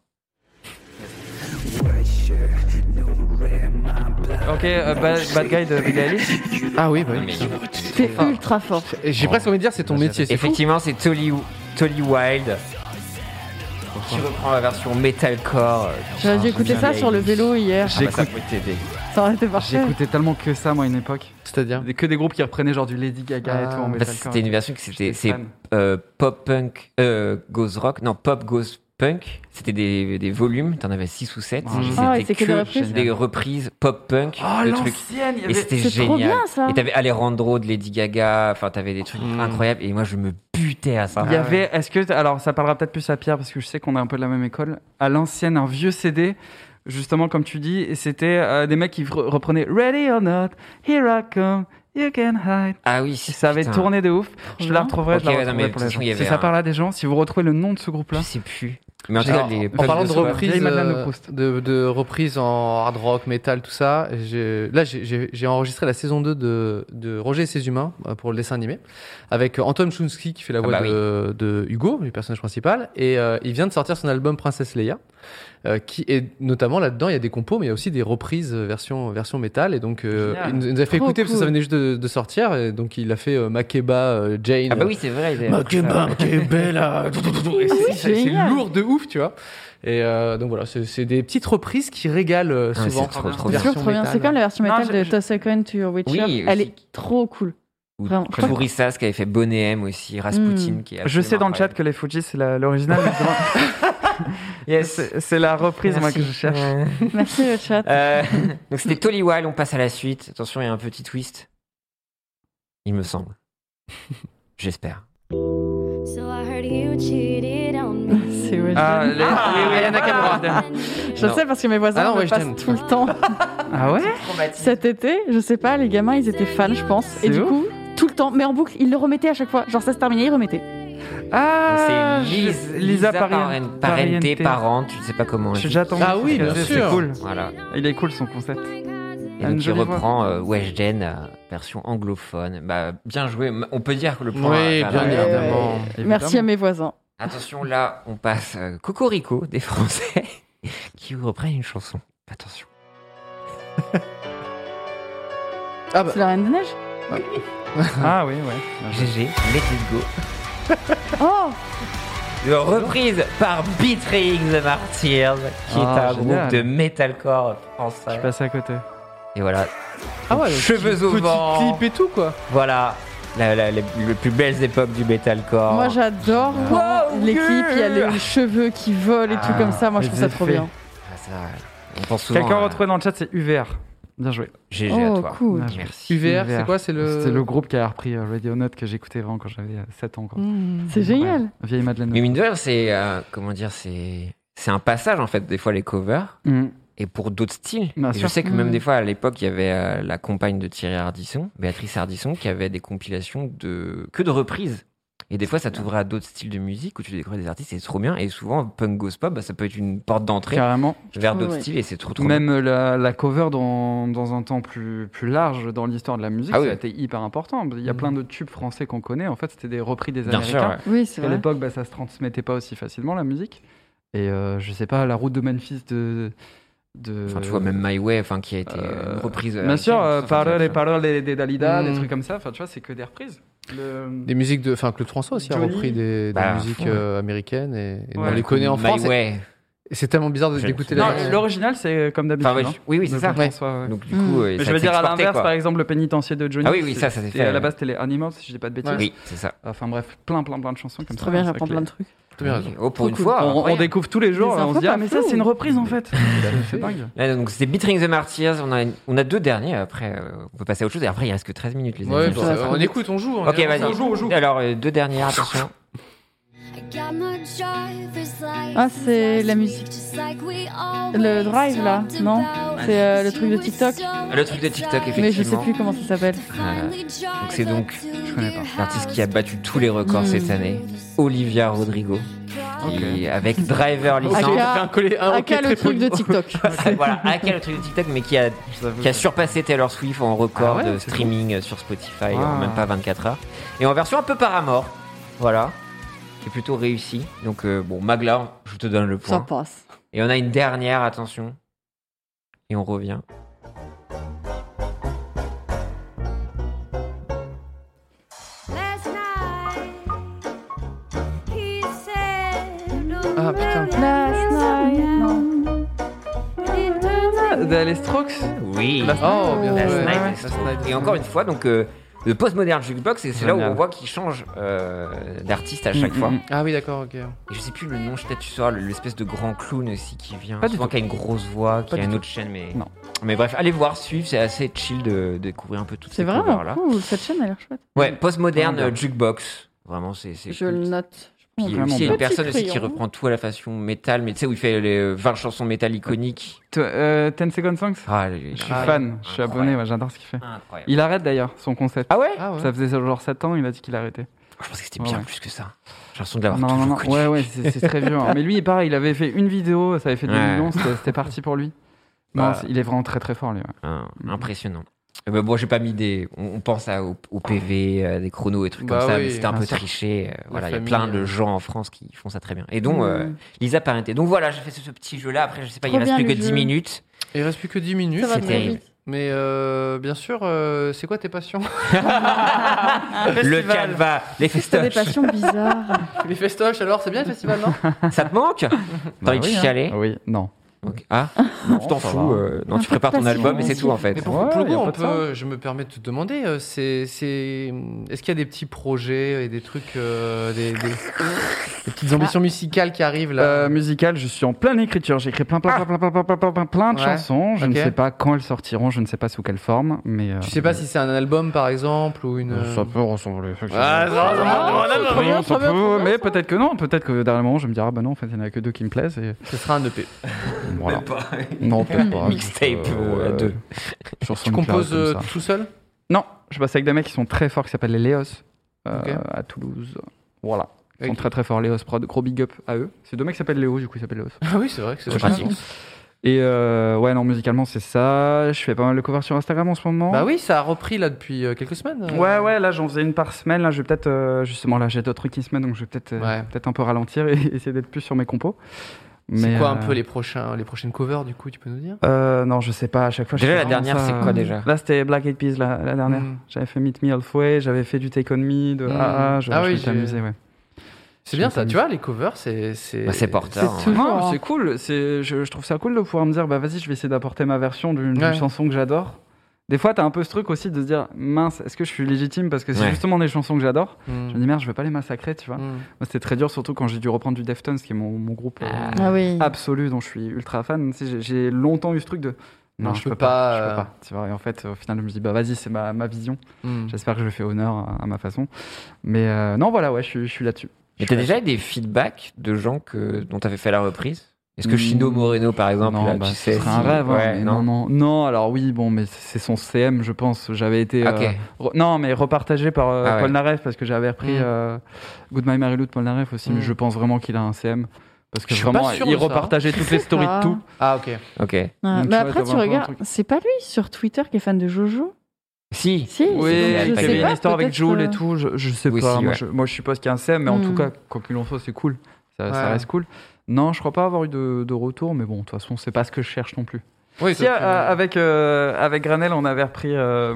Ok, euh, bad, Bad Guy de Billie Eilish. Ah oui, bah oui. Mais- C'est ultra fort. Et J'ai presque envie de dire, c'est ton métier. c'est fou. Effectivement, c'est Tolly, Tolly Wild qui reprend la version metalcore. euh, J'aurais dû putain, écouter j'ai ça bien sur le vieilli. vélo hier. Ah bah, ça peut t'aider. Ça aurait été parfait. J'écoutais tellement que ça, moi, à une époque. C'est-à-dire. Que des groupes qui reprenaient genre du Lady Gaga et Ah. tout en Parce metalcore. que C'était une version qui c'était J'étais c'est fan. euh, pop punk euh, goes rock non pop goes punk c'était des, des volumes t'en avais 6 ou 7 Ah, ouais, c'est que des reprises. des reprises pop punk Oh, de trucs l'ancienne il y et avait- c'était C'est trop génial bien, ça. et t'avais Alejandro de Lady Gaga enfin t'avais des trucs Mm. incroyables et moi je me butais à ça Ah Ah Il y avait, est-ce que, alors ça parlera peut-être plus à Pierre parce que je sais qu'on est un peu de la même école. À l'ancienne, un vieux CD, justement comme tu dis, et c'était euh, des mecs qui re- reprenaient Ready or Not, Here I Come, You Can Hide. ah oui Et Ça avait putain, tourné de ouf. Je bien. la retrouverai, Ok, je la ouais, non, mais retrouverai de toute pour les façon, gens. il y Si avait ça un- parle à des gens, si vous retrouvez le nom de ce je groupe-là. sais plus mais en tout cas Alors, les en En pop parlant de goes rock- reprise, Vieille Madeleine de euh, Proust. de, de reprise en hard rock, metal, tout ça, j'ai- là j'ai- j'ai j'ai enregistré la saison 2 de, de Roger et ses humains euh, pour le dessin animé, avec euh, Anton Chounsky qui fait la Ah voix bah de, de Hugo, le personnage principal, et euh, il vient de sortir son album Princesse Leia, euh, qui est notamment là-dedans, il y a des compos, mais il y a aussi des reprises euh, version, version métal, et donc euh, Génial. il nous il nous a fait Trop écouter parce que ça cool. venait juste de, de sortir, et donc il a fait euh, Makeba, euh, Jane. ah bah oui c'est vrai il y avait- Makeba, Makeba, là. Et c'est- c'est c'est Ah génial. lourd de ouf, tu vois. Et euh, donc voilà, c'est c'est des petites reprises qui régalent euh, Ah, souvent. c'est trop, trop C'est bien. toujours trop bien. métal. C'est comme la version Non, métal je- de je- Toss a Coin to Your Witcher. Oui, Elle aussi. est trop cool. ou Vraiment. Tourissas qui avait fait Bonnet M aussi Rasputin Mm. qui est Je sais dans absolument le chat incroyable. que les Fuji c'est la- l'original. mais justement- C'est- c'est la reprise moi, que je Merci. cherche. Merci le chat. Euh, donc c'était Tolly Wild, on passe à la suite. Attention, il y a un petit twist. Il me semble. J'espère. C'est Weshden. Ah, les- oui, oui, Ayana Kamura. je non. sais parce que mes voisins Ah non, me Weshden. passent tout le temps. Ah ouais Cet été, je sais pas, les gamins, ils étaient fans, je pense. Et C'est du ouf. coup, tout le temps, mais en boucle, ils le remettaient à chaque fois. Genre ça se terminait, ils remettaient. Euh, Ah, c'est je- Lise- Lisa, Parent- Parien- Parenté, Pariente. parente, je sais pas comment. on Je- dit. J'attends. Ah oui, bien C'est sûr. cool. Voilà. Il est cool son concept. Et Une donc il jolie voix. reprend euh, Weshden, euh, version anglophone. Bah, bien joué, M- on peut dire que le point. Oui, là, bien là, là. évidemment. Merci à mes voisins. Attention, là, on passe euh, Cocorico des Français qui reprennent une chanson. Attention. Ah bah, C'est la Reine des Neiges. Ah oui, ouais. GG, let it go. Oh, Reprise par Betraying the Martyrs, qui est Ah, un génial. groupe de metalcore Je français. suis passé à côté. Et voilà, ah ouais, cheveux au petit vent. clip et tout quoi. Voilà, la, la- les, les plus belles époques du metalcore. moi j'adore quand les clips, il y a les cheveux qui volent et tout Ah, comme ça. Moi je les trouve ça trop effets. bien. Ah, ça, on pense souvent. Quelqu'un à- retrouvé dans le chat, c'est UVR. Bien joué. GG à Oh toi. cool. Merci. UVR, UVR. c'est quoi C'est le. C'était le groupe qui a repris euh, Radio Note que j'écoutais vraiment quand j'avais euh, 7 ans. Quoi. C'est Mmh. génial. Ouais. Vieille Madeleine. Mais mine de rien, c'est euh, comment dire, c'est c'est un passage en fait des fois les covers Mm. et pour d'autres styles. Bien Et je sûr. sais que même Mm. des fois à l'époque il y avait euh, la compagne de Thierry Ardisson, Béatrice Ardisson, qui avait des compilations de que de reprises. Et des fois, ça t'ouvrait à d'autres styles de musique où tu découvres des artistes et c'est trop bien. Et souvent, punk goes pop, bah, ça peut être une porte d'entrée Carrément. vers d'autres Ouais. styles et c'est trop trop bien. Même euh, la, la cover dans, dans un temps plus, plus large dans l'histoire de la musique, Ah oui. c'était hyper important. Il y a Mmh. Mm. plein de tubes français qu'on connaît. En fait, c'était des repris des Bien sûr, Américains. ouais. Oui, c'est À vrai. l'époque, bah, ça se transmettait pas aussi facilement la musique. Et euh, je sais pas, la route de Memphis de. de Enfin, tu vois, même My Way, enfin, qui a été Euh, une reprise. Bien sûr, euh, paroles et paroles. paroles des, des Dalida, Hmm. des Mm. trucs comme ça. Enfin, tu vois, c'est que des reprises. Le- Des musiques de. Enfin, Claude François aussi a Johnny. repris des, des Bah, musiques ouais. euh, américaines et, et Ouais. on les connaît en France. My et- Way. et C'est tellement bizarre de- Je- d'écouter Non, la. Non, Ouais. l'original, c'est comme d'habitude. Enfin, ouais, hein, je- oui, oui, c'est de ça. François, ouais. Hmm. Donc, du Mm. coup, euh, Mais ça je veux dire à s'exportait, l'inverse, quoi. par exemple, le pénitencier de Johnny. Ah oui, oui, ça, ça s'est c'était- fait, À la ouais. base, c'était les Animals, si je dis pas de bêtises. Oui, c'est ça. Enfin bref, plein, plein, plein de chansons comme ça. Trop bien, comme ça, j'apprends que plein les- de trucs. T'as bien raison. Oh, pour une cool. fois. On, on incroyable. découvre tous les jours Des et on se infos dit ah pas mais ça floues. c'est une reprise en fait. c'est dingue. Là, donc, c'était Beating the Martyrs. On a, on a deux derniers. Après, euh, on peut passer à autre chose. Et après, il reste que 13 minutes, les amis. Ouais, Je bah, sais ça. on écoute, on joue. on pas. Ok, est- vas-y. On joue, on joue. Alors, euh, deux dernières, attention. Ah, c'est la musique. Le drive là, non C'est euh, le truc de TikTok. Ah, Le truc de TikTok, effectivement. Mais je sais plus comment ça s'appelle. Euh, donc, c'est donc Je connais pas. l'artiste qui a battu tous les records Mm. cette année, Olivia Rodrigo, qui qui, avec driver licence. Ok, on fait un collé- un hockey Aka très le truc poli. de TikTok. voilà, Aka le Ah, truc de TikTok, mais qui a, qui a surpassé Taylor Swift en record Ah ouais, de c'est streaming euh, sur Spotify en Ah. même pas 24 heures. Et en version un peu paramore, voilà, qui est plutôt réussi. Donc euh, bon, Magla, je te donne le Ça point. passe. Et on a une dernière, attention. Et on revient. Ah putain. Last night, non. Des les Strokes Oui. Last Oh, Night. bien Last joué. Night Ouais. is Last True. Night is Et True. encore une fois, donc euh, le postmodern jukebox, et c'est là où Génial. on voit qu'il change euh, d'artiste à chaque Mm, fois. mm, mm. Ah oui, d'accord, ok. Et je sais plus le nom, je peut-être tu sauras, le- l'espèce de grand clown aussi qui vient. Pas du souvent tout. qui a une grosse voix, qui Pas a du une tout. autre chaîne, mais. Non. Mais bref, allez voir, suivre, c'est assez chill de, de découvrir un peu toutes C'est ces vraiment là cool. Cette chaîne a l'air chouette. Ouais, postmoderne Vraiment euh, jukebox. Vraiment, c'est. c'est Je culte. le note. Puis il y a Vraiment aussi bien. une personne aussi qui crayon. reprend tout à la façon métal, mais tu sais, où il fait les euh, 20 chansons métal iconiques. Toi, euh, 10 Second Songs Ah, les- Je suis Ah, fan, je suis incroyable. abonné, ouais, j'adore ce qu'il fait. Incroyable. Il arrête d'ailleurs son concept. Ah ouais Ah ouais. Ça faisait genre 7 ans, il a dit qu'il arrêtait. Je pensais que c'était Ouais, bien ouais. plus que ça. J'ai l'impression de l'avoir non, non, toujours non, connu. ouais, ouais, c'est c'est très vieux. hein. Mais lui, pareil, il avait fait une vidéo, ça avait fait des Ouais. millions, c'était c'était parti pour lui. Non, Bah. c'est- il est vraiment très très fort, lui. ouais. Mm. Hein, impressionnant. Euh, bah, bon, j'ai pas mis des. On, on pense à, au, au PV, euh, des chronos et trucs Bah comme ça, oui, mais c'était un bien peu sûr. triché. euh, voilà, il y a famille, plein de euh. gens en France qui font ça très bien. Et donc, Mmh. Mm. euh, Lisa Parenté. Donc voilà, j'ai fait ce, ce petit jeu-là. Après, je sais pas, il Trop reste bien, plus que le 10 jeu. minutes. Il reste plus que 10 minutes. Ça va C'est très terrible. vite. Mais euh, bien sûr, euh, c'est quoi tes passions Le festival. calva, les T'as des festoches. passions bizarres. Les festoches, alors, c'est bien le festival, non Ça te manque T'as envie de oui, hein. chialer Oui, non. Ok. Ah, Non, je t'en ça fous. va. euh, non, Un tu peu de prépares ton passion, album et c'est vas-y. tout hein. en fait. Mais pour, Ouais, pour le coup, y a on pas de peut, je me permets de te demander, euh, c'est, c'est, est-ce qu'il y a des petits projets et des trucs, euh, des, des- des petites ambitions musicales qui arrivent là Euh, musical, je suis en pleine écriture. J'écris plein, plein, plein, plein, plein, plein, plein, plein, plein de Ouais. chansons. Je Ok. ne sais pas quand elles sortiront, je ne sais pas sous quelle forme, mais. euh, Tu sais pas si c'est un album par exemple ou une. euh, Ça peut ressembler. effectivement. Bah Ah, ça ressemble à un Ça album. peut, hein. Bien, ça très bien, peut, très bien, mais ça. peut-être que non. Peut-être que dernier moment, je me dirai, ah bah non, en fait, il n'y en a que deux qui me plaisent. Et... Ce sera un E EP. Voilà. Non, peut-être pas. Mixtape Euh, euh, à deux. Sur Tu SoundCloud, composes comme euh, ça. tout seul Non, je bosse avec des mecs qui sont très forts, qui s'appellent les Léos, euh, Ok. à Toulouse. Voilà. Ils sont Ok. très très forts, Léos Prod. Gros big up à eux. C'est deux mecs qui s'appellent Léo, du coup, ils s'appellent Léos. Ah oui, c'est vrai que c'est C'est vachement pratique. sens. Et euh, ouais, non, musicalement, c'est ça. Je fais pas mal de covers sur Instagram en ce moment. Bah oui, ça a repris là depuis euh, quelques semaines. euh. Ouais, ouais, là j'en faisais une par semaine. Là, je vais peut-être, euh, justement, là j'ai d'autres trucs qui se mettent, donc je vais peut-être euh, Ouais. peut-être un peu ralentir et essayer d'être plus sur mes compos. C'est Mais, quoi un euh, peu les prochains, les prochaines covers du coup Tu peux nous dire euh, Non, je sais pas, à chaque fois. je Déjà, fais la vraiment dernière, ça, c'est euh, quoi, déjà Là, c'était Black Eyed Peas, la, la dernière. Mm. J'avais fait Meet Me Halfway, j'avais fait du Take On Me, de Mm. Ah Ah, je, Ah je oui, m'étais j'ai- amusé, ouais. C'est bien Je ça. t'amuse. Tu vois, les covers, c'est c'est. Bah, c'est porteur, hein. toujours, Non, hein. c'est cool. C'est, je, je trouve ça cool de pouvoir me dire, bah vas-y, je vais essayer d'apporter ma version d'une d'une Ouais. chanson que j'adore. Des fois, t'as un peu ce truc aussi de se dire, mince, est-ce que je suis légitime Parce que c'est Ouais. justement des chansons que j'adore. Mm. Je me dis, merde, je veux pas les massacrer, tu vois. Mm. Moi, C'était très dur, surtout quand j'ai dû reprendre du Deftones, qui est mon, mon groupe euh, Ah oui. absolu dont je suis ultra fan. Tu sais, j'ai- j'ai longtemps eu ce truc de. Non, je peux pas, je peux euh. pas. Tu vois, et en fait, au final, je me dis, bah vas-y, c'est ma, ma vision. Mm. J'espère que je fais honneur à, à ma façon. Mais euh, non, voilà, ouais, je, suis- je suis là-dessus. Mais Je t'as suis déjà eu des feedbacks de gens que, dont euh, t'avais fait la reprise Est-ce que Mm. Chino Moreno, par exemple, Non, là, bah, tu ce sais serait un si- rêve. hein, Ouais, mais non. non, non, non, Alors oui, bon, mais c'est son CM, je pense. J'avais été. euh, Ok. re- non, mais repartagé par euh, Ah ouais. Paul Naref parce que j'avais repris Mm. euh, Good My Mary Lou de Paul Naref aussi. Mm. Mais je pense vraiment qu'il a un CM parce que Je suis vraiment, pas sûr il de ça, hein. repartageait toutes les stories pas. de tout. Ah ok. Ok. Ouais, Donc, mais Mmh, tu vois, après, t'as tu vraiment un regardes, truc. c'est pas lui sur Twitter qui est fan de Jojo Si. Si, c'est- Oui, il y donc, je sais avait une pas, histoire avec peut-être, Joel euh, et tout, je, je sais Oui, pas. si, moi, ouais. je, moi, je suppose qu'il y a un CM, mais en Hmm. tout cas, quoi qu'il en soit, c'est cool. Ça, ça Ouais. reste cool. Non, je crois pas avoir eu de, de retour, mais bon, de toute façon, c'est pas ce que je cherche non plus. Oui, Si, toi, tu- euh, avec, euh, avec Granel, on avait repris euh,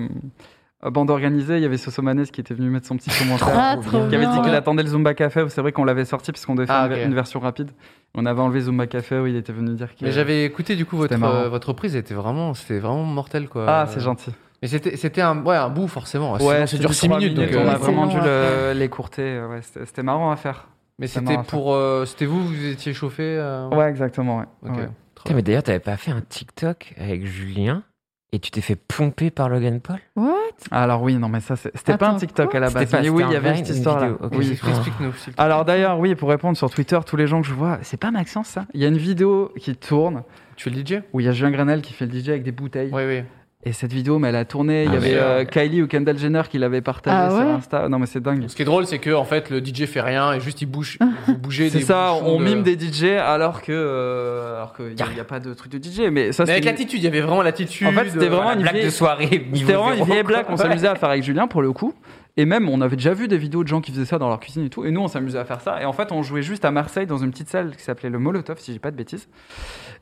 Bande Organisée, il y avait Sosomanes qui était venu mettre son petit commentaire. Ah, trop Qui avait dit bien. qu'il attendait le Zumba Café, c'est vrai qu'on l'avait sorti parce qu'on devait faire Ah, une- ok. une version rapide. On avait enlevé Zumba Café où il était venu dire que. Mais j'avais écouté du coup votre C'était marrant. euh, votre reprise, elle était vraiment c'était vraiment mortel quoi. Ah, c'est gentil. Euh, Mais c'était c'était un ouais un bout forcément. Sinon, ça c'est dure du 6 trois minutes donc. minutes, on euh, a vraiment C'est dû long à le- l'écourter. ouais, c'était c'était marrant à faire. Mais C'est c'était marrant, ça. pour. euh, c'était vous, vous étiez chauffé euh, Ouais, exactement. Ouais. ok. Ouais. Putain, mais d'ailleurs, t'avais pas fait un TikTok avec Julien et tu t'es fait pomper par Logan Paul Alors oui, non, mais Ah, ça, c'est- c'était pas un Attends, TikTok quoi à la C'était base. pas- mais oui, c'était il y un avait Vine, cette une histoire-là. vidéo, ok. Oui, Oui. c'est clair. explique-nous. s'il te plaît. Alors d'ailleurs, oui, pour répondre sur Twitter, tous les gens que je vois, c'est pas Maxence hein. ça Il y a une vidéo qui tourne tu es le DJ où il y a Julien Grenel qui fait le DJ avec des bouteilles. Oui, oui. Et cette vidéo, mais elle a tourné. Il Ah, y avait mais, euh, ouais. Kylie ou Kendall Jenner qui l'avait partagé Ah sur ouais Insta. Non, mais c'est dingue. Ce qui est drôle, c'est que en fait, le DJ fait rien et juste il bouge, vous bougez C'est des ça, bouchons on de- mime des DJ alors que euh, alors qu'il n'y a, pas de truc de DJ. Mais ça, Mais avec c'est- l'attitude, il y avait vraiment l'attitude. En fait, c'était euh, vraiment La une blague vieille- de soirée. niveau C'était vraiment une zéro, vieille quoi. blague qu'on s'amusait à faire avec Julien pour le coup. Et même, on avait déjà vu des vidéos de gens qui faisaient ça dans leur cuisine et tout. Et nous, on s'amusait à faire ça. Et en fait, on jouait juste à Marseille dans une petite salle qui s'appelait le Molotov, si j'ai pas de bêtises.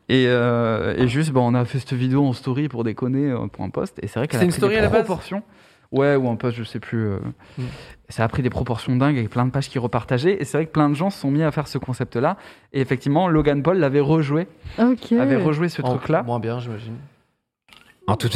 Et, euh, et juste, bah, on a fait cette vidéo en story pour déconner, euh, pour un post. Et c'est vrai qu'elle C'est a une pris story des à la base proportions. Ouais, ou un post, je sais plus. euh. Mm. Ça a pris des proportions dingues avec plein de pages qui repartageaient. Et c'est vrai que plein de gens se sont mis à faire ce concept-là. Et effectivement, Logan Paul l'avait rejoué, Ok. avait rejoué ce en- truc-là. Moins bien, j'imagine. En toute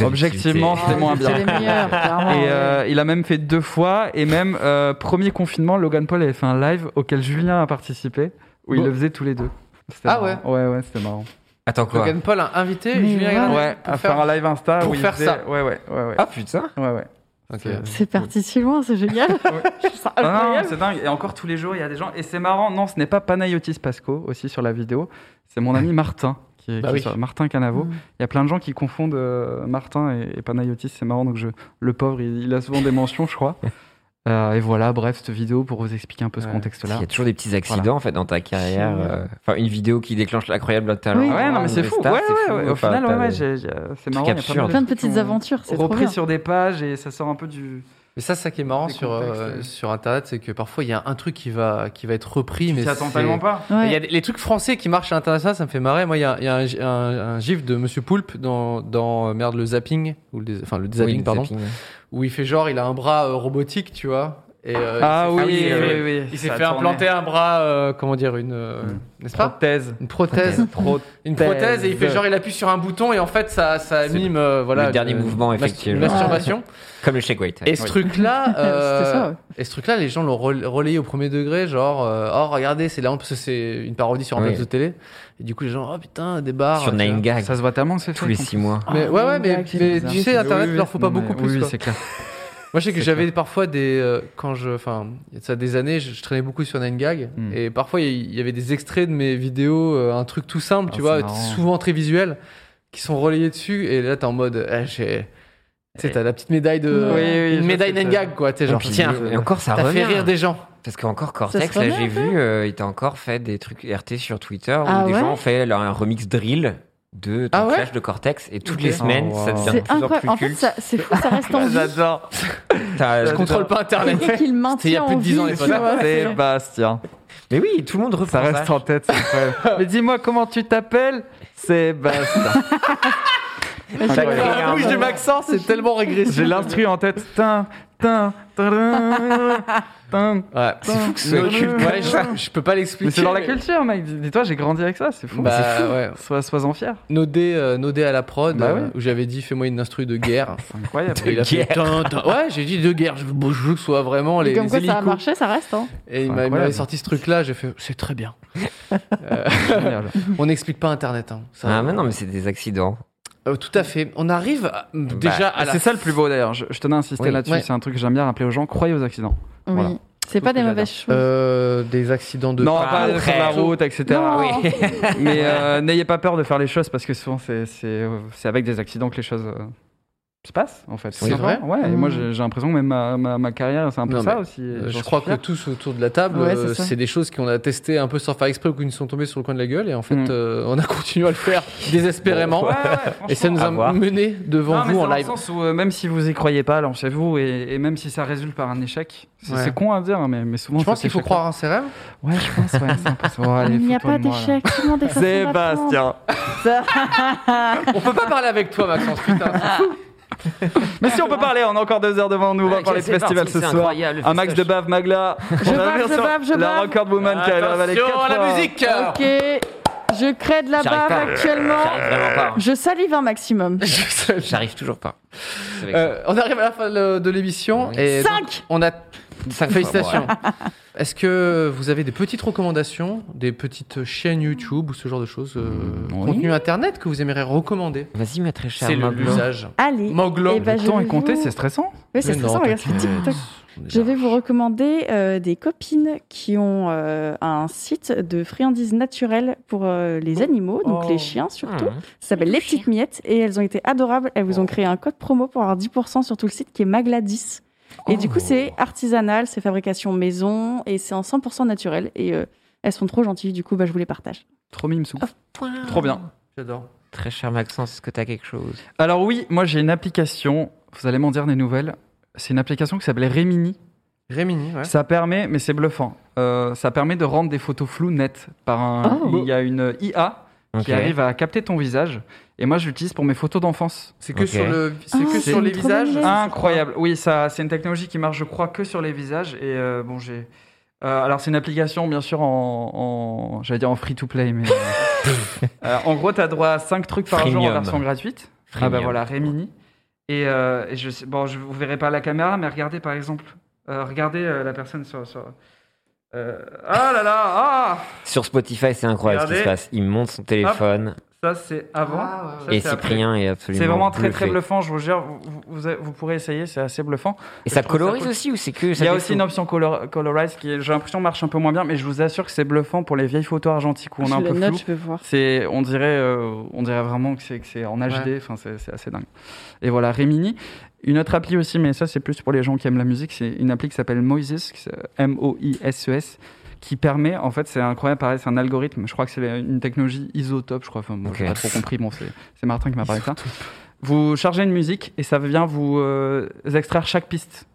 objectivité. Objectivement, Ah, c'était moins bien. C'est les meilleurs, clairement. Et euh, il a même fait deux fois. Et même, euh, premier confinement, Logan Paul avait fait un live auquel Julien a participé, où ils Bon. le faisaient tous les deux. C'était Ah marrant. Ouais, ouais, c'était marrant. Attends quoi Logan Paul a invité Mais Julien ouais. Grandet Ouais, pour à faire un live Insta. pour où ils faire faisaient- ça. Ouais, ouais, ouais. ouais. Ah putain Ouais, ouais. Ok. C'est parti si loin, c'est génial. Je trouve ça Ah non, incroyable. c'est dingue. Et encore tous les jours, il y a des gens. Et c'est marrant. Non, ce n'est pas Panayotis Pasco aussi sur la vidéo. C'est mon ami Martin. Qui est, Bah qui est oui. sur- Martin Canavo. Mm. Il y a plein de gens qui confondent euh, Martin et, et Panayotis. C'est marrant. Donc je, le pauvre, il, il a souvent des mentions, je crois. Euh, et voilà, bref, cette vidéo pour vous expliquer un peu ce Ouais. Il y contexte-là. a toujours des petits accidents Voilà. en fait dans ta carrière. euh, Enfin, une vidéo qui déclenche l'incroyable talent. Oui. Ah ouais, non, Une mais c'est fou. star, ouais, euh, c'est ouais, fou, ouais. Au enfin, final, t'as ouais, ouais, des- j'ai- j'ai- c'est marrant. il y a pas absurdes. mal Plein de trucs qui petites ont aventures, c'est trop Repris bien. sur des pages et ça sort un peu du. Mais ça, ça qui est marrant Des sur, contextes, euh, ouais. sur Internet, c'est que parfois il y a un truc qui va, qui va être repris, mais T'y attends c'est- tellement pas. Il Ouais. y a des- les trucs français qui marchent à l'international, ça me fait marrer. Moi, il y a, il y a un, un- un gif de Monsieur Poulpe dans, dans euh, merde le zapping ou le, dés- enfin le Oui, zapping le pardon, zapping, ouais. où il fait genre il a un bras euh, robotique, tu vois. Et, euh, Ah il s'est oui, fait- oui, il- oui. Il s'est fait implanter un bras, euh, comment dire, une, euh, Mm. n'est-ce pas Prothèse. Une prothèse. Une Ben, prothèse et il fait genre il appuie sur un bouton et en fait ça ça C'est mime euh, voilà le dernier une- mouvement, une mas- effectivement. une masturbation Comme le shake weight. et ce truc là C'était ça, ouais. et ce truc là les gens l'ont rel- relayé au premier degré genre euh, oh regardez c'est là parce que c'est une parodie sur un Oui. plateau de télé et du coup les gens oh putain des barres Sur tu vois. Nine Gag. Ah, Ça se voit tellement que c'est Tous fait, les qu'on- six mois. mais ouais ouais mais, Ah, c'est mais bizarre. tu sais internet il Oui, oui, leur faut pas non, mais beaucoup plus Oui, quoi. c'est clair. Moi, je sais que C'est j'avais parfois des. euh, quand je. Enfin, il y a de ça des années, je, je traînais beaucoup sur Nine Gag. Hmm. Et parfois, il y avait des extraits de mes vidéos, euh, un truc tout simple, Ah, tu c'est vois, marrant. souvent très visuel, qui sont relayés dessus. Et là, t'es en mode. eh, j'ai- tu sais, t'as la petite médaille de. Oui, oui, une je médaille sais, Nine ça. Gag, quoi. T'es genre, Et puis, tiens, Et encore, ça t'as revient. hein. fait rire des gens. Parce qu'encore Ça Cortex, se là, remet j'ai un peu vu, euh, il t'a encore fait des trucs RT sur Twitter Ah où des ouais gens ont fait leur, un remix drill de ton Ah ouais clash de Cortex et toutes Ok. les semaines, Oh, ça wow. devient de C'est plus en plus incroyable. En fait, culte. ça- c'est fou, ça reste en vie. J'adore. T'as- Je contrôle pas Internet. Et qu'il C'était il y a maintient plus de en 10 ans, vie, les tu potes. vois, c'est- Sébastien. Mais oui, tout le monde refait Ça reste en tête, c'est incroyable. Mais dis-moi comment tu t'appelles Sébastien. Dans Incroyable. la bouche de Maxence, c'est tellement régressif. J'ai l'instru en tête. Tin, tin, tadam, tin. Ouais, c'est fou que ce soit Nos culte. culs. Ouais, je, je peux pas l'expliquer. Mais c'est dans la culture, mec. Dis- Dis-toi, j'ai grandi avec ça, c'est fou. Bah, ouais. Sois, sois-en fier. Nodé, euh, Nodé à la prod, Bah euh, ouais. Ah, où j'avais dit fais-moi une instru de guerre. C'est incroyable. Et il a fait, guerre. Tin, tin. Ouais, j'ai dit de guerre. Je, bon, je veux que ce soit vraiment les, Comme les quoi, ça a hélicos. marché, ça reste. hein. Et il m'a- il Incroyable. m'avait sorti ce truc-là. J'ai fait, c'est très bien. Euh, Génial. On n'explique pas Internet. hein. Ça- Ah, mais non, mais c'est des accidents. Euh, tout à fait. On arrive à- déjà à la. C'est ça le plus beau d'ailleurs. Je, je tenais à insister Oui. là-dessus. Ouais. C'est un truc que j'aime bien rappeler aux gens. Croyez aux accidents. Oui. Voilà. C'est pas Tout des ce que mauvaises choses. Euh, des accidents de. non, Ah, pas sur la frère. route, etc. Non. Oui. Mais euh, n'ayez pas peur de faire les choses parce que souvent c'est- c'est euh, c'est avec des accidents que les choses euh, se passent en fait. C'est Souvent. vrai Mmh. Ouais. Et moi Mm. j'ai j'ai l'impression que même ma, ma, ma carrière c'est un peu Non, ça mais, aussi. Euh, et j'en je suis crois que fier. tous autour de la table, Ouais, c'est euh, ça. c'est des choses qu'on a testées un peu sans faire exprès ou qui nous sont tombées sur le coin de la gueule. Et en fait, Mm. euh, on a continué à le faire désespérément. Ouais, ouais, et ça nous franchement. a à voir. mené devant Non, mais vous c'est en dans le live. sens où, euh, même si vous y croyez pas, lancez-vous et, et même si ça résulte par un échec, c'est Ouais. c'est con à dire, hein, mais, mais souvent. Je pense cet qu'il faut échec-là- croire en ses rêves. Ouais, je pense. Ouais, c'est un peu ça. Oh, allez, Ah, Il n'y a fous-toi pas de moi, là. d'échec, tout le monde est facile à prendre. On peut pas parler avec toi, Maxence. Putain, Mais si on peut parler, on a encore deux heures devant nous. On va parler de festival ce soir. Un max de bave magla. Je On va bave, revenir je sur bave, je La bave. record woman qui arrive avec Attention à la musique Ok, je crée de la J'arrive bave pas. actuellement. J'arrive vraiment pas. hein. Je salive un maximum. J'arrive toujours pas. Euh, C'est avec ça. Euh, On arrive à la fin de de l'émission. et donc, 5 On a. Cinq fois, Félicitations. Est-ce que vous avez des petites recommandations, des petites chaînes YouTube ou ce genre de choses, euh, Mm, oui. contenu internet que vous aimeriez recommander Vas-y, ma très chère C'est le- Maglo. l'usage. Allez. Moglo, eh ben, Le je temps vais est compté, vous- c'est stressant. Oui, c'est Mais stressant, non, regarde, c'est t'inquiète. TikTok. Je vais vous recommander euh, des copines qui ont euh, un site de friandises naturelles pour euh, les animaux, donc Oh. les chiens surtout. Hmm. Ah, Ça s'appelle Les Petites Miettes et elles ont été adorables. Elles Oh. vous ont créé un code promo pour avoir 10% sur tout le site qui est Magladis. Et du coup, Oh. c'est artisanal, c'est fabrication maison et c'est en 100% naturel. Et euh, elles sont trop gentilles, du coup, bah, je vous les partage. Trop mime sous. point. Trop bien. J'adore. Très cher Maxence, est-ce que t'as quelque chose Alors oui, moi j'ai une application, vous allez m'en dire des nouvelles. C'est une application qui s'appelle Remini. Rémini, ouais. Ça permet, mais c'est bluffant, euh, ça permet de rendre des photos floues nettes. Par un, Oh. Il y a une IA Ok. qui arrive à capter ton visage. Et moi je l'utilise pour mes photos d'enfance. C'est que Ok. sur le, c'est Ah, que c'est sur les trop visages. mignon. Incroyable. Oui, ça, c'est une technologie qui marche, je crois, que sur les visages. Et euh, bon, j'ai. euh, alors, c'est une application, bien sûr, en. en- J'allais dire en free to play, mais. euh, euh, en gros, t'as droit à 5 trucs par jour en Freemium. version gratuite. Ah, bah Freemium. voilà, Remini. Et, euh, et je sais- bon, je vous verrez pas à la caméra, mais regardez par exemple. Euh, regardez euh, la personne sur. sur- euh, ah là là Ah Sur Spotify, c'est incroyable ce qui se Regardez. passe. Il monte son téléphone Ça, c'est avant. Ça, et c'est après. Cyprien est absolument. C'est vraiment très très bluffé. bluffant, je vous jure. Vous, vous- vous pourrez essayer, c'est assez bluffant. Et ça Je trouve ça colorise cool. aussi ou c'est que ça Il y a fait aussi tout une option color- Colorize qui, est- j'ai l'impression, marche un peu moins bien, mais je vous assure que c'est bluffant pour les vieilles photos argentiques où on est je un peu le note, flou. je peux voir. C'est, on dirait, euh, on dirait vraiment que c'est, que c'est en HD. Enfin, c'est, c'est assez dingue. Et voilà, Remini. Une autre appli aussi, mais ça c'est plus pour les gens qui aiment la musique. C'est une appli qui s'appelle Moises, qui s'appelle M-O-I-S-E-S, E qui permet, en fait, c'est incroyable, pareil, c'est un algorithme. Je crois que c'est une technologie isotope, je crois. Enfin, bon, j'ai Ok. pas trop compris. Bon, c'est, c'est Martin qui m'a parlé de ça. Vous chargez une musique et ça vient vous euh, extraire chaque piste.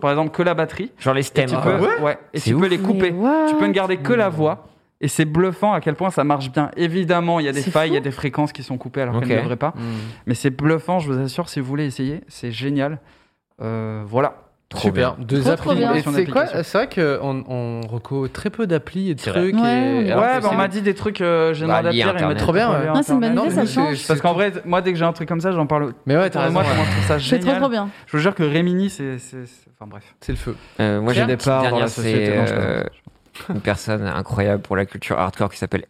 Par exemple, que la batterie. Genre les Et stems. tu quoi. peux, ouais, et C'est tu peux ouf. les couper. Mais what Tu peux ne garder que la voix. Et c'est bluffant à quel point ça marche bien. Évidemment, il y a des C'est failles, il y a fou. des fréquences qui sont coupées alors Ok. qu'elles ne devraient pas. Hmm. Mais c'est bluffant, je vous assure, si vous voulez essayer, c'est génial. Euh, voilà. Trop Super, bien. deux Trop, applis. trop bien. Et c'est quoi Application. C'est vrai qu'on on reco très peu d'applis et de C'est vrai. trucs. Ouais, et... ouais. alors ouais, que bah, on c'est- m'a dit des trucs euh, j'ai Bah, mal à lié dire. à et ils m'ont Internet. dit, Trop bien, lié ouais. à Ah, c'est une bonne Internet. idée, ça mais c'est- change. c'est- Parce qu'en vrai, moi, dès que j'ai un truc comme ça, j'en parle. Euh, Mais ouais, t'as Moi, raison. je ouais. trouve ça C'est trop génial. trop bien. Je vous jure que Rémini, c'est. c'est- c'est- Enfin bref. C'est le feu. Euh, moi j'ai J'ai une des petite parts dans la dernière, société. c'est Non, je plaisante. euh, une personne incroyable pour la culture hardcore qui s'appelle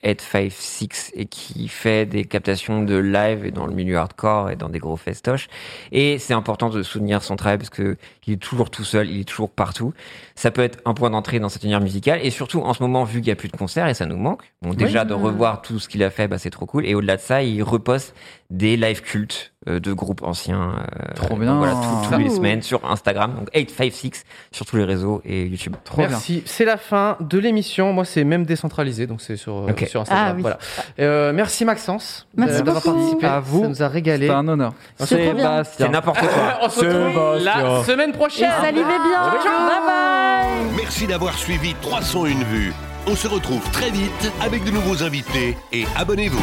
Ed56 et qui fait des captations de live et dans le milieu hardcore et dans des gros festoches. Et c'est important de soutenir son travail parce que il est toujours tout seul, il est toujours partout. Ça peut être un point d'entrée dans cette univers musicale et surtout en ce moment vu qu'il n'y a plus de concerts et ça nous manque. Bon déjà de revoir tout ce qu'il a fait, bah, c'est trop cool. Et au-delà de ça, il reposte des live cultes euh, de groupes anciens. euh, Trop donc bien. Voilà, tout- tous Ouh. les semaines sur Instagram, donc 856 sur tous les réseaux et YouTube. Trop bien. merci. C'est la fin de l'émission. Moi, c'est même décentralisé, donc c'est sur, euh, Ok. sur Instagram. Ah oui. Voilà. Euh, merci Maxence Merci euh, d'avoir beaucoup. participé. À vous. Ça nous a régalé. C'est un honneur. C'est trop bien. C'est n'importe quoi. On se retrouve la semaine Et prochaine. salivez bien. Bye bye. Merci d'avoir suivi 301 vues. On se retrouve très vite avec de nouveaux invités et abonnez-vous.